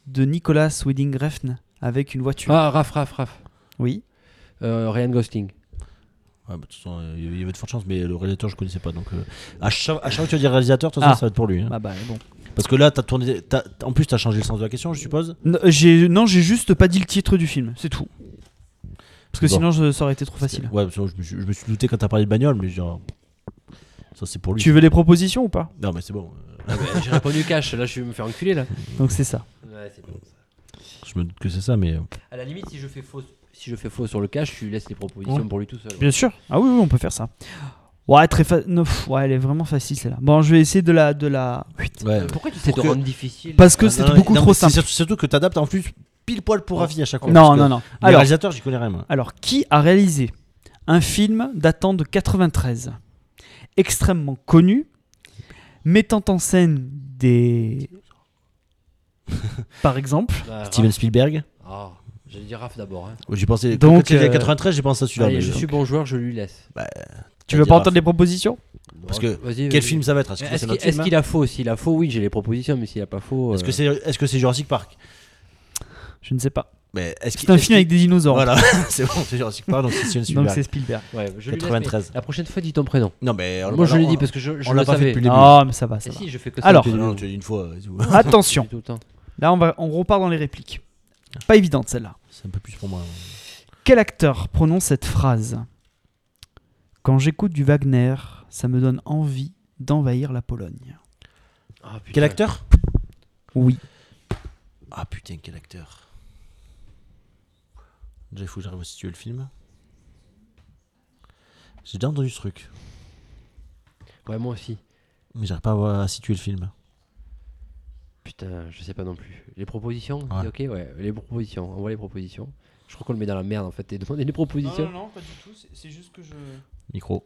S6: de Nicolas Winding Refn avec une voiture
S5: Ah, Raph, Raph, Raph.
S6: Oui.
S5: Euh, Ryan Gosling.
S7: Ouais, bah, de toute façon, euh, il y avait de fortes chances, mais le réalisateur, je connaissais pas. Donc, euh, à, chaque, à chaque fois que tu vas dire réalisateur, de toute façon,
S6: Ah.
S7: ça va être pour lui. hein.
S6: Ah bah bon.
S7: Parce que là, t'as tourné, t'as- en plus, tu as changé le sens de la question, je suppose.
S6: Non, euh, j'ai non, j'ai juste pas dit le titre du film, c'est tout. Parce que
S7: Bon.
S6: sinon, je- ça aurait été trop facile.
S7: Ouais, parce que je me, suis, je me suis douté quand t'as parlé de bagnole, mais genre. Ça, c'est pour lui.
S6: Tu veux les propositions ou pas
S7: Non, mais c'est bon. euh,
S5: j'ai répondu cash, là je vais me faire enculer là.
S6: Donc c'est ça.
S7: Je me doute que c'est ça, mais. euh,
S5: À la limite, si je fais faux, si je fais faux sur le cash, tu lui laisses les propositions
S7: Ouais.
S5: pour lui tout seul.
S6: Bien sûr. Ah oui, oui, on peut faire ça. Ouais, très fa- non, pff, ouais, elle est vraiment facile celle-là. Bon, je vais essayer de la de la
S7: Ouais.
S5: Pourquoi tu sais
S7: Pour
S5: te
S7: que-
S5: Euh, rendre difficile Ah,
S6: parce que
S7: Non,
S6: c'était
S7: non,
S6: beaucoup
S7: non,
S6: trop
S7: mais c'est
S6: simple.
S7: Surtout, surtout que t'adaptes en plus pile poil pour Ravi à chaque fois.
S6: Non,
S7: parce que
S6: non, non.
S7: Les
S6: Alors,
S7: réalisateurs, j'y connais rien, moi.
S6: Alors, qui a réalisé un film datant de 93, extrêmement connu, mettant en scène des... Par exemple,
S5: Ah, Raph.
S7: Steven Spielberg.
S5: Ah, j'allais dire Raph d'abord. hein.
S7: J'ai pensé.
S6: Donc,
S7: Donc. Quand il
S6: euh,
S7: 93, j'ai pensé à celui-là.
S5: Allez,
S7: mais-
S5: Ah, je suis bon joueur, je lui laisse.
S6: tu veux
S7: dit
S6: pas
S7: Raph.
S6: entendre les propositions
S7: Bah, Parce que.
S5: Vas-y,
S7: Quel
S5: vas-y.
S7: film ça va être Est-ce que
S5: Est-ce
S7: c'est
S5: qu'il
S7: notre film
S5: est-ce
S7: hein
S5: qu'il a faux S'il a faux, oui, j'ai les propositions, mais s'il a pas faux.
S7: Est-ce
S5: euh,
S7: que c'est est -ce Jurassic Park
S6: Je ne sais pas.
S7: Mais est-ce
S6: C'est
S7: qu'il-
S6: un
S7: est-ce
S6: film
S7: qu'il-
S6: avec des dinosaures.
S7: Voilà, c'est bon, c'est Jurassic Park, donc c'est Steven
S6: Donc
S7: Spielberg.
S6: c'est Spielberg.
S5: Ouais, je lui laisse,
S7: 93.
S5: mais La prochaine fois, dis ton prénom.
S7: Non, mais
S5: Moi, je l'ai dit parce que je, je
S7: bah, on
S5: le
S7: l'a pas fait
S5: savais.
S7: depuis le début.
S6: Ah, mais ça va,
S5: Eh
S6: ça va.
S5: si, je fais que
S6: Alors.
S5: depuis
S7: Non,
S5: le
S7: non,
S5: début.
S7: tu l'as dit une fois. c'est tout.
S6: Attention.
S5: Depuis tout le temps.
S6: Là, on, va, on repart dans les répliques. Pas évidente celle-là.
S7: C'est un peu plus pour moi.
S6: Quel acteur prononce cette phrase Quand j'écoute du Wagner, ça me donne envie d'envahir la Pologne.
S5: Ah, putain.
S7: Quel acteur
S6: Oui.
S7: Ah putain, quel acteur. Déjà, il faut que j'arrive à situer le film. J'ai déjà entendu ce truc,
S5: Ouais, moi aussi.
S7: mais j'arrive pas à voir- à situer le film.
S5: Putain, je sais pas non plus. Les propositions on dit Ok, ouais, les propositions. On voit les propositions. Je crois qu'on le met dans la merde en fait. Et demander les propositions.
S6: non, pas du tout. C'est juste que je.
S7: Micro.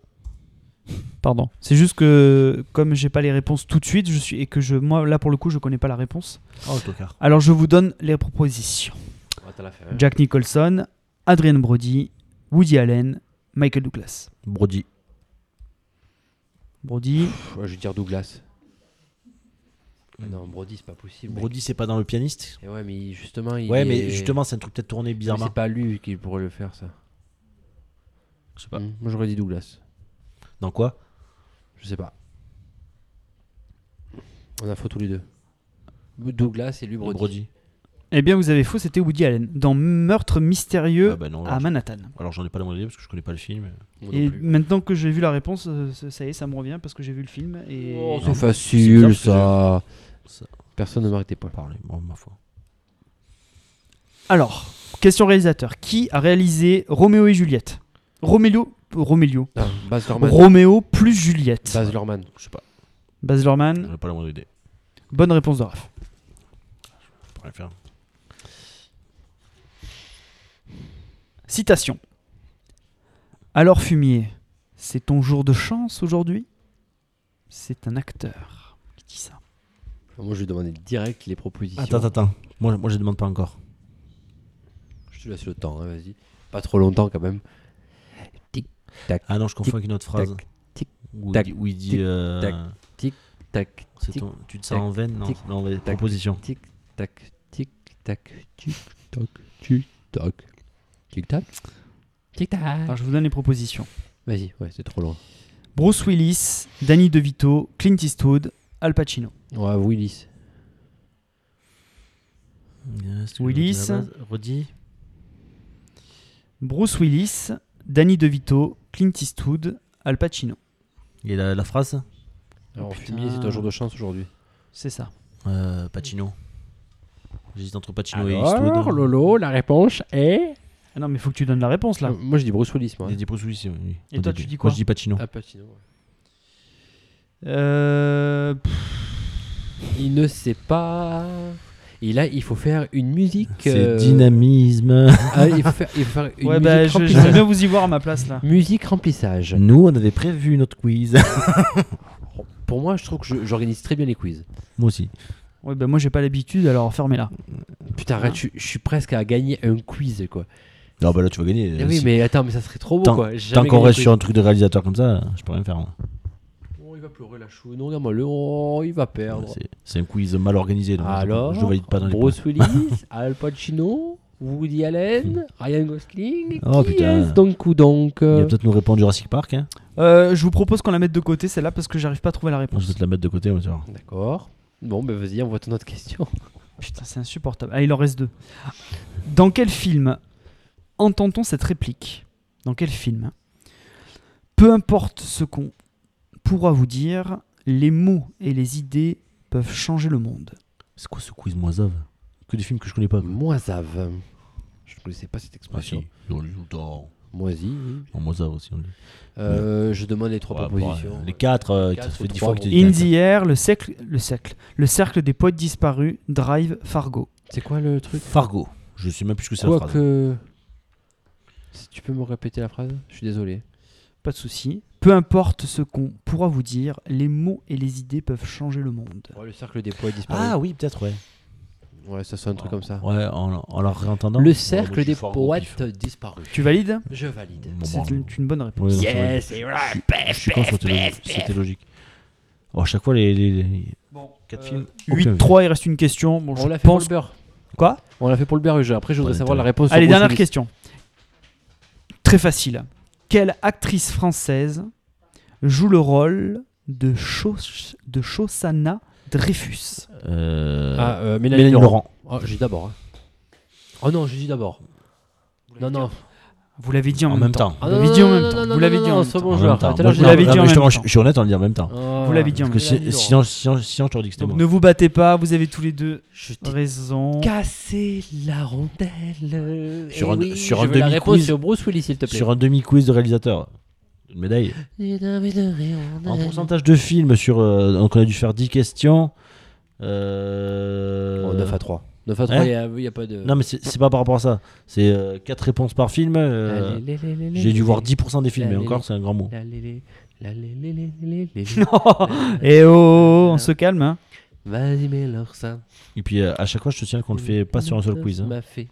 S6: Pardon. C'est juste que, comme j'ai pas les réponses tout de suite, je suis et que je, moi, là pour le coup, je connais pas la réponse.
S7: Oh, tocard.
S6: Alors, je vous donne les propositions.
S5: Ouais, t'as la fin, hein.
S6: Jack Nicholson, Adrien Brody, Woody Allen, Michael Douglas.
S7: Brody.
S6: Brody.
S5: Pff, ouais, je vais dire Douglas. Ah Non, Brody, c'est pas possible. mec.
S7: Mm. Brody, c'est pas dans le pianiste
S5: Et ouais, mais justement, il.
S7: Ouais,
S5: est-
S7: mais justement, c'est un truc peut-être tourné
S5: Mais
S7: bizarrement.
S5: c'est pas lui qui pourrait le faire ça.
S7: Je sais pas.
S5: Hmm, Moi j'aurais dit Douglas.
S7: Dans quoi
S5: Je sais pas. On a faux tous les deux. Douglas et lui Brody.
S6: Eh bien, vous avez faux, c'était Woody Allen dans Meurtre mystérieux
S7: Ah bah non,
S6: à
S7: alors,
S6: Manhattan.
S7: alors j'en ai pas la moindre idée parce que je connais pas le film.
S5: Moi non
S6: Et
S5: plus.
S6: maintenant que j'ai vu la réponse, euh, ça- ça y est, ça me revient parce que j'ai vu le film et
S5: Oh,
S7: Non,
S5: c'est
S7: c'est bizarre
S5: facile ça.
S7: que ça-
S5: Personne ne m'arrêtait pas.
S7: Parlez, bon, ma foi.
S6: Alors, question réalisateur. Qui a réalisé Roméo et Juliette Roméo. Roméo.
S5: Ah, Baz Luhrmann.
S6: Roméo plus Juliette.
S5: Baz Luhrmann.
S7: Je sais pas,
S6: Baz Luhrmann.
S7: j'en ai pas la moindre idée.
S6: Bonne réponse de Raph.
S7: Je pourrais le faire.
S6: Citation. Alors fumier, c'est ton jour de chance aujourd'hui C'est un acteur qui dit ça.
S5: Moi je lui demandais direct les propositions.
S7: Attends, attends, attends. Moi, moi, je demande pas encore.
S5: Je te laisse le temps, hein, vas-y. Pas trop longtemps quand même.
S7: Ah non, je confonds avec une autre phrase.
S5: tic,
S7: Où il
S5: tac,
S7: dit- où il
S5: tic,
S7: dit. euh,
S5: tac, Tac.
S7: c'est
S5: tic,
S7: ton- Tu te
S5: tac,
S7: sens en veine Non,
S5: tic,
S7: non mais
S5: tac.
S7: proposition.
S5: Tic tac tic tac tic tac tic tac tic tac tic
S6: Alors
S5: tac.
S6: je vous donne les propositions.
S5: Vas-y, ouais, c'est trop loin.
S6: Bruce Willis, Danny DeVito, Clint Eastwood, Al Pacino.
S5: Ouais, Willis.
S7: Euh, est-ce que
S6: Willis.
S7: je redis la base Redis.
S6: Bruce Willis, Danny DeVito, Clint Eastwood, Al Pacino.
S7: Et la, la phrase
S5: Alors,
S6: putain.
S5: fumier, c'est un jour de chance aujourd'hui.
S6: C'est ça.
S7: euh, Pacino. J'hésite entre Pacino et Eastwood.
S5: Lolo, la réponse est.
S6: Ah non, mais faut que tu donnes la réponse là.
S5: Moi, je dis Bruce Willis, moi.
S7: Il y a des Bruce Willis, oui, oui.
S6: Et
S7: Au
S6: toi,
S7: début.
S6: tu dis quoi
S7: Moi, je dis Pacino.
S5: Ah, Pacino, ouais.
S6: Euh, pff,
S5: Il ne sait pas. Et là, il faut faire une musique.
S7: C'est
S5: euh,
S7: dynamisme.
S5: ah, il, faut faire, il faut faire une
S6: ouais,
S5: musique
S6: bah, je, je
S5: remplissage.
S6: veux bien vous y voir à ma place là.
S5: Musique remplissage.
S7: Nous, on avait prévu notre quiz. Mm.
S5: Pour moi, je trouve que je- j'organise très bien les quiz.
S7: Moi aussi.
S6: Ouais, bah, moi j'ai pas l'habitude, alors fermez-la.
S5: Putain, arrête,
S7: Mm.
S5: je, je suis presque à gagner un quiz, quoi.
S7: Non, bah là, tu vas gagner.
S5: Eh
S7: Euh,
S5: oui,
S7: si-
S5: mais attends, mais ça serait trop beau,
S7: Tant-
S5: quoi.
S7: Tant
S5: Jamais
S7: qu'on
S5: gagné
S7: reste
S5: un
S7: sur un truc de réalisateur comme ça, je peux rien faire. moi.
S5: quiz. Oh, il va pleurer la chou. Non, regarde-moi, le. Oh, il va perdre.
S7: C'est- C'est un quiz mal organisé. donc
S5: Alors,
S7: je ne valide pas dans les points.
S5: Bruce Willis, Al Pacino, Woody Allen, Ryan Gosling.
S7: Oh,
S5: qui
S7: putain.
S5: est-ce donc ou donc
S7: Il va
S5: euh,
S7: peut-être nous répondre Jurassic Park. Hein.
S6: Euh, je vous propose qu'on la mette de côté celle-là parce que j'arrive pas à trouver la
S7: Je vais
S6: réponse.
S7: te la mettre de côté. on va voir.
S5: D'accord. Bon, ben vas-y, envoie ton autre question.
S6: Putain, c'est insupportable. Ah, il en reste deux. Dans quel film entend-on cette réplique Dans quel film Peu importe ce qu'on pourra vous dire, les mots et les idées peuvent changer le monde.
S7: C'est quoi ce quiz moisave Que des films que je connais pas.
S5: Moisave. Je ne connaissais pas cette
S7: Ah
S5: expression.
S7: si, on lit tout le temps.
S5: Moisi, oui.
S7: En moisave aussi. On lit.
S5: Euh, Je demande les trois
S7: Ouais,
S5: propositions.
S7: ouais, les quatre, euh,
S5: Quatre
S7: ça
S5: ou
S7: fait dix
S5: trois,
S7: fois que tu
S6: In
S7: dis.
S6: the Air, le cercle, le cercle, le cercle des poètes disparus, Drive, Fargo.
S5: C'est quoi le truc
S7: Fargo. Je sais même plus ce que c'est la
S5: Quoi
S7: phrase.
S5: que. Si tu peux me répéter la phrase Je suis désolé.
S6: Pas de souci. Peu importe ce qu'on pourra vous dire, les mots et les idées peuvent changer le monde.
S5: Ouais, le cercle des poids disparu.
S7: Ah oui, peut-être, ouais.
S5: Ouais, ça sonne un truc comme ça.
S7: Ouais, en, en la réentendant.
S5: Le
S7: Ouais,
S5: cercle
S7: moi, je suis
S5: des
S7: fort au
S5: poètes
S7: pif.
S5: disparus.
S6: Tu valides
S5: Je valide.
S7: Bon,
S6: C'est
S7: bon,
S6: une, une bonne réponse.
S7: ouais, non, c'est vrai.
S2: Yes, c'est vrai.
S7: Je suis con, c'était logique. C'était logique. Oh, à chaque fois, les. les- les-
S6: Bon,
S7: Quatre films. Aucun
S6: 8-3, il reste une question. Bon,
S5: On l'a
S6: je
S5: fait pour
S6: pense
S5: le beurre.
S6: Quoi
S5: On l'a fait pour le berruger. Après, je voudrais
S7: Pas
S5: savoir la
S7: d'intérêt.
S5: réponse. sur
S6: Allez,
S5: Bruce
S6: dernière
S5: Willis.
S6: question. Très facile. Quelle actrice française joue le rôle de, Chos- de Chosana Dreyfus
S7: Euh,
S5: Ah, euh, Mélanie,
S7: Mélanie
S5: Laurent.
S7: Laurent.
S5: Oh, j'ai dit d'abord. hein. Oh non, j'ai dit d'abord. Non, non.
S6: Vous l'avez dit en,
S7: En même temps.
S5: Ah,
S6: Vous
S5: non,
S6: l'avez
S5: non,
S6: dit en
S5: non,
S6: même
S5: non,
S6: temps.
S5: non,
S6: Vous
S5: non,
S6: l'avez
S5: non,
S6: dit en
S5: non,
S6: même
S5: c'est
S6: temps.
S5: bon,
S7: En
S5: je
S7: même
S5: l'ai
S7: temps.
S5: Tout à
S7: Moi,
S5: l'heure,
S7: je-
S5: j'ai
S6: Vous
S7: non,
S6: l'avez
S5: dit.
S6: dit
S5: Ah.
S7: mais
S6: en même
S7: justement,
S6: temps.
S7: Je je suis honnête en le dit en même temps.
S5: Vous
S6: l'avez dit en
S7: Parce que
S6: même
S7: si-
S6: temps.
S7: sinon, sinon, sinon, je t'aurais dit que c'était
S6: Donc
S7: moi.
S6: ne vous battez pas, vous avez tous les deux
S5: Je t'ai
S6: raison.
S5: cassé la rondelle.
S7: Sur
S5: Eh
S7: un-
S5: oui,
S7: sur
S5: je
S7: un
S5: veux la
S7: demi-quiz.
S5: réponse sur Bruce Willis, s'il te plaît.
S7: Sur un demi-quiz de réalisateur. Une médaille. En pourcentage de films, sur, euh, donc on a dû faire 10 questions. Euh,
S2: Oh,
S5: 9 à 3. 9 à 3,
S7: Hein
S5: il n'y a, pas de.
S7: Non, mais c'est c'est pas par rapport à ça. C'est 4 réponses par film. euh,
S5: Allez, les, les, les,
S7: J'ai
S5: les,
S7: dû voir
S5: les,
S7: 10% des films, mais
S5: Allez,
S7: encore,
S5: les-
S7: c'est un grand mot.
S5: la, les, les, la, les, les, les, les, les, les.
S6: Non. Et oh, on se calme. hein.
S5: Vas-y, mets leur ça.
S7: Et puis, euh, à chaque fois, je te tiens qu'on le fait pas sur un seul quiz. hein.
S5: M'a fait.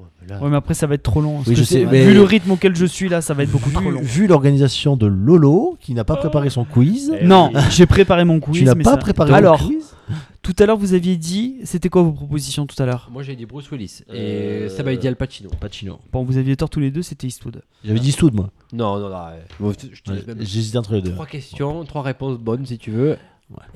S5: Ouais, mais là,
S6: Ouais, mais après ça va être trop long. Bah, parce
S7: Oui,
S6: que
S7: je
S6: c'est-
S7: sais, mais-
S6: Vu le rythme auquel je suis là, ça va être beaucoup trop
S7: Vu,
S6: long.
S7: vu l'organisation de Lolo, qui n'a pas préparé son quiz,
S6: Non, j'ai préparé mon quiz.
S7: tu n'as
S6: Eh mais
S7: pas
S6: ça-
S7: préparé ton
S6: Alors,
S7: quiz
S6: tout à l'heure, vous aviez dit, c'était quoi vos propositions tout à l'heure
S5: Moi j'ai dit Bruce Willis et
S7: Euh,
S5: ça m'a dit Al Pacino.
S7: Pacino.
S6: Bon, vous aviez tort tous les deux, c'était Eastwood.
S7: J'avais dit Soud, moi.
S5: Non, non, non. ouais. Bon, je te laisse
S7: Ouais,
S5: même
S7: J'hésite entre les deux.
S5: Trois questions, trois réponses bonnes si tu veux.
S7: Ouais.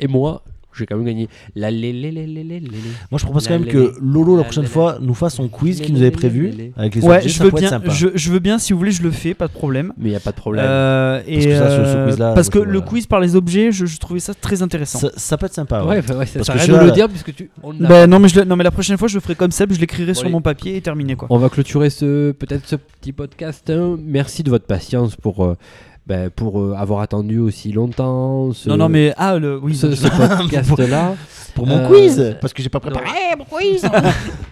S5: Et moi, j'ai quand même gagné. La lé, lé, lé, lé, lé, lé, lé.
S7: Moi, je propose
S5: La
S7: quand même
S5: la
S7: que
S5: la. La
S7: Lolo, la
S5: la
S7: prochaine
S5: la.
S7: fois, nous fasse son quiz
S5: La
S7: qu'il
S5: la
S7: nous avait
S5: la la
S7: prévu
S5: la.
S7: avec les
S6: Ouais,
S7: objets,
S6: je
S7: ça
S6: veux,
S7: pourrait être
S6: bien,
S7: sympa.
S6: je, je veux bien, si vous voulez, je le fais, pas de problème.
S5: Mais il a pas de problème.
S6: Euh, et
S7: que ça, ce- ce
S6: euh,
S7: quiz-là,
S6: parce
S7: moi,
S6: que
S7: je trouve,
S6: le
S7: euh,
S6: quiz par les objets, je, je trouvais ça très intéressant.
S7: Ça, ça peut être sympa.
S5: ouais,
S7: ouais.
S5: bah, ouais, ça sert
S7: Parce que
S5: à rien
S7: celui-là,
S5: de le
S7: là- Ben
S5: dire puisque tu. On, a-
S6: Bah, non, mais je le- non, mais la prochaine fois, je le ferai comme Seb, je l'écrirai sur
S5: allez.
S6: mon papier et terminé quoi.
S5: on va clôturer ce peut-être ce petit podcast. hein. Merci de votre patience pour euh, bah, pour euh, avoir attendu aussi longtemps. Ce,
S6: Non, non, mais ah, le, oui,
S5: ce,
S6: je-
S5: podcast là.
S7: Pour mon
S5: Euh,
S7: quiz Parce que j'ai pas préparé.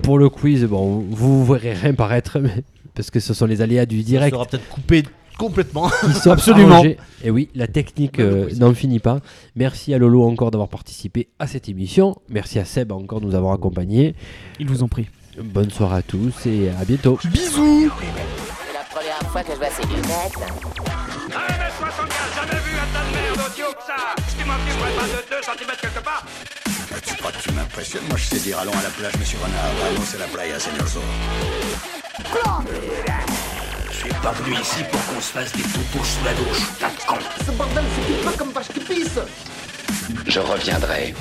S5: pour le quiz, bon, vous verrez rien paraître mais- parce que ce sont les aléas du
S7: Ça
S5: direct.
S7: sera peut-être coupé complètement.
S5: Ils sont
S6: Absolument.
S5: arrangés. Et oui, la technique euh, n'en finit pas. Merci à Lolo encore d'avoir participé à cette émission. Merci à Seb encore de nous avoir accompagnés.
S6: ils vous ont pris.
S5: Bonne soirée à tous et à bientôt.
S2: C'est la première fois que je vois ces lunettes.
S3: 1m75, jamais vu un tas de merde audio que ça Excuse-moi, tu me vois pas de 2 cm quelque part
S1: Bah, tu crois que tu m'impressionnes Moi, je sais dire allons à la plage, monsieur Renard. Allons, c'est la playa, señor Zorro.
S4: Je suis pas venu ici pour qu'on se fasse des toutouches sous la douche, tas de cons.
S9: Ce bordel, c'est pas comme vache qui pisse
S2: Je reviendrai.